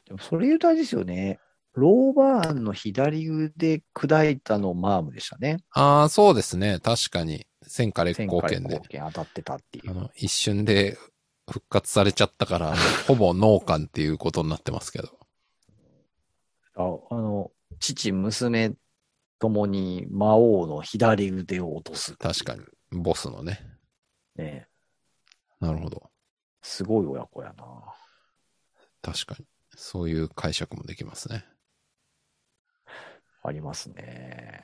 S2: でもそれ言うとあれですよね。ローバーンの左腕砕いたのマームでしたね。
S1: ああ、そうですね。確かに。戦火烈光
S2: 前
S1: 剣
S2: 回
S1: で
S2: 貢。献当たってたってい
S1: あ
S2: う。
S1: の、一瞬で復活されちゃった
S2: (laughs)
S1: から、ほぼ農家っていうことになってますけど。
S2: ああの、父、娘ともに魔王の左腕を落とす。
S1: 確かに。ボスのね。
S2: ね。
S1: なるほど。
S2: すごい親子やな。
S1: 確かに。そういう解釈もできますね。
S2: ありますね。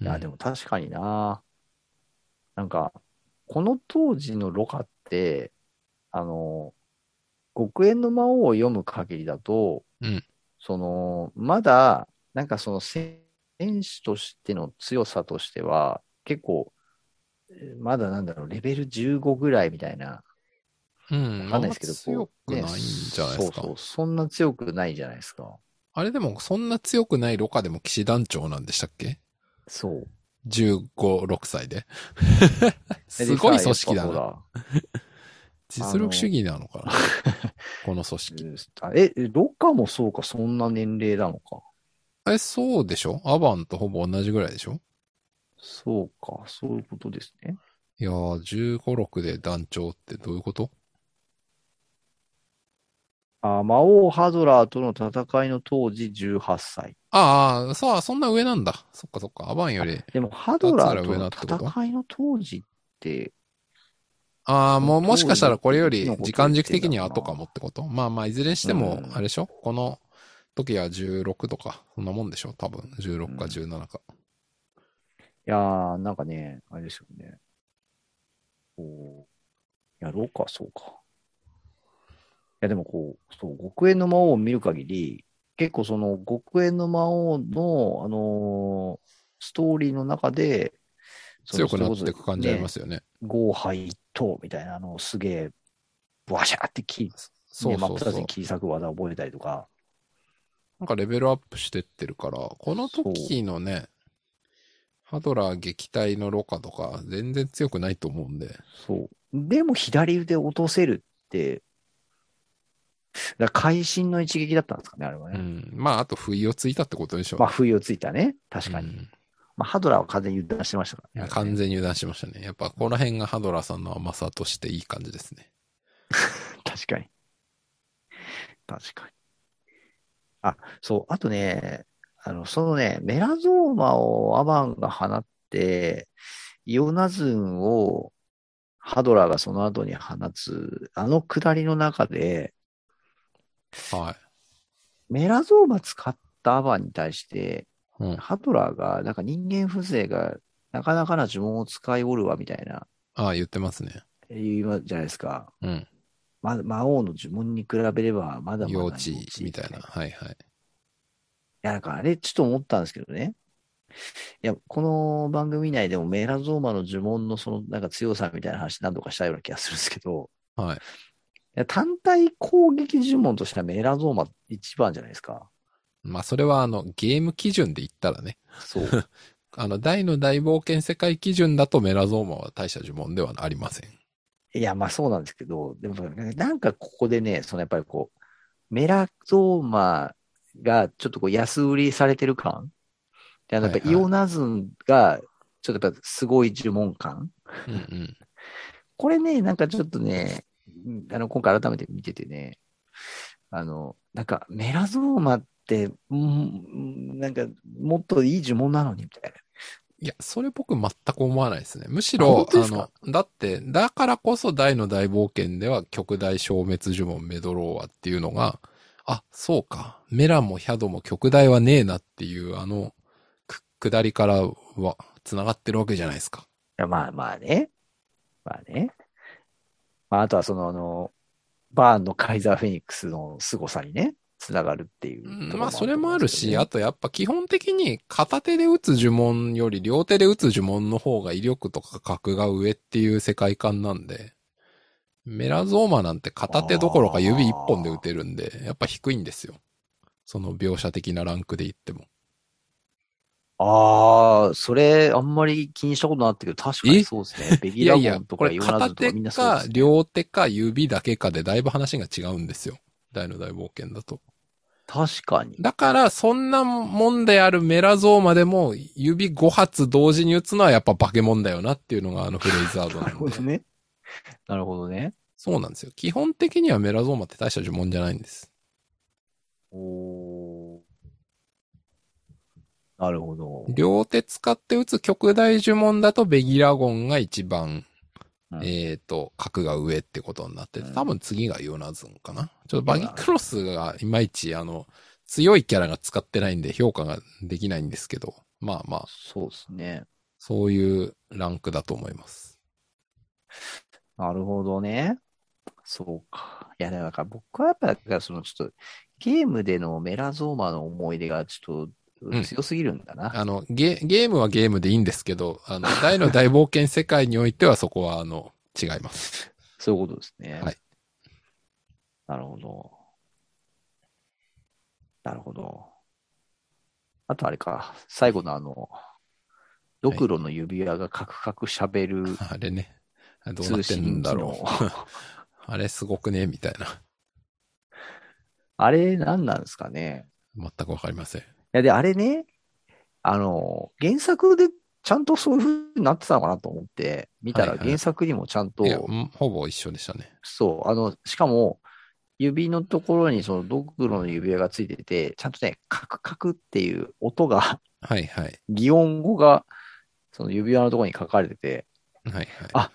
S1: う
S2: い
S1: ん
S2: や、でも確かにな。なんか、この当時のロカって、あの、極縁の魔王を読む限りだと、
S1: うん
S2: その、まだ、なんかその選手としての強さとしては、結構、えーまだなんだろう、レベル15ぐらいみたいな、
S1: うん。
S2: わかんないですけど、
S1: あんま強
S2: こう
S1: くないんじゃないです
S2: ね。そ
S1: か。
S2: うそう、そんな強くないじゃないですか。
S1: あれでも、そんな強くないロカでも騎士団長なんでしたっけ
S2: そう。
S1: ?15、6歳で。 (laughs)
S2: え
S1: すごい組織
S2: で
S1: だ
S2: さやっぱ
S1: な。
S2: ほら
S1: 実力主義なのかなこの組織。
S2: あえ、ロカもそうか、そんな年齢なのか。
S1: え、そうでしょアバンとほぼ同じぐらいでしょ
S2: そうか、そういうことですね。
S1: いやー、15、6で団長ってどういうこと
S2: あ魔王ハドラーとの戦いの当時18歳。
S1: ああ、さあ、そんな上なんだ。そっかそっか、アバンより。
S2: でも、ハドラーと
S1: だったら
S2: の
S1: 上だってこと
S2: 戦いの当時って、
S1: ああ、もう、
S2: どういう
S1: もしかしたらこれより
S2: どういうこと
S1: 時間軸的には後かもってことまあまあ、いずれにしても
S2: う、ん
S1: あれでしょ、この時は16とか、そんなもんでしょ多分、16か
S2: うん
S1: 17か。
S2: いやー、なんかね、あれですよね。こう、いやろうか、そうか。いや、でもこう、そう、極縁の魔王を見る限り、結構その極縁の魔王の、あのーストーリーの中で、その
S1: 強くなっていく感じありま。
S2: そ
S1: すよね。
S2: れこそね豪敗一頭みたいなのをすげえ、ブワシャーって切り、
S1: そう
S2: ね
S1: そ
S2: 真
S1: う
S2: っ
S1: そ
S2: 二
S1: う
S2: つ。に切り裂く技を覚えたりとか、
S1: なんかレベルアップしてってるから、この時のね、ハドラー撃退のロカとか、全然強くないと思うんで。
S2: そう。でも左腕を落とせるって、だから会心の一撃だったんですかね、あれは
S1: う
S2: ね。
S1: ん。まあ、あと不意をついたってことでしょ。
S2: まあ、不意をついたね。確かに。
S1: うん
S2: まあ、ハドラーは完全に油断してましたからね。
S1: 完全に油断しましたね。やっぱ、この辺がハドラーさんの甘さとしていい感じですね。
S2: 確かに。確かに。あ、そう。あとね、あの、そのね、メラゾーマをアバンが放って、イオナズンをハドラーがその後に放つ、あの下りの中で、
S1: はい。
S2: メラゾーマ使ったアバンに対して、
S1: うん。
S2: ハドラーが、なんか人間風情が、なかなかな呪文を使いおるわ、みたいな、
S1: ああ、言ってますね。
S2: 言いますじゃないですか。
S1: うん。
S2: ま、魔王の呪文に比べれば、まだまだ
S1: 幼稚みたい
S2: い
S1: な。はいはい。
S2: や、なんかあれ、ちょっと思ったんですけどね。いや、この番組内でもメラゾーマの呪文のその、なんか強さみたいな話何度かしたような気がするんですけど、
S1: はい。
S2: いや単体攻撃呪文としてはメラゾーマ一番じゃないで
S1: (laughs)
S2: すか。
S1: まあ、それは、あの、ゲーム基準で言ったらね。
S2: そう。
S1: あの、大の大冒険世界基準だとメラゾーマは大した呪文ではありません。
S2: いや、まあそうなんですけど、でも、なんかここでね、そのやっぱりこう、メラゾーマがちょっとこう安売りされてる感で、あのやっ
S1: はい
S2: ぱ
S1: はい
S2: イオナズンが、ちょっとやっぱすごい呪文感
S1: うんうん。
S2: これね、なんかちょっとね、うんあの、今回改めて見ててね、あの、なんか、メラゾーマって、うん、なんか、もっといい呪文なのに、みたい
S1: いや、それ僕全く思わないですね。むし
S2: あ
S1: ろ
S2: 本、当です
S1: の
S2: か、
S1: だって、だからこそ大の大冒険では極大消滅呪文メドローアっていうのが、あ、そうか、メラもヒャドも極大はねえなっていう、あの、く、下りからは、繋がってるわけじゃないですか。
S2: な。いやまあまあね。まあね。まあ、あとはその、あの、バーンのカイザーフェニックスの凄さにね、つながるっていう
S1: う
S2: とこ
S1: ん
S2: ろと思うんですけどね、
S1: まあ、それもあるし、あとやっぱ基本的に片手で打つ呪文より両手で打つ呪文の方が威力とか格が上っていう世界観なんで、メラゾーマなんて片手どころか指一本で打てるんで、やっぱ低いんですよ。その描写的なランクで言っても。
S2: ああ、それ、あんまり気にしたことなかったけど、確か
S1: え
S2: にそうですね。ベギ
S1: (laughs) いや
S2: ラゴ
S1: いや
S2: ン、と
S1: こ
S2: か
S1: れ
S2: ヨナ
S1: 片
S2: ズと
S1: 手
S2: かみんなそうで
S1: か
S2: すね。
S1: 両手か指だけかでだいぶ話が違うんですよ。大の大冒険だと。
S2: 確かに。
S1: だから、そんなもんであるメラゾーマでも、指5発同時に打つのはやっぱ化け物だよなっていうのがあのフレーズアード
S2: な
S1: (laughs) な
S2: るほ
S1: ん
S2: ど
S1: で。
S2: ね。なるほどね。
S1: そうなんですよ。基本的にはメラゾーマって大した呪文じゃないんです。
S2: おーなるほど。
S1: 両手使って打つ極大呪文だとベギラゴンが一番、
S2: うん
S1: えっ、と、格が上ってことになってて、
S2: うん
S1: 多分次がヨナズンかな。ちょっとバギークロスがいまいち、あの、強いキャラが使ってないんで評価ができないんですけど、まあまあ、
S2: そうですね。
S1: そういうランクだと思います。
S2: なるほどね。そうか。いや、だから僕はやっぱ、だからそのちょっと、ゲームでのメラゾーマの思い出がちょ
S1: ん
S2: っと強すぎるんだな。
S1: あの、ゲ、ゲームはゲームでいいんですけど、あの、大の大冒険世界においてはそこは、あの、違い
S2: (laughs)
S1: ます。
S2: そういうことですね。
S1: はい。
S2: なるほど。なるほど。あとあれか、最後のあの、ドクロの指輪がカクカク喋る
S1: あれね。どうな
S2: 通
S1: ってん
S2: 信
S1: だ
S2: 機
S1: ろ
S2: 能。
S1: う。あれすごくねみたいな。
S2: あれ何なんですかね。
S1: 全くわかりません。
S2: いや、で、あれね、あの、原作でちゃんとそういう風になってたのかなと思って、見た
S1: は
S2: ら
S1: いはい
S2: 原作にもちゃんと、
S1: いや、うんほぼ一緒でしたね。
S2: そう、あの、しかも、指のところにそのドクロの指輪がついてて、ちゃんとね、カクカクっていう音が、 (laughs)
S1: はいはい。
S2: 擬音語が、その指輪のところに書かれてて、
S1: はいはい。
S2: あ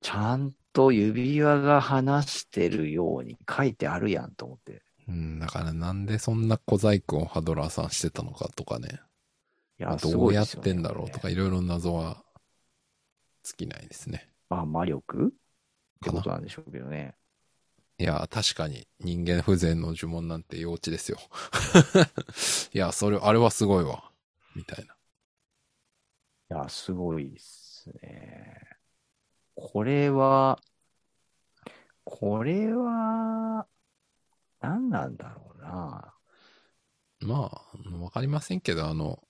S2: ちゃんと指輪が話してるように書いてあるやんと思って。
S1: うん、だからなんでそんな小細工をハドラーさんしてたのかとかね。
S2: いや、す
S1: ど
S2: ご
S1: う
S2: い
S1: や
S2: で
S1: っ
S2: すよ
S1: てんだろう
S2: ね
S1: とか、いろいろ謎は尽きないですね。
S2: あ、魔力って
S1: か
S2: こ
S1: な
S2: と。なんでしょうけどね。
S1: いや、確かに人間不全の呪文なんて幼稚ですよ。 (laughs) いや、それ、あれはすごいわ。みたいな。
S2: いや、すごいですね。これは、これは、何なんだろうな。
S1: まあ、わかりませんけど、あの、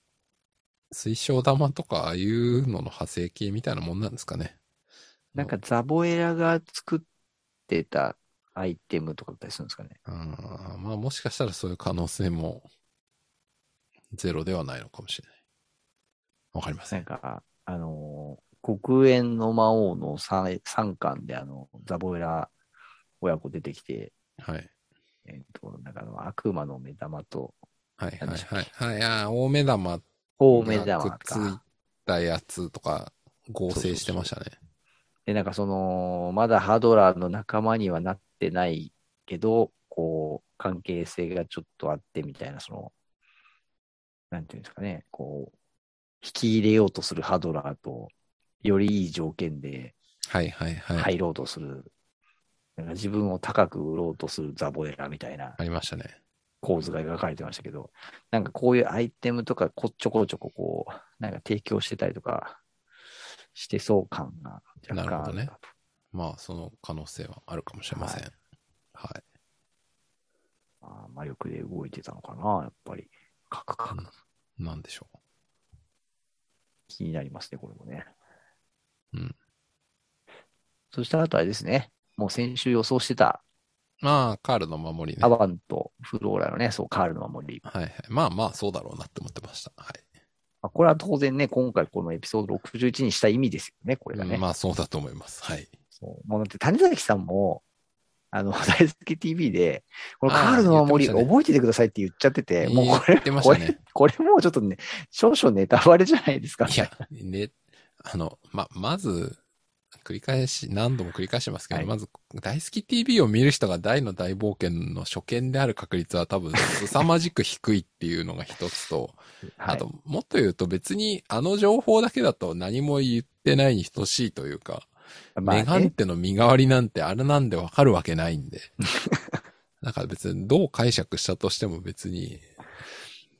S1: 水晶玉とか、ああいうのの派生系みたいなもんなんですかね。
S2: なんかザボエラが作ってたアイテムとかだったりするんですかね。
S1: うん、まあもしかしたらそういう可能性も、ゼロではないのかもしれない。わかりませ
S2: なん
S1: ん。
S2: か、あのー黒煙の魔王の三三巻であの、ザボエラ親子出てきて、
S1: はい。
S2: えっ、と、なんかあの、悪魔の目玉と、
S1: はい
S2: なん
S1: は
S2: で
S1: い
S2: したっ
S1: はい。はい、あー大目玉
S2: 大目
S1: がくっ
S2: 玉
S1: つい
S2: か。
S1: たやつとか、合成してましたね。
S2: で、なんかその、まだハドラーの仲間にはなってないけど、こう、関係性がちょっとあってみたいな、その、なんていうんですかね、こう、引き入れようとするハドラーと、よりいい条件で、
S1: はいはいはい。
S2: 入ろうとする、なんか自分を高く売ろうとするザボエラみたいな
S1: ありましたね。
S2: 構図が描かれてましたけど、なんかこういうアイテムとかこっちょこちょここう、なんか提供してたりとかしてそう感が若干あ
S1: なる
S2: る
S1: ほまあ、その可能性はあるかもしれません。は。
S2: はいあー魔力で動いてたのかな、やっぱり。カクカク
S1: なんでしょ
S2: 気になりますね、これもね。
S1: うん。
S2: そしたらあとあれですね、もう先週予想してた
S1: う。まあ、カールの守りね。
S2: ア
S1: はい
S2: バンとフローラのね、そう、カールの守り。
S1: はい。まあまあ、そうだろうなって思ってました。はい。
S2: まあ、これは当然ね、今回このエピソード61にした意味ですよね、これがね。
S1: まあ、そうだと思います。はい。
S2: そう。もうだって谷崎さんも、あの、大好き TV で、この
S1: あー
S2: カールの森、
S1: 言ってましたね
S2: 覚えててくださいって言っちゃってて、もうこれ、
S1: 言ってまし
S2: こ
S1: た
S2: れ、
S1: ね。
S2: これもうちょっとね、少々ネタバレじゃないですか。
S1: いや、ね、あの、ま、まず、繰り返し、何度も繰り返してますけど、
S2: はい
S1: まず、大好き TV を見る人が大の大冒険の初見である確率は多
S2: (laughs)
S1: 分、凄まじく低いっていうのが一つと、
S2: はい
S1: あと、もっと言うと別に、あの情報だけだと何も言ってないに等しいというか、
S2: まあ
S1: メガン
S2: ね、
S1: テの身代わりなんてあれなんでわかるわけないん
S2: (laughs)
S1: で。だから別にどう解釈したとしても別に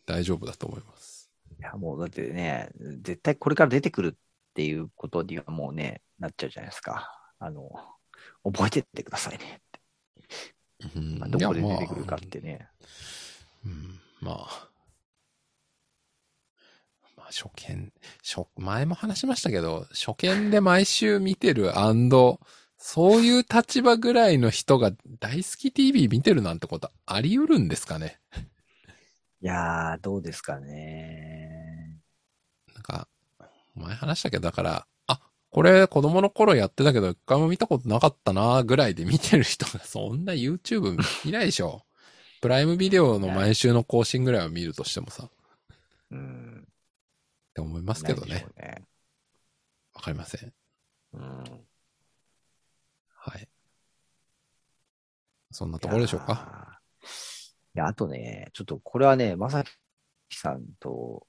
S1: 大丈夫だと思います。
S2: いやもうだってね、絶対これから出てくるっていうことにはもうね、なっちゃうじゃないですか。あの、覚えてってくださいね。
S1: うん
S2: まあ、どこで出てくるかっ
S1: いや
S2: てね。
S1: まあうんまあ。まあ、初見、初、前も話しましたけど、初見で毎週見てるそういう立場ぐらいの人が大好き TV 見てるなんてことあり得るんですかね
S2: いやー、どうですかね。
S1: なんか、前話したけど、だから、あ、これ子供の頃やってたけど、一回も見たことなかったなぐらいで見てる人が、 (laughs) そんな YouTube 見ないでしょ。プライムビデオの毎週の更新ぐらいを見るとしてもさ、っ
S2: うん。
S1: て思いますけど
S2: ないで
S1: ね
S2: し。ょうね。
S1: わかりません。
S2: うん。
S1: はい。そんなところでしょうか。
S2: いや、あとね、ちょっとこれはね、まさきさんと、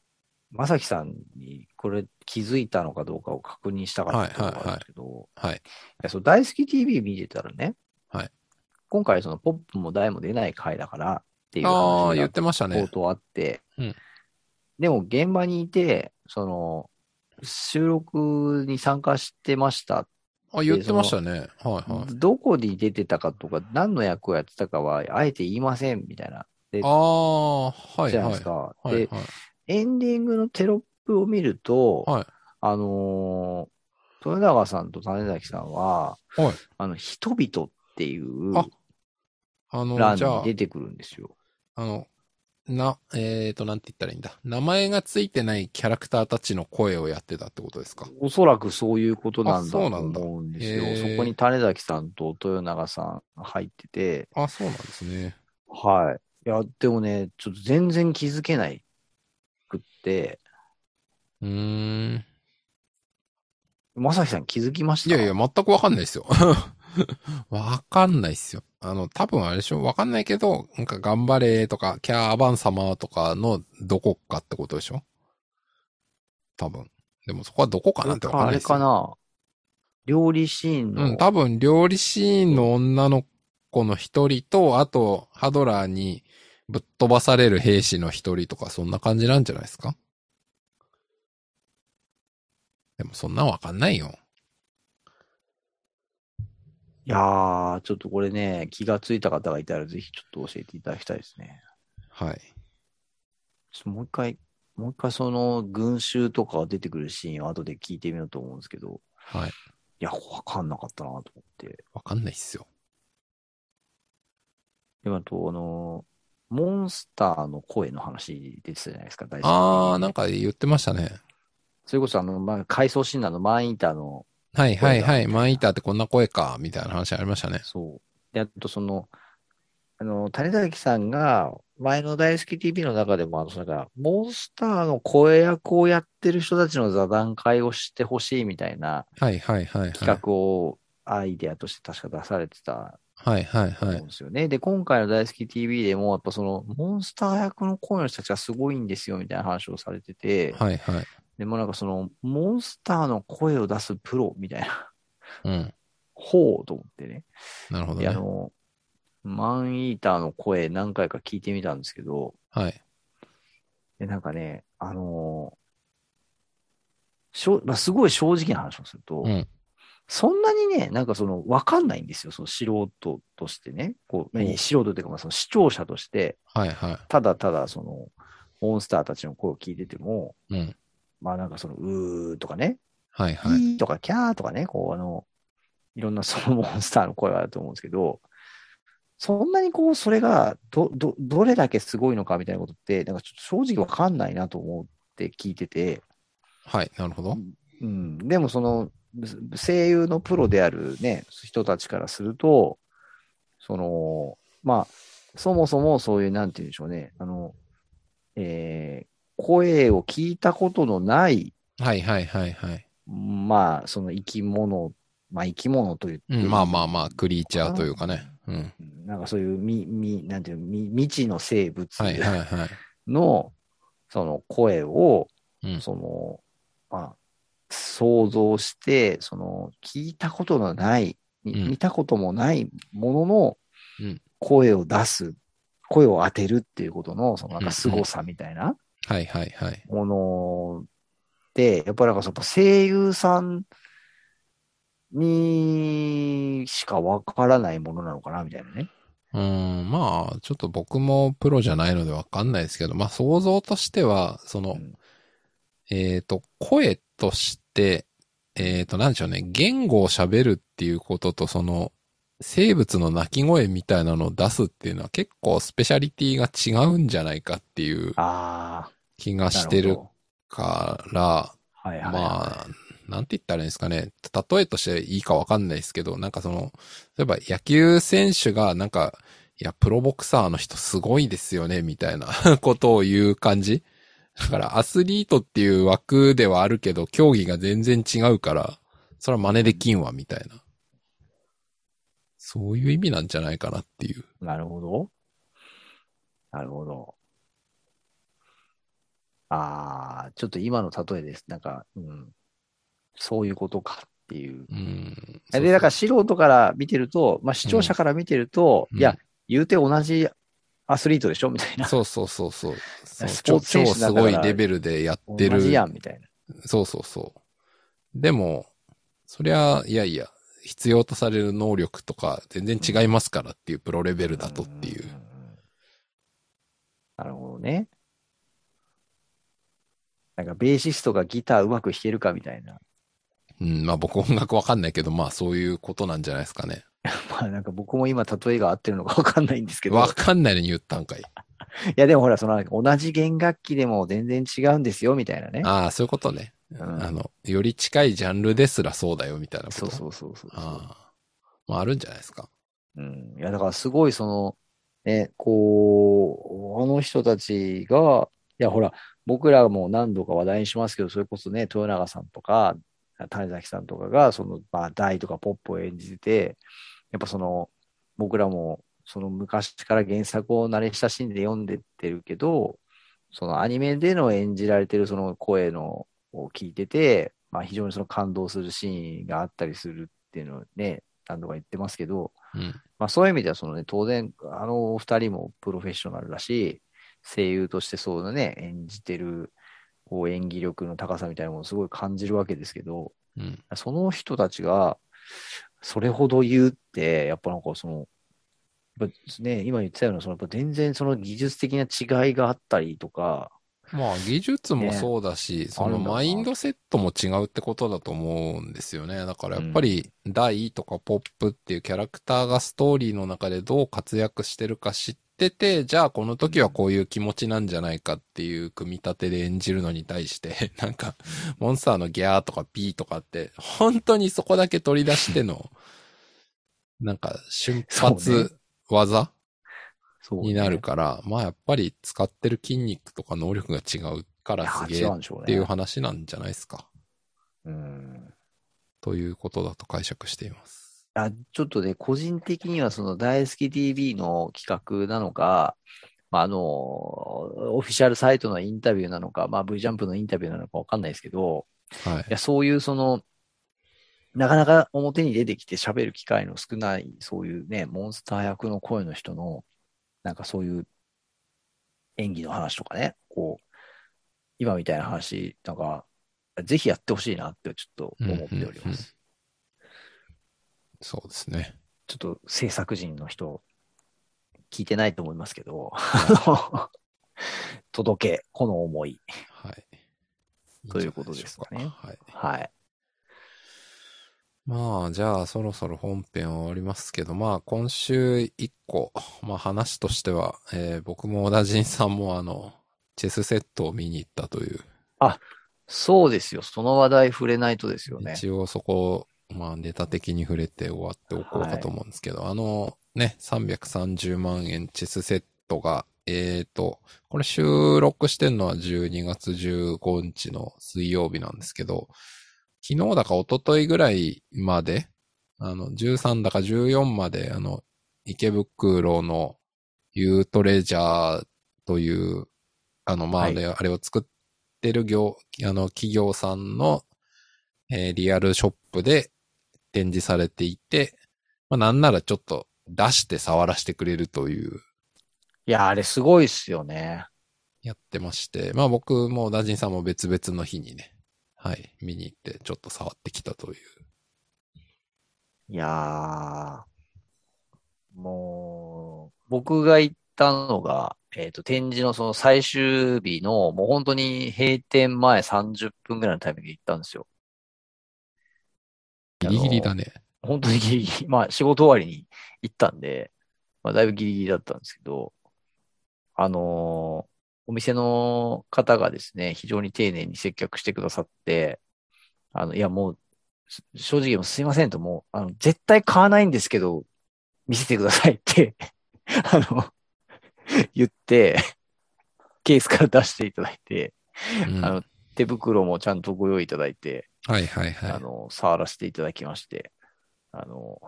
S2: まさきさんにこれ気づいたのかどうかを確認したかったところがあるんですけど、
S1: はい。
S2: いや、そう、大好き TV 見てたらね、
S1: はい。
S2: 今回、その、ポップも大も出ない回だからっていう
S1: ああ、
S2: 話
S1: 言っ
S2: が
S1: てましたね
S2: 冒。頭あって、
S1: うん
S2: でも現場にいて、その、収録に参加してました。
S1: あ、言ってましたね。はいはい。
S2: どこに出てたかとか、何の役をやってたかは、あえて言いません、みたいな。
S1: ああ、はい
S2: じゃな
S1: は
S2: いです
S1: い。
S2: か。
S1: はい
S2: で、
S1: はい。
S2: エンディングのテロップを見ると、
S1: はい。
S2: あのー豊永さんと種崎さんは、
S1: はい
S2: あの、人々っていう
S1: ああ
S2: 欄
S1: の、じゃ
S2: に
S1: あ
S2: 出、てくるんですよ。
S1: あの、な、えーと、なんて言ったらいいんだ。名前がついてないキャラクターたちの声をやってたってことですか。
S2: おそらくそういうことなんだ
S1: あ
S2: と
S1: そうなんだ
S2: 思うんですよ。
S1: へ
S2: そ
S1: ー
S2: こに種崎さんと豊永さんが入ってて、
S1: あ、そうなんですね。
S2: はい。いや、でもね、ちょっと全然気づけないくって、
S1: うーん。
S2: まさきさん気づきまし
S1: い
S2: た
S1: やいや、全くわかんないですよ。 (laughs) わかんないっすよ。あの、多分あれでしょわかんないけど、なんか頑張れとか、キャーバン様とかのどこかってことでしょ多分。でもそこはどこかなんてわかん
S2: あ
S1: ない
S2: れ
S1: ですよ。
S2: かな料理シーンの、
S1: うん、多分料理シーンの女の子の一人と、あと、ハドラーにぶっ飛ばされる兵士の一人とか、そんな感じなんじゃないですかでもそんなんわかんないよ。
S2: いやー、ちょっとこれね、気がついた方がいたらぜひちょっと教えていただきたいですね。
S1: はい。
S2: ちょっともう一回、もう一回その群衆とかが出てくるシーンを後で聞いてみようと思うんですけど、
S1: はい。
S2: いや、わかんなかったなと思って。
S1: わかんないっすよ。
S2: でもあと、あの、モンスターの声の話出てたじゃないですか、大好き
S1: あー、なんか言ってましたね。
S2: それこそ、あの、まあ、回想シーンなの、マンイーターの、
S1: はいはいはい。マンイーターってこんな声か、みたいな話ありましたね。
S2: そう。で、あと、その、あの、種崎さんが、前の大好き TV の中でも、あの、それから、モンスターの声役をやってる人たちの座談会をしてほしいみたいな
S1: はいはいはいはい
S2: 企。画を、アイデアとして確か出されてた
S1: はいはい
S2: と
S1: は
S2: 思う
S1: い
S2: ん。ですよね。で、今回の大好き TV でも、やっぱその、モンスター役の声の人たちがすごいんですよ、みたいな話をされてて、
S1: はいはい。
S2: でもなんかその、モンスターの声を出すプロみたいな、 (laughs)
S1: うん。
S2: ほうと思ってね。
S1: なるほど
S2: で、あ
S1: ね。
S2: の、マンイーターの声何回か聞いてみたんですけど、
S1: はい。
S2: でなんかね、あのしょまあ、すごい正直な話をすると、
S1: うん
S2: そんなにね、なんかその、わかんないんですよ、その素人としてね。こう、
S1: うん
S2: 素人というか、まあその視聴者として、
S1: はいは
S2: ただただその、モンスターたちの声を聞いてても、
S1: い。うん。
S2: まあなんかその、うーとかね、
S1: はいはい。
S2: いいとかキャーとかね、こうあの、いろんなそのモ (laughs) ンスターの声があると思うんですけど、そんなにこう、それがど、ど、どれだけすごいのかみたいなことって、なんかちょっと正直わかんないなと思って聞いてて、
S1: はい。なるほど。
S2: うん、でもその、声優のプロであるね、人たちからすると、その、まあ、そもそもそういう、なんて言うんでしょうね、あの、えー声を聞いたことのない、
S1: はいはいはいはい。
S2: まあ、その生き物、まあ生き物という、
S1: うん、まあまあまあ、クリーチャーというかね。うん。
S2: なんかそういうみ、み、なんていうの、み未知の生物
S1: はいはいはい。
S2: の、その声を、
S1: うん。
S2: その、まあ、想像して、その、聞いたことのない、み
S1: うん
S2: 見たこともないものの
S1: うん、
S2: 声を出す、声を当てるっていうことの、そのなん
S1: うんうん
S2: か凄さみたいな
S1: はいはいはい。
S2: もので、やっぱりなんかその声優さんにしかわからないものなのかな、みたいなね。
S1: うん、まあ、ちょっと僕もプロじゃないのでわかんないですけど、まあ想像としては、その、
S2: うん
S1: えっ、と、声として、えっ、と、なんでしょうね、言語を喋るっていうことと、その、生物の鳴き声みたいなのを出すっていうのは結構スペシャリティが違うんじゃないかっていう
S2: あ
S1: 気
S2: あ、
S1: がして
S2: な
S1: る
S2: ほ
S1: から、
S2: ど。はいはい、はい。
S1: まあ、なんて言ったらいいんですかね。例えとしていいかわかんないですけど、なんかその、例えば野球選手がなんか、いや、プロボクサーの人すごいですよね、みたいな (laughs) ことを言う感じ。だからアスリートっていう枠ではあるけど、競技が全然違うから、それは真似できんわ、みたいな。そういう意味なんじゃないかなっていう。
S2: なるほど。なるほど。ああ、ちょっと今の例えです。なんか、うん、そういうことかっていう。
S1: うん。
S2: で、だから素人から見てると、まあ視聴者から見てると、
S1: うん
S2: いや、言うて同じアスリートでしょみたいな。
S1: そうそうそうそう。そう
S2: スポーツ選手
S1: 超
S2: だ
S1: す
S2: から
S1: ごいレベルでやって
S2: 同
S1: る
S2: じやん、みたいな。
S1: そうそうそう。でも、そりゃ、いやいや、必要とされる能力とか全然違いますからっていうプロレベルだとってい
S2: んん
S1: う。
S2: んなるほどね。なんか、ベーシストがギターうまく弾けるかみたいな。 (laughs)
S1: うん、まあ僕音楽わかんないけど、まあそういうことなんじゃないですかね。
S2: まあ、なんか僕も今例えが合ってるのかわかんないんですけど。
S1: わかんないのに言ったんかい。
S2: いや、でもほら、その、同じ弦楽器でも全然違うんですよ、みたいなね。
S1: ああ、そういうことね。
S2: うん
S1: あの、より近いジャンルですらそうだよみたいなこと。。
S2: そうそううそうそう。
S1: ああ。まああるんじゃないですか。
S2: うん。いや、だからすごい、その、ね、こう、あの人たちが、いや、ほら、僕らも何度か話題にしますけど、それこそね、豊永さんとか、谷崎さんとかが、その、まあ、大とかポップを演じてて、やっぱその、僕らも、その昔から原作を慣れ親しんで読んでってるけど、そのアニメでの演じられてるその声のを聞いてて、まあ非常にその感動するシーンがあったりするっていうのをね、何度か言ってますけど、
S1: うん。
S2: まあそういう意味ではそのね、当然、あのお二人もプロフェッショナルだし、声優としてそうだね、演じてる、こう演技力の高さみたいなものをすごい感じるわけですけど、
S1: うん。
S2: その人たちが、それほど言うって、やっぱなんかその、やっぱね、今言ってたような、そのやっぱ全然その技術的な違いがあったりとか、
S1: まあ技術もそうだし、そ
S2: ある
S1: の
S2: んだな
S1: マインドセットも違うってことだと思うんですよね。だからやっぱり、ダイとかポップっていうキャラクターがストーリーの中でどう活躍してるか知ってて、じゃあこの時はこういう気持ちなんじゃないかっていう組み立てで演じるのに対して、 (laughs) なんか、モンスターのギャーとかピーとかって、本当にそこだけ取り出しての、なん
S2: (laughs)
S1: か瞬
S2: そうね
S1: 発技、
S2: そうね、
S1: になるから、まあやっぱり使ってる筋肉とか能力が違うか
S2: いや
S1: らすげ
S2: 違
S1: え
S2: う
S1: っ
S2: んでしょうね。
S1: ていう話なんじゃないですか。
S2: うん。
S1: ということだと解釈しています。
S2: あ、ちょっとね、個人的にはその大好き TV の企画なのか、まあ、あの、オフィシャルサイトのインタビューなのか、まあ、V ジャンプのインタビューなのかわかんないですけど、
S1: はい
S2: い。や、そういうその、なかなか表に出てきて喋る機会の少ない、そういうね、モンスター役の声の人の、なんかそういう演技の話とかね、こう、今みたいな話、なんか、ぜひやってほしいなってちょっと思っており
S1: うんうんう
S2: ま
S1: ん
S2: す。
S1: そうですね。
S2: ちょっと制作人の人、聞いてないと思いますけど、 (laughs) 届け、この思い。
S1: はい。
S2: ということですか
S1: い
S2: ね
S1: いんじゃないでしょうかはい。
S2: はい。
S1: まあ、じゃあ、そろそろ本編終わりますけど、まあ、今週一個、まあ話としては、えー僕も小田陣さんもあの、チェスセットを見に行ったという、
S2: そうですよ。その話題触れないとですよね。
S1: 一応そこ、まあネタ的に触れて終わっておこうかと思うんですけど、あの、ね、330万円チェスセットが、えーと、これ収録してんのは12月15日の水曜日なんですけど、昨日だか一昨日ぐらいまで、あの、13だか14まで、あの、池袋のユートレジャーという、あの、まあ、
S2: はい
S1: あれあれを作ってる業、あの、企業さんの、えーリアルショップで展示されていて、まあ、なんならちょっと出して触らせてくれるという、
S2: いや、あれすごいっすよね。
S1: やってまして、まあ僕もダジンさんも別々の日にね、はい、見に行ってちょっと触ってきたという。
S2: いやー、もう、僕が行ったのが、えっと、展示のその最終日の、もう本当に閉店前30分ぐらいのタイミングで行ったんですよ。
S1: ギリギリだね。
S2: 本当にギリギリ、まあ仕事終わりに行ったんで、まあだいぶギリギリだったんですけど、あのーお店の方がですね、非常に丁寧に接客してくださって、あの、いやもう、す正直もうすいませんと、もう、あの、絶対買わないんですけど、見せてくださいって、 (laughs) あの、言って、ケースから出していただいて、
S1: うん
S2: あの、手袋もちゃんとご用意いただいて、
S1: はいはいはい。
S2: あの、触らせていただきまして、あの、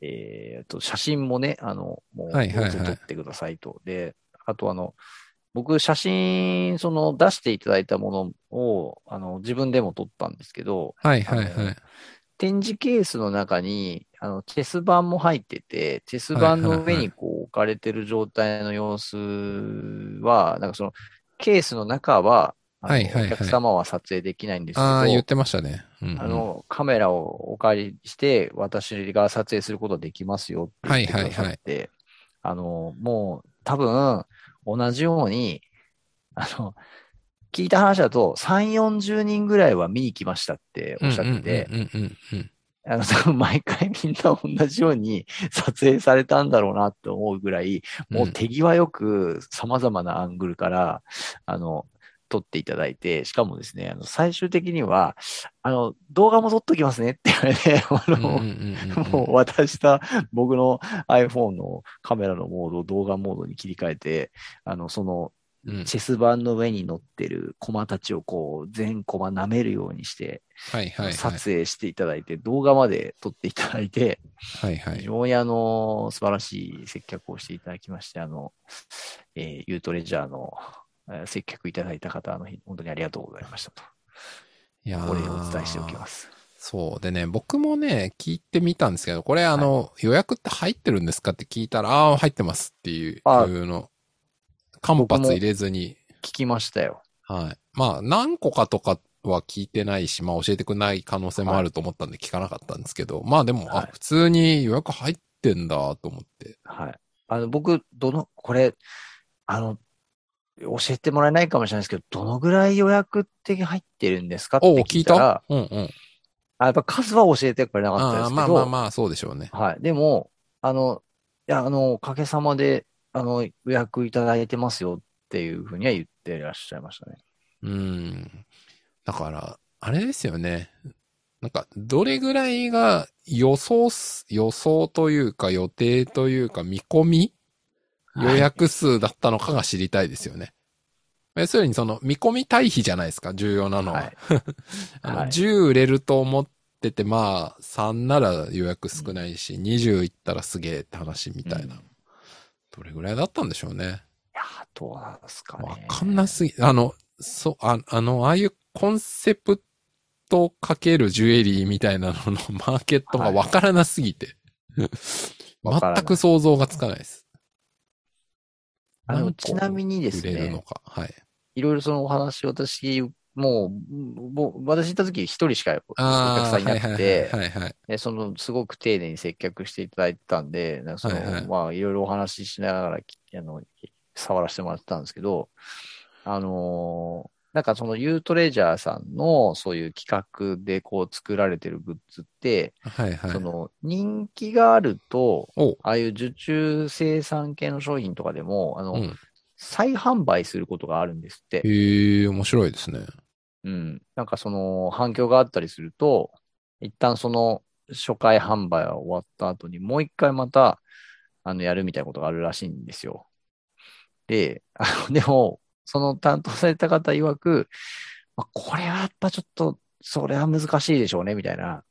S2: えっと、写真もね、あの、もう、
S1: はいはいはい
S2: どうぞ撮ってくださいと。で、あとあの、僕、写真、その、出していただいたものを、あの、自分でも撮ったんですけど、
S1: はいはいはい。
S2: あの展示ケースの中に、あの、チェス盤も入ってて、チェス盤の上にこう置かれてる状態の様子は、なんかその、ケースの中は、あの
S1: はいはいはい
S2: お客様は撮影できないんですけど、
S1: ああ、言ってましたね。うんうん
S2: あの、カメラをお借りして、私が撮影することできますよって言ってくださって、あの、もう多分、同じように、あの、聞いた話だと、3、40人ぐらいは見に来ましたっておっしゃってて、
S1: うんうんうんうん
S2: あの、多分毎回みんな同じように撮影されたんだろうなって思うぐらい、
S1: うん
S2: もう手際よく様々なアングルから、あの、撮っていただいて、しかもですね、あの、最終的には、あの、動画も撮っときますねって言われて、あ
S1: うんうん
S2: の、
S1: うんうん
S2: もう渡した僕の iPhone のカメラのモードを動画モードに切り替えて、あの、その、
S1: うん
S2: チェス盤の上に乗ってるコマたちをこう、全コマ舐めるようにして、
S1: はいはいはい。
S2: 撮影していただいて、動画まで撮っていただいて、
S1: はいは
S2: 非
S1: い。
S2: 常にあの、素晴らしい接客をしていただきまして、あの、えーユートレジャーのえー接客いただいた方、あの、本当にありがとうございましたと、
S1: いやー
S2: お礼をお伝えしておきます。
S1: そう。でね、僕もね、聞いてみたんですけど、これあの、予約って入ってるんですかって聞いたら、ああ、入ってますっていう、
S2: あ
S1: いうの。間
S2: 僕
S1: 髪
S2: も
S1: 入れずに。
S2: 聞きましたよ。
S1: はい。まあ、何個かとかは聞いてないし、まあ、教えてくれない可能性もあると思ったんで聞かなかったんですけど、まあでも、
S2: は
S1: あ
S2: い、
S1: 普通に予約入ってんだと思って。
S2: はい。あの、僕、どの、これ、あの、教えてもらえないかもしれないですけど、どのぐらい予約って入ってるんですかって
S1: おう
S2: 聞いたら、
S1: うんうん。
S2: あやっぱ数は教えてくれなかったで
S1: あ
S2: す
S1: あ、
S2: けど、
S1: まあまあまあ、そうでしょうね。
S2: はい。でも、あの、いや、あの、おかげさまで、あの、予約いただいてますよっていうふうには言っていらっしゃいましたね。
S1: うん。だから、あれですよね。なんか、どれぐらいが予想す、予想というか予定というか見込み予
S2: はい
S1: 約数だったのかが知りたいですよね。要するにその見込み対比じゃないですか、重要なのは。
S2: はい
S1: あの
S2: はい
S1: 10売れると思ってて、まあ、3なら予約少ないし、20いったらすげえって話みたいな。
S2: うんい
S1: どれぐらいだったんでしょうね。
S2: や、どうなんですか
S1: わ
S2: ね。
S1: かんなすぎ、あの、そう、ああの、ああいうコンセプトかけるジュエリーみたいなののマーケットがわからなすぎて。
S2: わからない
S1: (laughs) 全く想像がつかないです。
S2: あの、
S1: 何個
S2: ちなみにです
S1: 売れるの
S2: ね、
S1: か。はい。
S2: いろいろそのお話、私、もう、もう私行った時一人しかお客
S1: あ
S2: さ
S1: あ、
S2: んいなくて、
S1: はいはいはいはい。
S2: で、その、すごく丁寧に接客していただいてたんで、なんかその、
S1: はいはい
S2: まあ、いろいろお話ししながら、きあの、触らせてもらってたんですけど、あのーなんかそのユートレジャーさんのそういう企画でこう作られてるグッズって、
S1: はいはい。
S2: その人気があると、
S1: おう
S2: ああいう受注生産系の商品とかでも、あの、
S1: うん。
S2: 再販売することがあるんですって。
S1: へえ、面白いですね。
S2: うん。なんかその反響があったりすると、一旦その初回販売は終わった後に、もう一回また、あの、やるみたいなことがあるらしいんですよ。で、あの、で (laughs) も、その担当された方曰く、まあ、これはやっぱちょっと、それは難しいでしょうね、みたいな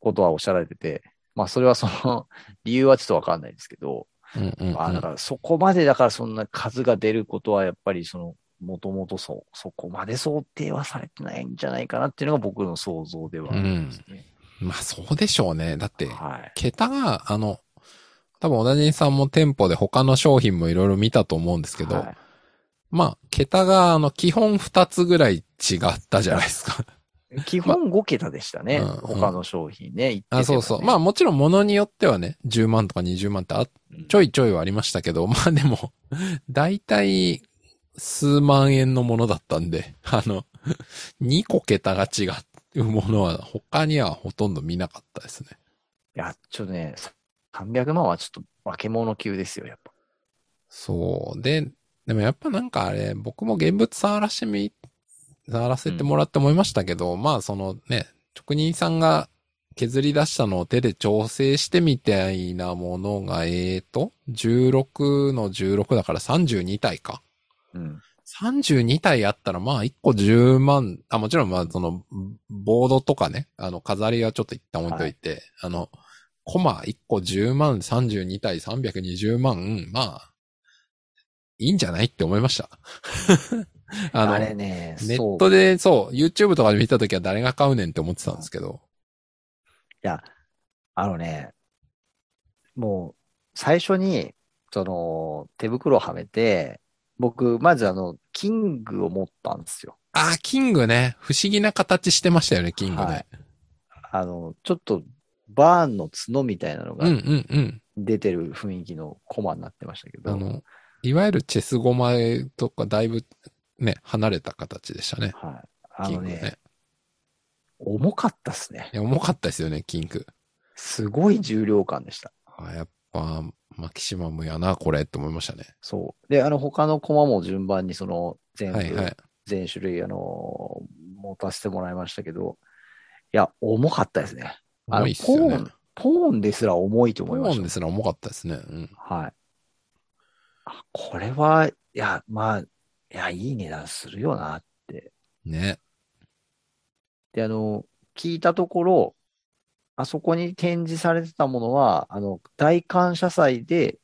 S2: ことはおっしゃられてて、まあ、それはその、理由はちょっとわかんないですけど、
S1: うんうんうん
S2: まあ、だからそこまでだからそんな数が出ることはやっぱりその、もともとそ、そこまで想定はされてないんじゃないかなっていうのが僕の想像ではありますね。
S1: まあそうでしょうね。だって、
S2: はい。
S1: 桁が、あの、多分小田人さんも店舗で他の商品もいろいろ見たと思うんですけど、
S2: はい
S1: まあ、桁が、あの、基本2つぐらい違ったじゃない (laughs) ですか。
S2: 基本5桁でしたね。
S1: うんうん
S2: 他の商品ね。言って
S1: あ、そうそう。まあもちろん物によってはね、10万とか20万ってあちょ
S2: い。
S1: いちょいはありましたけど、ま (laughs) あでも、大体、数万円のものだったんで、 (laughs) あの、2個桁が違うものは他にはほとんど見なかったですね。
S2: いや、ちょっとね、300万はちょっと化け物級ですよ、やっぱ。
S1: そう。で、でもやっぱなんかあれ、僕も現物触らしてみ、触らせてもらって思いましたけど、まあそのね、職人さんが削り出したのを手で調整してみたいなものが、えーと、16の16だから32体か。
S2: うん。
S1: 32体あったら、まあ1個10万、あ、もちろんまあその、ボードとかね、あの、飾りはちょっと一旦置いといて、あの、コマ1個10万、32体320万、まあ、いいんじゃないって思いました。 (laughs) あ
S2: あ
S1: の、
S2: れね、
S1: ネ
S2: そう
S1: ットでそう、YouTube とかで見たときは誰が買うねんって思ってたんですけど、
S2: いや、あのね、もう、最初に、その、手袋をはめて、僕、まずあの、キングを持ったんですよ。
S1: あー、キングね、不思議な形してましたよね、キングね。
S2: はいあの、ちょっと、バーンの角みたいなの
S1: うんう
S2: が
S1: んうん。
S2: 出てる雰囲気のコマになってましたけど、
S1: あの、いわゆるチェスゴマとかだいぶね、離れた形でしたね。
S2: はい。あ
S1: キン
S2: の
S1: グ
S2: ね、。重かったっすね
S1: い。や重かったですよね、キング。
S2: すごい重量感でした。
S1: あやっぱ、マキシマムやな、これって思いましたね。
S2: そう。で、あの、他のコマも順番に、その、全部、
S1: はいはい。
S2: 全種類、あの、持たせてもらいましたけど、いや、重かったですね。あの
S1: 重いっすよね
S2: ポー。ンポーンですら重いと
S1: ポ
S2: 思いま
S1: ー
S2: し
S1: ン
S2: た。
S1: ですら重かったですね。うん。
S2: はい。あ、これは、いや、まあ、いや、いい値段するよな。
S1: ね。
S2: で、あの、聞いたところ、あそこに展示されてたものは、あの、大感謝祭で、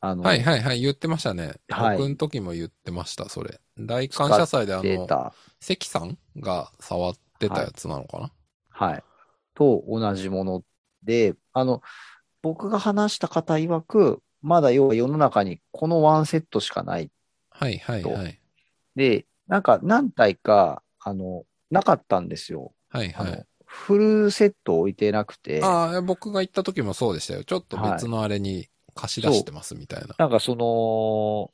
S2: あの、
S1: はいはいはい、言ってましたね。
S2: はい
S1: 僕の時も言ってました、それ。大感謝祭であ
S2: デー
S1: の、
S2: タ、
S1: 関さんが触ってたやつなのかな、
S2: はい、と同じもので、あの、僕が話した方曰く、まだ要は世の中にこのワンセットしかない
S1: はい、はいはいはい。
S2: で、なんか何体か、あの、なかったんですよ。
S1: はい
S2: あ
S1: は
S2: の、
S1: い。
S2: フルセット置いてなくて、
S1: ああ、僕が行った時もそうでしたよ。ちょっと別のあれに貸し出してますみたいな。
S2: なんかその、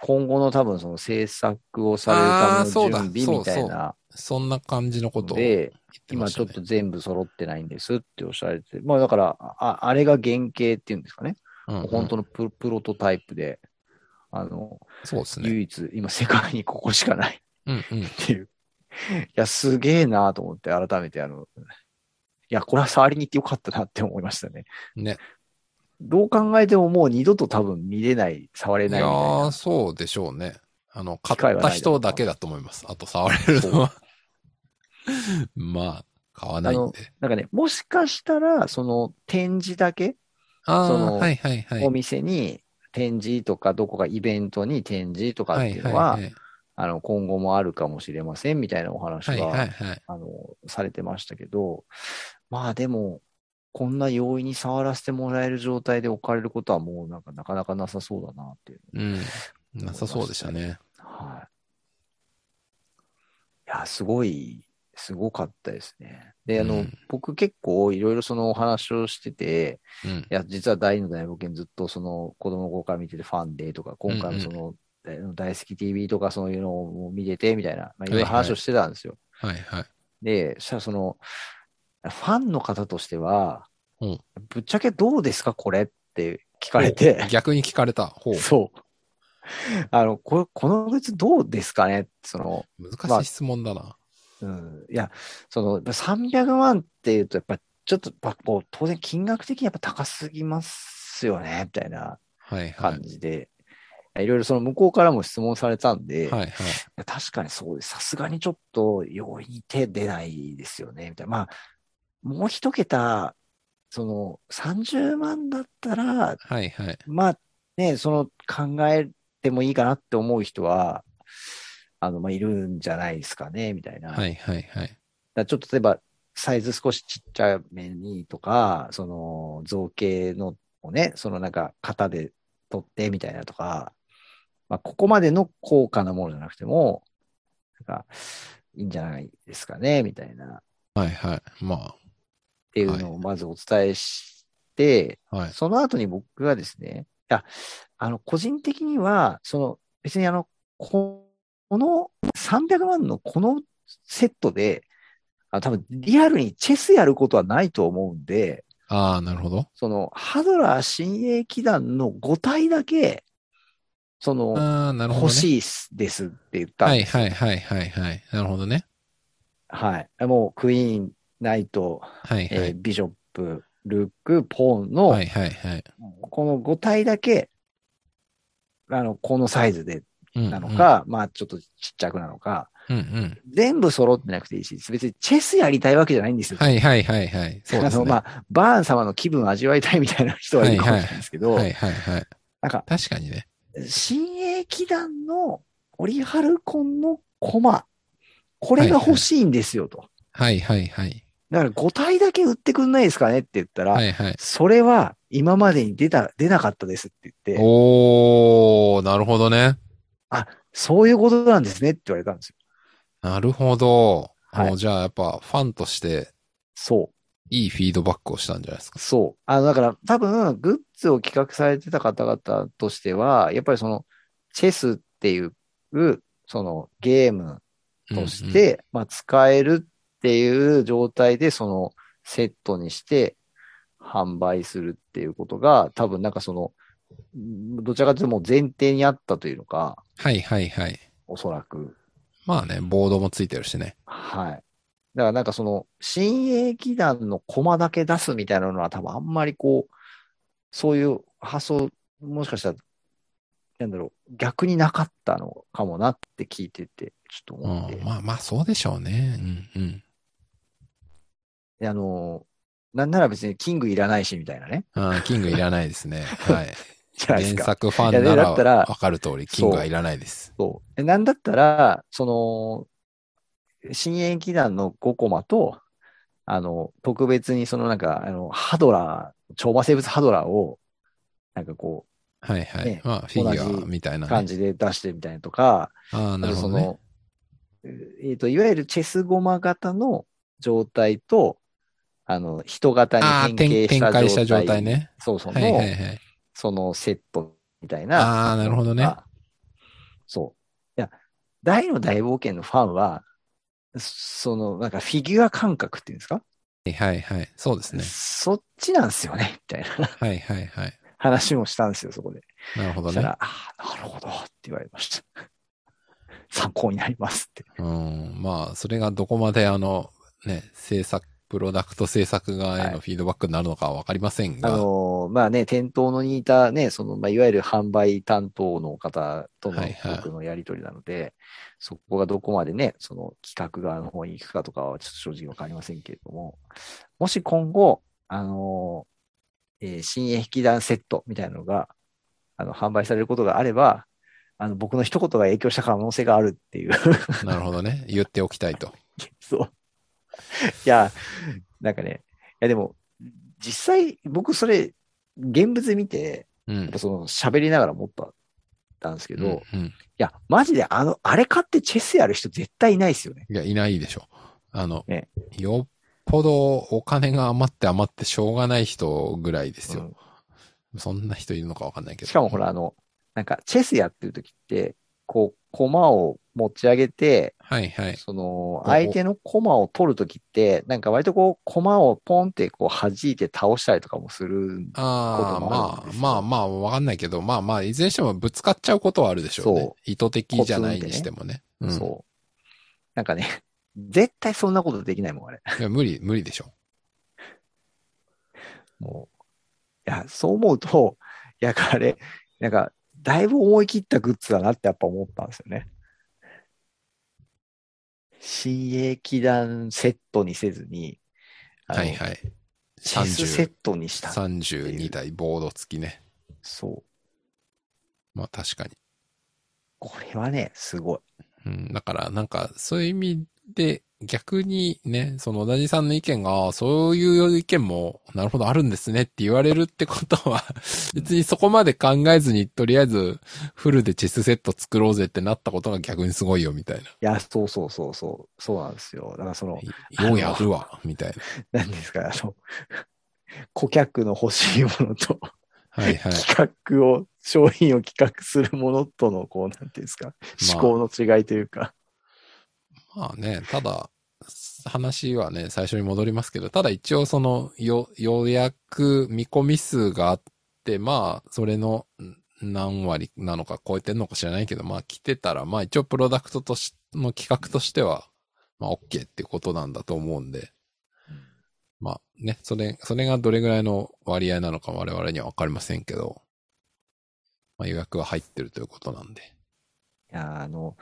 S2: 今後の多分その制作をされる
S1: あーそう
S2: た
S1: だ
S2: めの準備みたいな
S1: そんな感じのことを言っ
S2: で、
S1: てま
S2: 今
S1: し
S2: ち
S1: た
S2: ょっ
S1: ね。
S2: と全部揃ってないんですっておっしゃられて、まあだから、ああれが原型っていうんですかね。
S1: うんうん
S2: 本当のプロプロトタイプで、あの、
S1: そうですね。
S2: 唯一今世界にここしかない
S1: うんうん。
S2: っていう。 (laughs) いや、すげえなと思って、改めて、あの、いや、これは触りに行ってよかったなって思いましたね。
S1: ね。
S2: どう考えてももう二度と多分見れない、触れ
S1: い
S2: ない
S1: や
S2: みたい
S1: ー、
S2: な。
S1: そうでしょうね。あの、買
S2: 機会
S1: っ
S2: は
S1: た
S2: ないだ
S1: 人
S2: ろうな
S1: だけだと思います。あと触れるのは。 (laughs) まあ、買わないんで。
S2: なんかね、もしかしたら、その展示だけ、
S1: あ
S2: そ
S1: あ、
S2: の
S1: はいはいはい。
S2: お店に展示とか、どこかイベントに展示とかっ
S1: は
S2: て
S1: い
S2: い
S1: は
S2: うの
S1: い
S2: は、
S1: はい。
S2: あの、今後もあるかもしれませんみたいなお話
S1: はい
S2: が、
S1: はいはい。
S2: あの、されてましたけど、まあでも、こんな容易に触らせてもらえる状態で置かれることはもうなんかなかなかなさそうだなっていう。
S1: うん。なさそうでしたね。
S2: はい。いや、すごい、すごかったですね。で、あの、
S1: うん
S2: 僕結構いろいろそのお話をしてて、
S1: うん
S2: い。や、実は大の大冒険ずっとその子供の頃から見ててファンでとか、今回もその、あの大好き TV とかそういうのを見ててみたいな、まあ、いろいろ話をしてたんですよ。
S1: はいはい。
S2: で、そしたらその、ファンの方としては、
S1: うん
S2: ぶっちゃけどうですか、これって聞かれて、
S1: 逆に聞かれた。ほう。
S2: そう。あの、ここのグッズどうですかねその、
S1: 難しい質問だな。
S2: うん、いや、その、300万っていうと、やっぱ、ちょっと、やっぱこう、当然金額的にやっぱ高すぎますよね、みたいな
S1: はいは
S2: 感
S1: い。
S2: じで、い、ろいろその向こうからも質問されたんで、
S1: はいはい。
S2: 確かにそうです。さすがにちょっと容易に手出ないですよね、みたいな。まあ、もう一桁、その、30万だったら、
S1: はいはい。
S2: まあね、その考えてもいいかなって思う人は、あの、まあ、いるんじゃないですかね、みたいな。
S1: はいはいはい。
S2: だからちょっと例えば、サイズ少しちっちゃめにとか、その造形のをね、そのなんか型で取ってみたいなとか、まあ、ここまでの高価なものじゃなくても、なんか、いいんじゃないですかね、みたいな、っ
S1: はいはい。ま
S2: ていうのをまずお伝えして、
S1: あ、はい。
S2: その後に僕がですね、いや、あの、個人的には、その、別にあの、ここの300万のこのセットで、あ多分リアルにチェスやることはないと思うんで、
S1: ああ、なるほど。
S2: その、ハドラー新鋭機団の5体だけ、その、
S1: ああ、なるほど、ね。
S2: 欲しいですって言ったん
S1: は
S2: で
S1: い
S2: すよ
S1: はいはいはいはい。なるほどね。
S2: はい。もう、クイーン、ナイト、
S1: はいは
S2: えー
S1: い。
S2: ビショップ、ルック、ポーンの、
S1: はいはいはい。
S2: この5体だけ、あの、このサイズで
S1: うん
S2: なの。か、まあちょっとちっちゃくなのか、
S1: うんうん。
S2: 全部揃ってなくていいし、別にチェスやりたいわけじゃないんですよ。
S1: はいはいはいはい。そうで
S2: あ
S1: す
S2: の、
S1: ね。
S2: まあ、バーン様の気分を味わいたいみたいな人はいるかもしれないですけど、
S1: はいはいはい。
S2: なんか、
S1: 確かにね。
S2: 新鋭機団のオリハルコンのコマ、これが欲しいんですよと。
S1: はいはいはい。
S2: だから5体だけ売ってくんないですかねって言ったら、
S1: はいはい。
S2: それは今までに出た、出なかったですって言って、
S1: おー、なるほどね。
S2: そういうことなんですねって言われたんですよ。
S1: なるほど。
S2: はい
S1: もうじゃあやっぱファンとして
S2: そう。
S1: いいフィードバックをしたんじゃないですか。
S2: そう。あの、だから多分、グッズを企画されてた方々としては、やっぱりその、チェスっていう、そのゲームとし
S1: うんうん、
S2: て、まあ、使えるっていう状態で、その、セットにして、販売するっていうことが、多分なんかその、うんどちらかというともう前提にあったというのか、
S1: はいはいはい。
S2: おそらく。
S1: まあね、ボードもついてるしね。
S2: はい。だからなんかその、新鋭機団のコマだけ出すみたいなのは多分あんまりこう、そういう発想、もしかしたら、なんだろう、逆になかったのかもなって聞いてて、ちょっと
S1: う
S2: 思って。
S1: ん、まあまあそうでしょうね。うんうん。
S2: であの、なんなら別にキングいらないしみたいなね。
S1: あーキングいらないです
S2: (laughs)
S1: ね。はい。
S2: じゃ
S1: 原
S2: ないですか。
S1: 作ファンない
S2: やだったら
S1: らわかる通り、キングはいらないです。
S2: そう。えなんだったら、その、新鋭機団の5コマと、あの、特別にそのなんか、あの、ハドラー、超魔生物ハドラーを、なんかこう、
S1: はいはい。
S2: ね
S1: まあ、フィギ
S2: 同
S1: ュ
S2: じ
S1: アみたいな、
S2: 感
S1: ね。
S2: じで出してみたいなとか、
S1: ああ、
S2: あ
S1: なる
S2: と
S1: ほ
S2: そ
S1: どね。
S2: の、えっと、いわゆるチェスゴマ型の状態と、あの、人型に
S1: ああ、
S2: 変
S1: 展
S2: 形し
S1: 展
S2: た
S1: 開
S2: 状
S1: した
S2: 態。
S1: 状態。ね。
S2: そうそうの、
S1: はいはいはい。
S2: そのセットみたいな。
S1: ああ、なるほどね。
S2: そう。いや、大の大冒険のファンは、その、なんかフィギュア感覚っていうんですか
S1: はいはいはい。そう
S2: (laughs)
S1: ですね。
S2: そっちなんですよね、みたいな
S1: はいはいはい。
S2: 話もしたんですよ、そこで。
S1: なるほ
S2: そ
S1: ど
S2: した
S1: ね。
S2: ら、ああ、なるほどって言われました。参考になりますって。
S1: うん。まあ、それがどこまであの、ね、制作、プロダクト制作側へのフィードバックになるのかはわかりません
S2: あ
S1: が。
S2: のーまあね、店頭のにいたね、その、まあ、いわゆる販売担当の方との
S1: はいはい
S2: 僕のやりとりなので、そこがどこまでね、その企画側の方に行くかとかはちょっと正直わかりませんけれども、もし今後、あのーえー新鋭引き団セットみたいなのが、あの、販売されることがあれば、あの、僕の一言が影響した可能性があるっていう。 (laughs)
S1: なるほどね。言っておきたいと。
S2: そう。いや、なんかね、いやでも、実際、僕それ、現物見て、
S1: う
S2: やっ
S1: ん
S2: ぱ。その喋りながら思ったんですけど、い
S1: うんうん
S2: や、マジであの、あれ買ってチェスやる人絶対いないですよね。
S1: いや、いないでしょ。あの、
S2: ね
S1: よっぽどお金が余って余ってしょうがない人ぐらいですよ。そんな人いるのかわかんないけ
S2: うん
S1: ど。
S2: しかもほら、あの、なんか、チェスやってる時って、こう、駒を持ち上げて、
S1: はいはい。
S2: その、
S1: お
S2: 相手の駒を取る時って、なんか割とこう、駒をポンってこう、弾いて倒したりとかもするん
S1: ああ、
S2: こともあ
S1: ま
S2: るん
S1: あ
S2: ですよ
S1: まあまあ、わかんないけど、まあまあ、いずれにしてもぶつかっちゃうことはあるでしょうね。
S2: そう
S1: 意図的じゃないにしてもね。うん
S2: そう。なんかね、絶対そんなことできないもん、あれ。
S1: いや、無理、無理でしょ。
S2: もう。いや、そう思うと、 (laughs) いや、あれ、なんか、だいぶ思い切ったグッズだなってやっぱ思ったんですよね。新鋭機団セットにせずに、あの
S1: はいはい。
S2: チェスセ
S1: 30
S2: ットにした。
S1: 32台ボード付きね。
S2: そう。
S1: まあ確かに。
S2: これはね、すごい。
S1: うん、だからなんかそういう意味で逆にね、その小田さんの意見が、ああそういう意見も、なるほどあるんですねって言われるってことは、 (laughs) 別にそこまで考えずに、とりあえずフルでチェスセット作ろうぜってなったことが逆にすごいよみたい
S2: いや、そうそうそうそう、そうなんですよ。だからその、
S1: な。ようやるわ、みたいな。
S2: 何ですか、あの、 (laughs) 顧客の欲しいものと、
S1: はいはい。
S2: 企画を、商品を企画するものとの、こう、なんていうんですか、思考の違いというか。
S1: まあね、ただ、話はね、最初に戻りますけど、ただ一応その、よ、予約見込み数があって、まあ、それのん何割なのか超えてんのか知らないけど、まあ来てたら、まあ一応プロダクトとし、の企画としては、まあ OK ってことなんだと思うんで、まあね、それ、それがどれぐらいの割合なのか我々にはわかりませんけど、まあ予約は入ってるということなんで。
S2: いや、あの、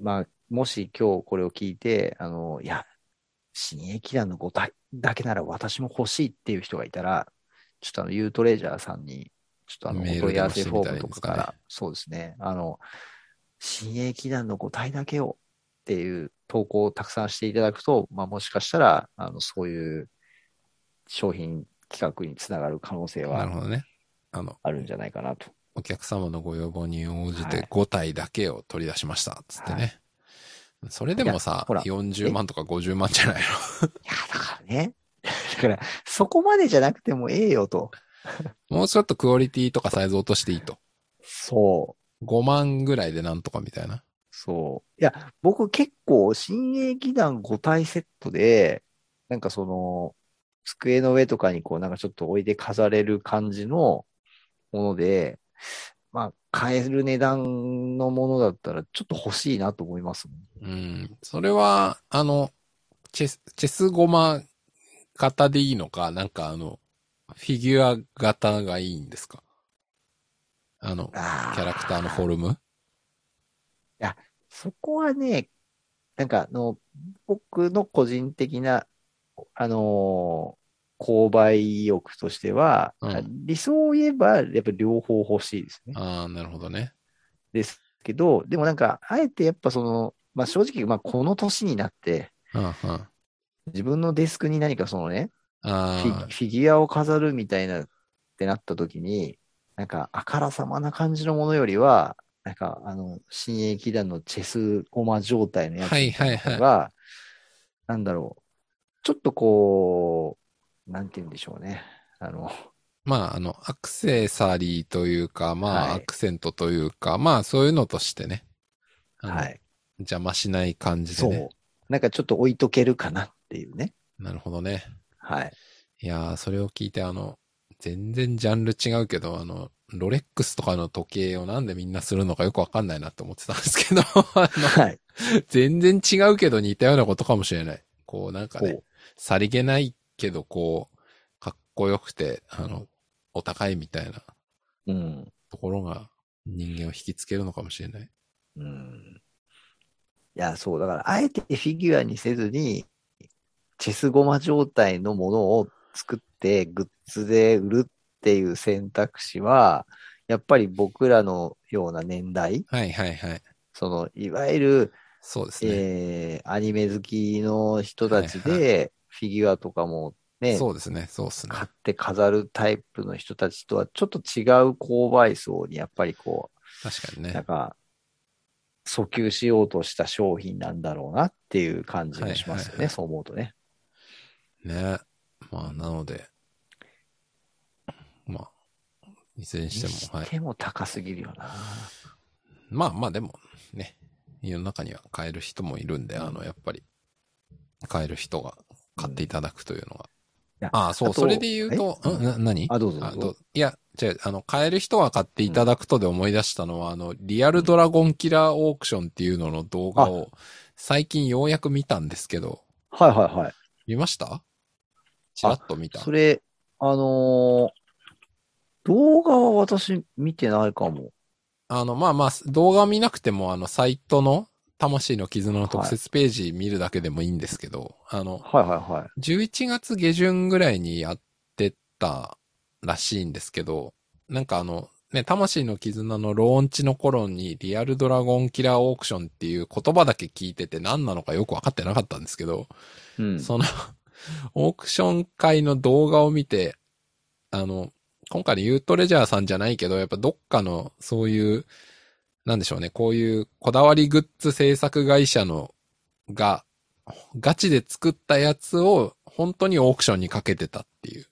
S2: まあ、もし今日これを聞いて、あの、いや、新鋭機団の5だだけなら私も欲しいっていう人がいたら、ちょっとあの、ユートレジャーさんに、ちょっとあの、お
S1: メールでも
S2: 問い合わせフォームとかか、
S1: してみたらいいんですから
S2: そうですね、あの、新鋭機団の5体だけをっていう投稿をたくさんしていただくと、まあ、もしかしたら、あの、そういう商品企画につながる可能性
S1: なる
S2: は
S1: ほどね。あの、
S2: あるんじゃないかなと。
S1: お客様のご要望に応じ
S2: は
S1: て
S2: い
S1: 5体だけを取り出しました、つってね。
S2: は
S1: それでもさ、
S2: いやほら
S1: 40万とか50万じゃないの。
S2: いや、だからね。だから、そこまでじゃなくてもええよと。
S1: もうちょっとクオリティとかサイズ落としていいと。
S2: そう。
S1: 5万ぐらいでなんとかみたいな。
S2: そう。いや、僕結構、新鋭劇団5体セットで、なんかその、机の上とかにこう、なんかちょっと置いて飾れる感じのもので、まあ、買える値段のものだったら、ちょっと欲しいなと思いますもん。
S1: うん。それは、あの、チェス、チェスゴマ型でいいのか、なんかあの、フィギュア型がいいんですかあの、
S2: あ
S1: キャラクターのフォルム
S2: そこはね、なんかあの、僕の個人的な、あのー購買意欲としては、
S1: うん
S2: 理想を言えば、やっぱり両方欲しいですね。
S1: ああ、なるほどね。
S2: ですけど、でもなんか、あえてやっぱその、まあ正直、まあこの年になって、
S1: うんうん。あ
S2: 自分のデスクに何かそのね、フィ
S1: あ
S2: フィギュアを飾るみたいなってなった時に、なんか、あからさまな感じのものよりは、なんか、あの、新鋭機団のチェスコマ状態の
S1: ー、
S2: やつ
S1: はいはい
S2: が、
S1: は
S2: なんだろう、ちょっとこう、なんて言うんでしょうね。あの、
S1: い。まあ、あの、アクセサリーというか、まあ、
S2: は
S1: ア
S2: い
S1: クセントというか、まあ、そういうのとしてね。あの
S2: はい。
S1: 邪魔しない感じで
S2: そ
S1: ね
S2: う。。なんかちょっと置いとけるかなっていうね。
S1: なるほどね。
S2: はい。
S1: いやー、それを聞いて、あの、全然ジャンル違うけど、あの、ロレックスとかの時計をなんでみんなするのかよくわかんないなって思ってたんですけど、 (laughs) あ
S2: はい。
S1: の全然違うけど似たようなことかもしれない。こう、なんかね
S2: こ、
S1: さりげないけど、こう、かっこよくて、あの、お高いみたいな
S2: う。うん。
S1: ところが人間を引きつけるのかもしれない。
S2: うんいや、そう、だから、あえてフィギュアにせずに、チェスゴマ状態のものを作って、グッズで売るっていう選択肢は、やっぱり僕らのような年代、
S1: はいはいはい。
S2: その、いわゆる、
S1: そうですね。
S2: えー、アニメ好きの人たち
S1: はい
S2: で、フィギュアとかもね、
S1: そうですね。そうですね。
S2: 買って飾るタイプの人たちとはちょっと違う購買層にやっぱりこう、
S1: 確かに
S2: なん
S1: ね。
S2: か、訴求しようとした商品なんだろうなっていう感じもしま
S1: はい
S2: すよね、
S1: はいはい
S2: そう思うとね。
S1: ね。まあ、なので、まあ、いずれに
S2: に
S1: しても、はい。
S2: しても高すぎるよな。
S1: まあまあでもね、世の中には買える人もいるんで、あの、やっぱり、買える人が買っていただくというのが。
S2: いや
S1: ああ、そ
S2: あ
S1: う、
S2: と
S1: それで言うと、
S2: え
S1: うん、な、何
S2: あ、どうぞどう
S1: あ
S2: ぞ。
S1: どういや、違う、あの、買える人は買っていただくとで思い出したのは、あの、リアルドラゴンキラーオークションっていうのの動画を、最近ようやく見たんですけど、
S2: はいはいはい。
S1: 見ましたちらっと見た。
S2: それ、あのー動画は私見てないかも。
S1: あの、まあまあ、動画見なくても、あの、サイトの、魂の絆の特設ページ見るだけでもいいんですけど、あの、
S2: はいはいはい。
S1: 11月下旬ぐらいにやってたらしいんですけど、なんかあの、ね、魂の絆のローンチの頃にリアルドラゴンキラーオークションっていう言葉だけ聞いてて何なのかよくわかってなかったんですけど、
S2: うん。
S1: その、 (laughs) オークション会の動画を見て、あの、今回のユートレジャーさんじゃないけど、やっぱどっかのそういう、なんでしょうね、こういうこだわりグッズ制作会社の、が、ガチで作ったやつを本当にオークションにかけてたっていう。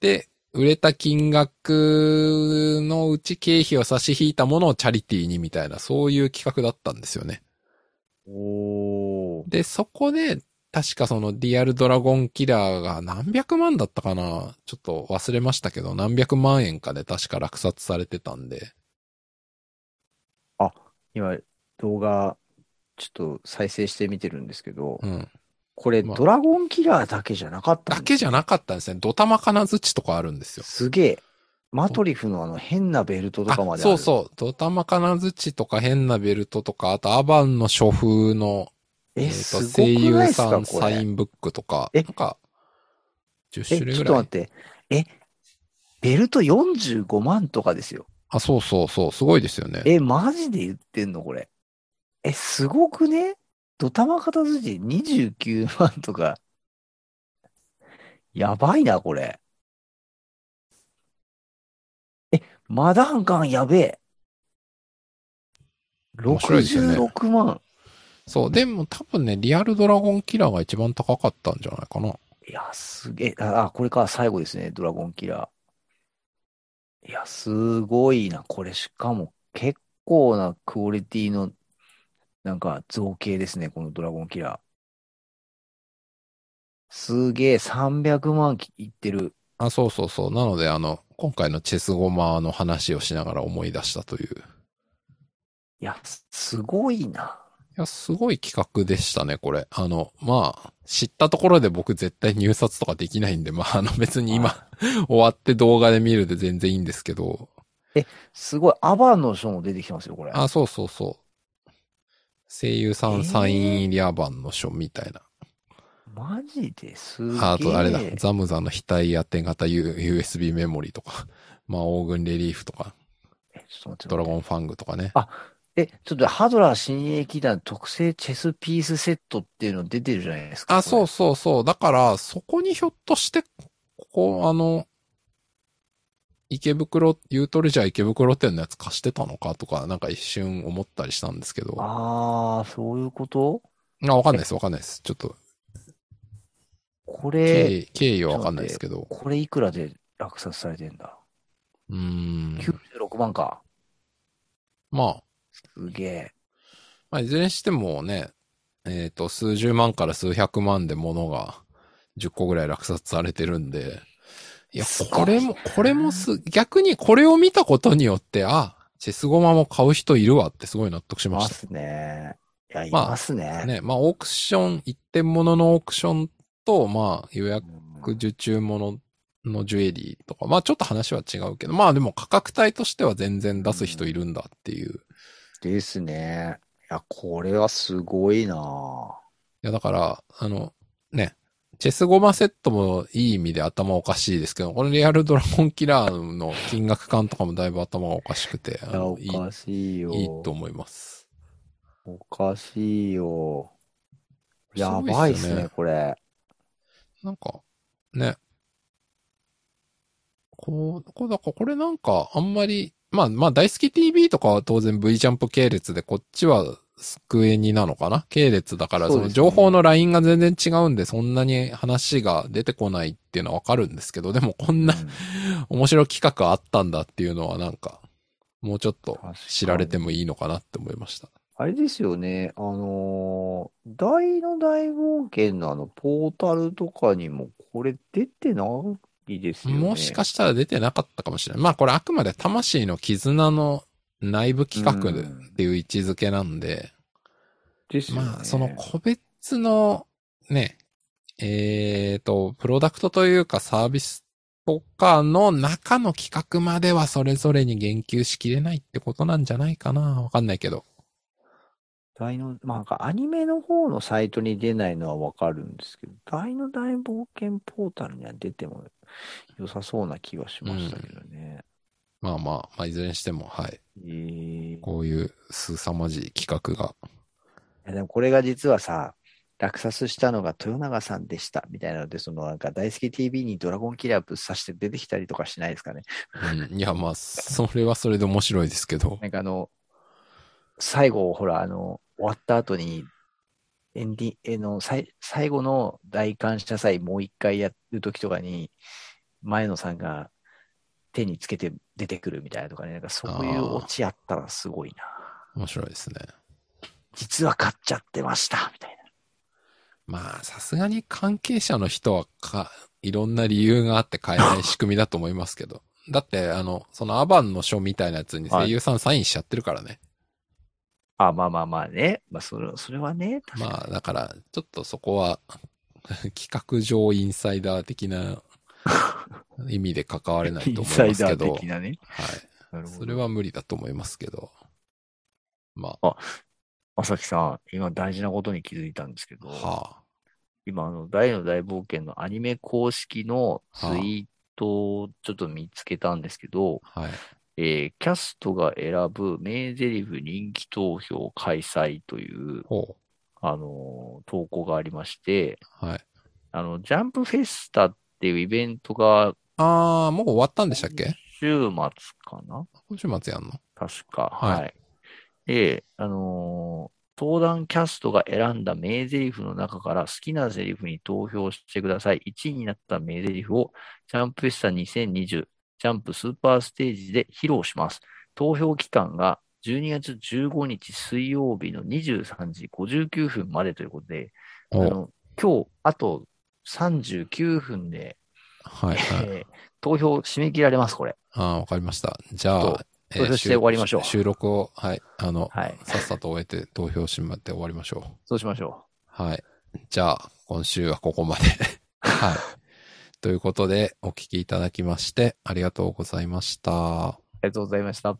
S1: で、売れた金額のうち経費を差し引いたものをチャリティーにみたいな、そういう企画だったんですよね。
S2: おー。
S1: で、そこで、確かそのリアルドラゴンキラーが何百万だったかなちょっと忘れましたけど、何百万円かで確か落札されてたんで。
S2: 今、動画、ちょっと再生してみてるんですけど、
S1: うん。
S2: これ、
S1: まあ
S2: ドラゴンキラーだけじゃなかった
S1: だ
S2: ん
S1: けじゃなかったんですね。ドタマ金槌とかあるんですよ。
S2: すげえ。マトリフのあの変なベルトとかまであ
S1: そ
S2: る。
S1: うそう。ドタマ金槌とか変なベルトとか、あとアバンの書風の、
S2: う。
S1: え
S2: え、
S1: ー
S2: すご
S1: と
S2: くな
S1: 声
S2: いで
S1: 優
S2: す
S1: さ
S2: か
S1: ん
S2: こ
S1: サイ
S2: れ。
S1: ンブックとか、な
S2: え
S1: んか、10
S2: え、
S1: 種類
S2: ち
S1: ぐ
S2: ょっと
S1: ら
S2: 待っ
S1: い。
S2: て。え、ベルト45万とかですよ。
S1: あ、そうそうそう。すごいですよね。
S2: え、マジで言ってんのこれ。え、すごくねドタマ片付け29万とか。やばいな、これ。え、マダンガンやべえ。
S1: 面白いですよね
S2: 66万。
S1: そう。でも多分ね、リアルドラゴンキラーが一番高かったんじゃないかな。
S2: いや、すげえ。あ、あこれか、最後ですね。ドラゴンキラー。いや、すごいな。これ、しかも、結構なクオリティの、なんか、造形ですね。このドラゴンキラー。すげえ、300万きいってる。
S1: あ、そうそうそう。なので、あの、今回のチェスゴマの話をしながら思い出したという。い
S2: いや、すすごいな。
S1: や、すごい企画でしたね、これ。あの、まあ、知ったところで僕絶対入札とかできないんで、まあ、あの別に今、 (laughs) 終わって動画で見るで全然いいんですけど。
S2: すごい、アバンの書も出てきてますよ、これ。
S1: あ、そうそうそう。声優さ
S2: え
S1: ん
S2: ー
S1: サイン入りアバンの書みたいな。
S2: マジですげえ。
S1: ああと、あれだ。ザムザの額当て型 U- USB メモリとか、 (laughs) まあ、黄軍レリーフとか、
S2: えちょっと待って
S1: ドラゴンファングとかね。
S2: え、ちょっとハドラー新鋭機団特製チェスピースセットっていうの出てるじゃないですか。
S1: あ、
S2: これ
S1: そうそうそう。だから、そこにひょっとして、ここ、あの、池袋、ユートレジャー池袋店のやつ貸してたのかとか、なんか一瞬思ったりしたんですけど。
S2: ああ、そういうこと
S1: あ、わかんないです、わかんないです。ちょっと、経
S2: これ、
S1: 緯、経緯はわかんないですけど。
S2: これいくらで落札されてんだ
S1: うーん。
S2: ?96 万か。
S1: まあ、
S2: すげえ。
S1: まあ、いずれにしてもね、えっ、と、数十万から数百万で物が10個ぐらい落札されてるんで、いや
S2: す、ごい
S1: これも、これもす、逆にこれを見たことによって、あ、チェスゴマも買う人いるわってすごい納得し
S2: い
S1: ま
S2: ま
S1: し
S2: すね。いや、い
S1: まあ
S2: ます
S1: た。
S2: ね。
S1: ね、まあ、オークション、一点物のオークションと、まあ、予約
S2: うん
S1: 受注物のジュエリーとか、まあ、ちょっと話は違うけど、まあ、でも価格帯としては全然出す人いるんだっていう。
S2: ですね。いや、これはすごいない
S1: や、だから、あの、ね、チェスゴマセットもいい意味で頭おかしいですけど、このリアルドラゴンキラーの金額感とかもだいぶ頭がおかしくて、
S2: ぁ。
S1: あ
S2: いや、
S1: の
S2: お
S1: いい
S2: かしいよ。
S1: いいと思います。
S2: おかしいよ。や
S1: ご
S2: ばいっ
S1: っ
S2: すね、。これ。
S1: なんか、ね。こう、こうだからこれなんか、あんまり、まあまあ、大好き TV とかは当然 V ジャンプ系列で、こっちはスクエニなのかな系列だから、
S2: そう
S1: そ
S2: です
S1: の
S2: ね
S1: 情報のラインが全然違うんで、そんなに話が出てこないっていうのはわかるんですけど、でもこんな
S2: うん
S1: 面白い企画あったんだっていうのはなんか、もうちょっと
S2: 確かに
S1: 知られてもいいのかなって思いました。
S2: あれですよね、あのー大の大冒険のあの、ポータルとかにも、これ出てないですよね。
S1: もしかしたら出てなかったかもしれない。まあこれあくまで魂の絆の内部企画
S2: う
S1: で
S2: ん
S1: っていう位置づけなんで、
S3: ですよね。
S1: まあ、その個別のね、えっ、と、プロダクトというかサービスとかの中の企画まではそれぞれに言及しきれないってことなんじゃないかな。わかんないけど。
S2: 大の、まあ、なんかアニメの方のサイトに出ないのはわかるんですけど、大の大冒険ポータルには出ても良さそうな気はしましたけどね。
S1: まあまあ、まあ、いずれにしても、はい。
S2: えー
S1: こういう凄まじい企画が。
S2: いやでもこれが実はさ、落札したのが豊永さんでしたみたいなので、そのなんか大好き TV にドラゴンキラーぶっ刺して出てきたりとかしないですかね。
S1: うん、いや、まあ、それはそれで面白いですけど。
S2: なんかあの、最後、ほら、あの、終わった後に、エンディンえーの、さい最後の大感謝祭もう一回やるときとかに、前野さんが手につけて出てくるみたいなとかね、なんかそういうオチあったらすごいな。
S1: 面白いですね。
S2: 実は買っちゃってましたみたいな。
S1: まあ、さすがに関係者の人はか、いろんな理由があって買えない仕組みだと思いますけど。だって、あの、そのアバンの書みたいなやつに
S2: はい
S1: 声優さんサインしちゃってるからね。
S2: あ、まあまあまあね。まあ、それ、それはね、確かに。
S1: まあ、だから、ちょっとそこは、 (laughs) 企画上インサイダー的な意味で関われないと思いますけど。
S2: なね。
S1: はい。
S2: なるほど
S1: それは無理だと思いますけど。ま
S2: まさきさん、今大事なことに気づいたんですけ
S1: あ、
S2: ど、
S1: は
S2: 今、あの、大の大冒険のアニメ公式のツイートをちょっと見つけたんですけど、
S1: あ、はい。
S2: えーキャストが選ぶ名台詞人気投票開催という、
S1: ほ
S2: あのー投稿がありまして、
S1: う。はい。
S2: あの、ジャンプフェスタっていうイベントが、
S1: ああ、もう終わったんでしたっけ
S2: 週末かな
S1: 今週末やんの
S2: 確か。
S1: はい
S2: はい。で、あのー登壇キャストが選んだ名台詞の中から好きな台詞に投票してください。1位になった名台詞をジャンプフェスタ2020ジャンプスーパーステージで披露します。投票期間が12月15日水曜日の23時59分までということで、あ
S1: お
S2: の今日あと39分で、
S1: はい、
S2: (laughs)
S1: はい。
S2: えー投票締め切られます、これ。
S1: ああ、わかりました。じゃ
S2: そう
S1: あ、えー
S2: 投票して終わりましょう
S1: 収収録を、はい、あの、
S2: はい。
S1: さっさと終えて投票しまって終わりましょ
S2: そうしましょう。
S1: う。はい。じゃあ、今週はここ
S2: (laughs)
S1: まで。はい。ということで、お聞きいただきまして、ありがとうございました。
S2: ありがとうございました。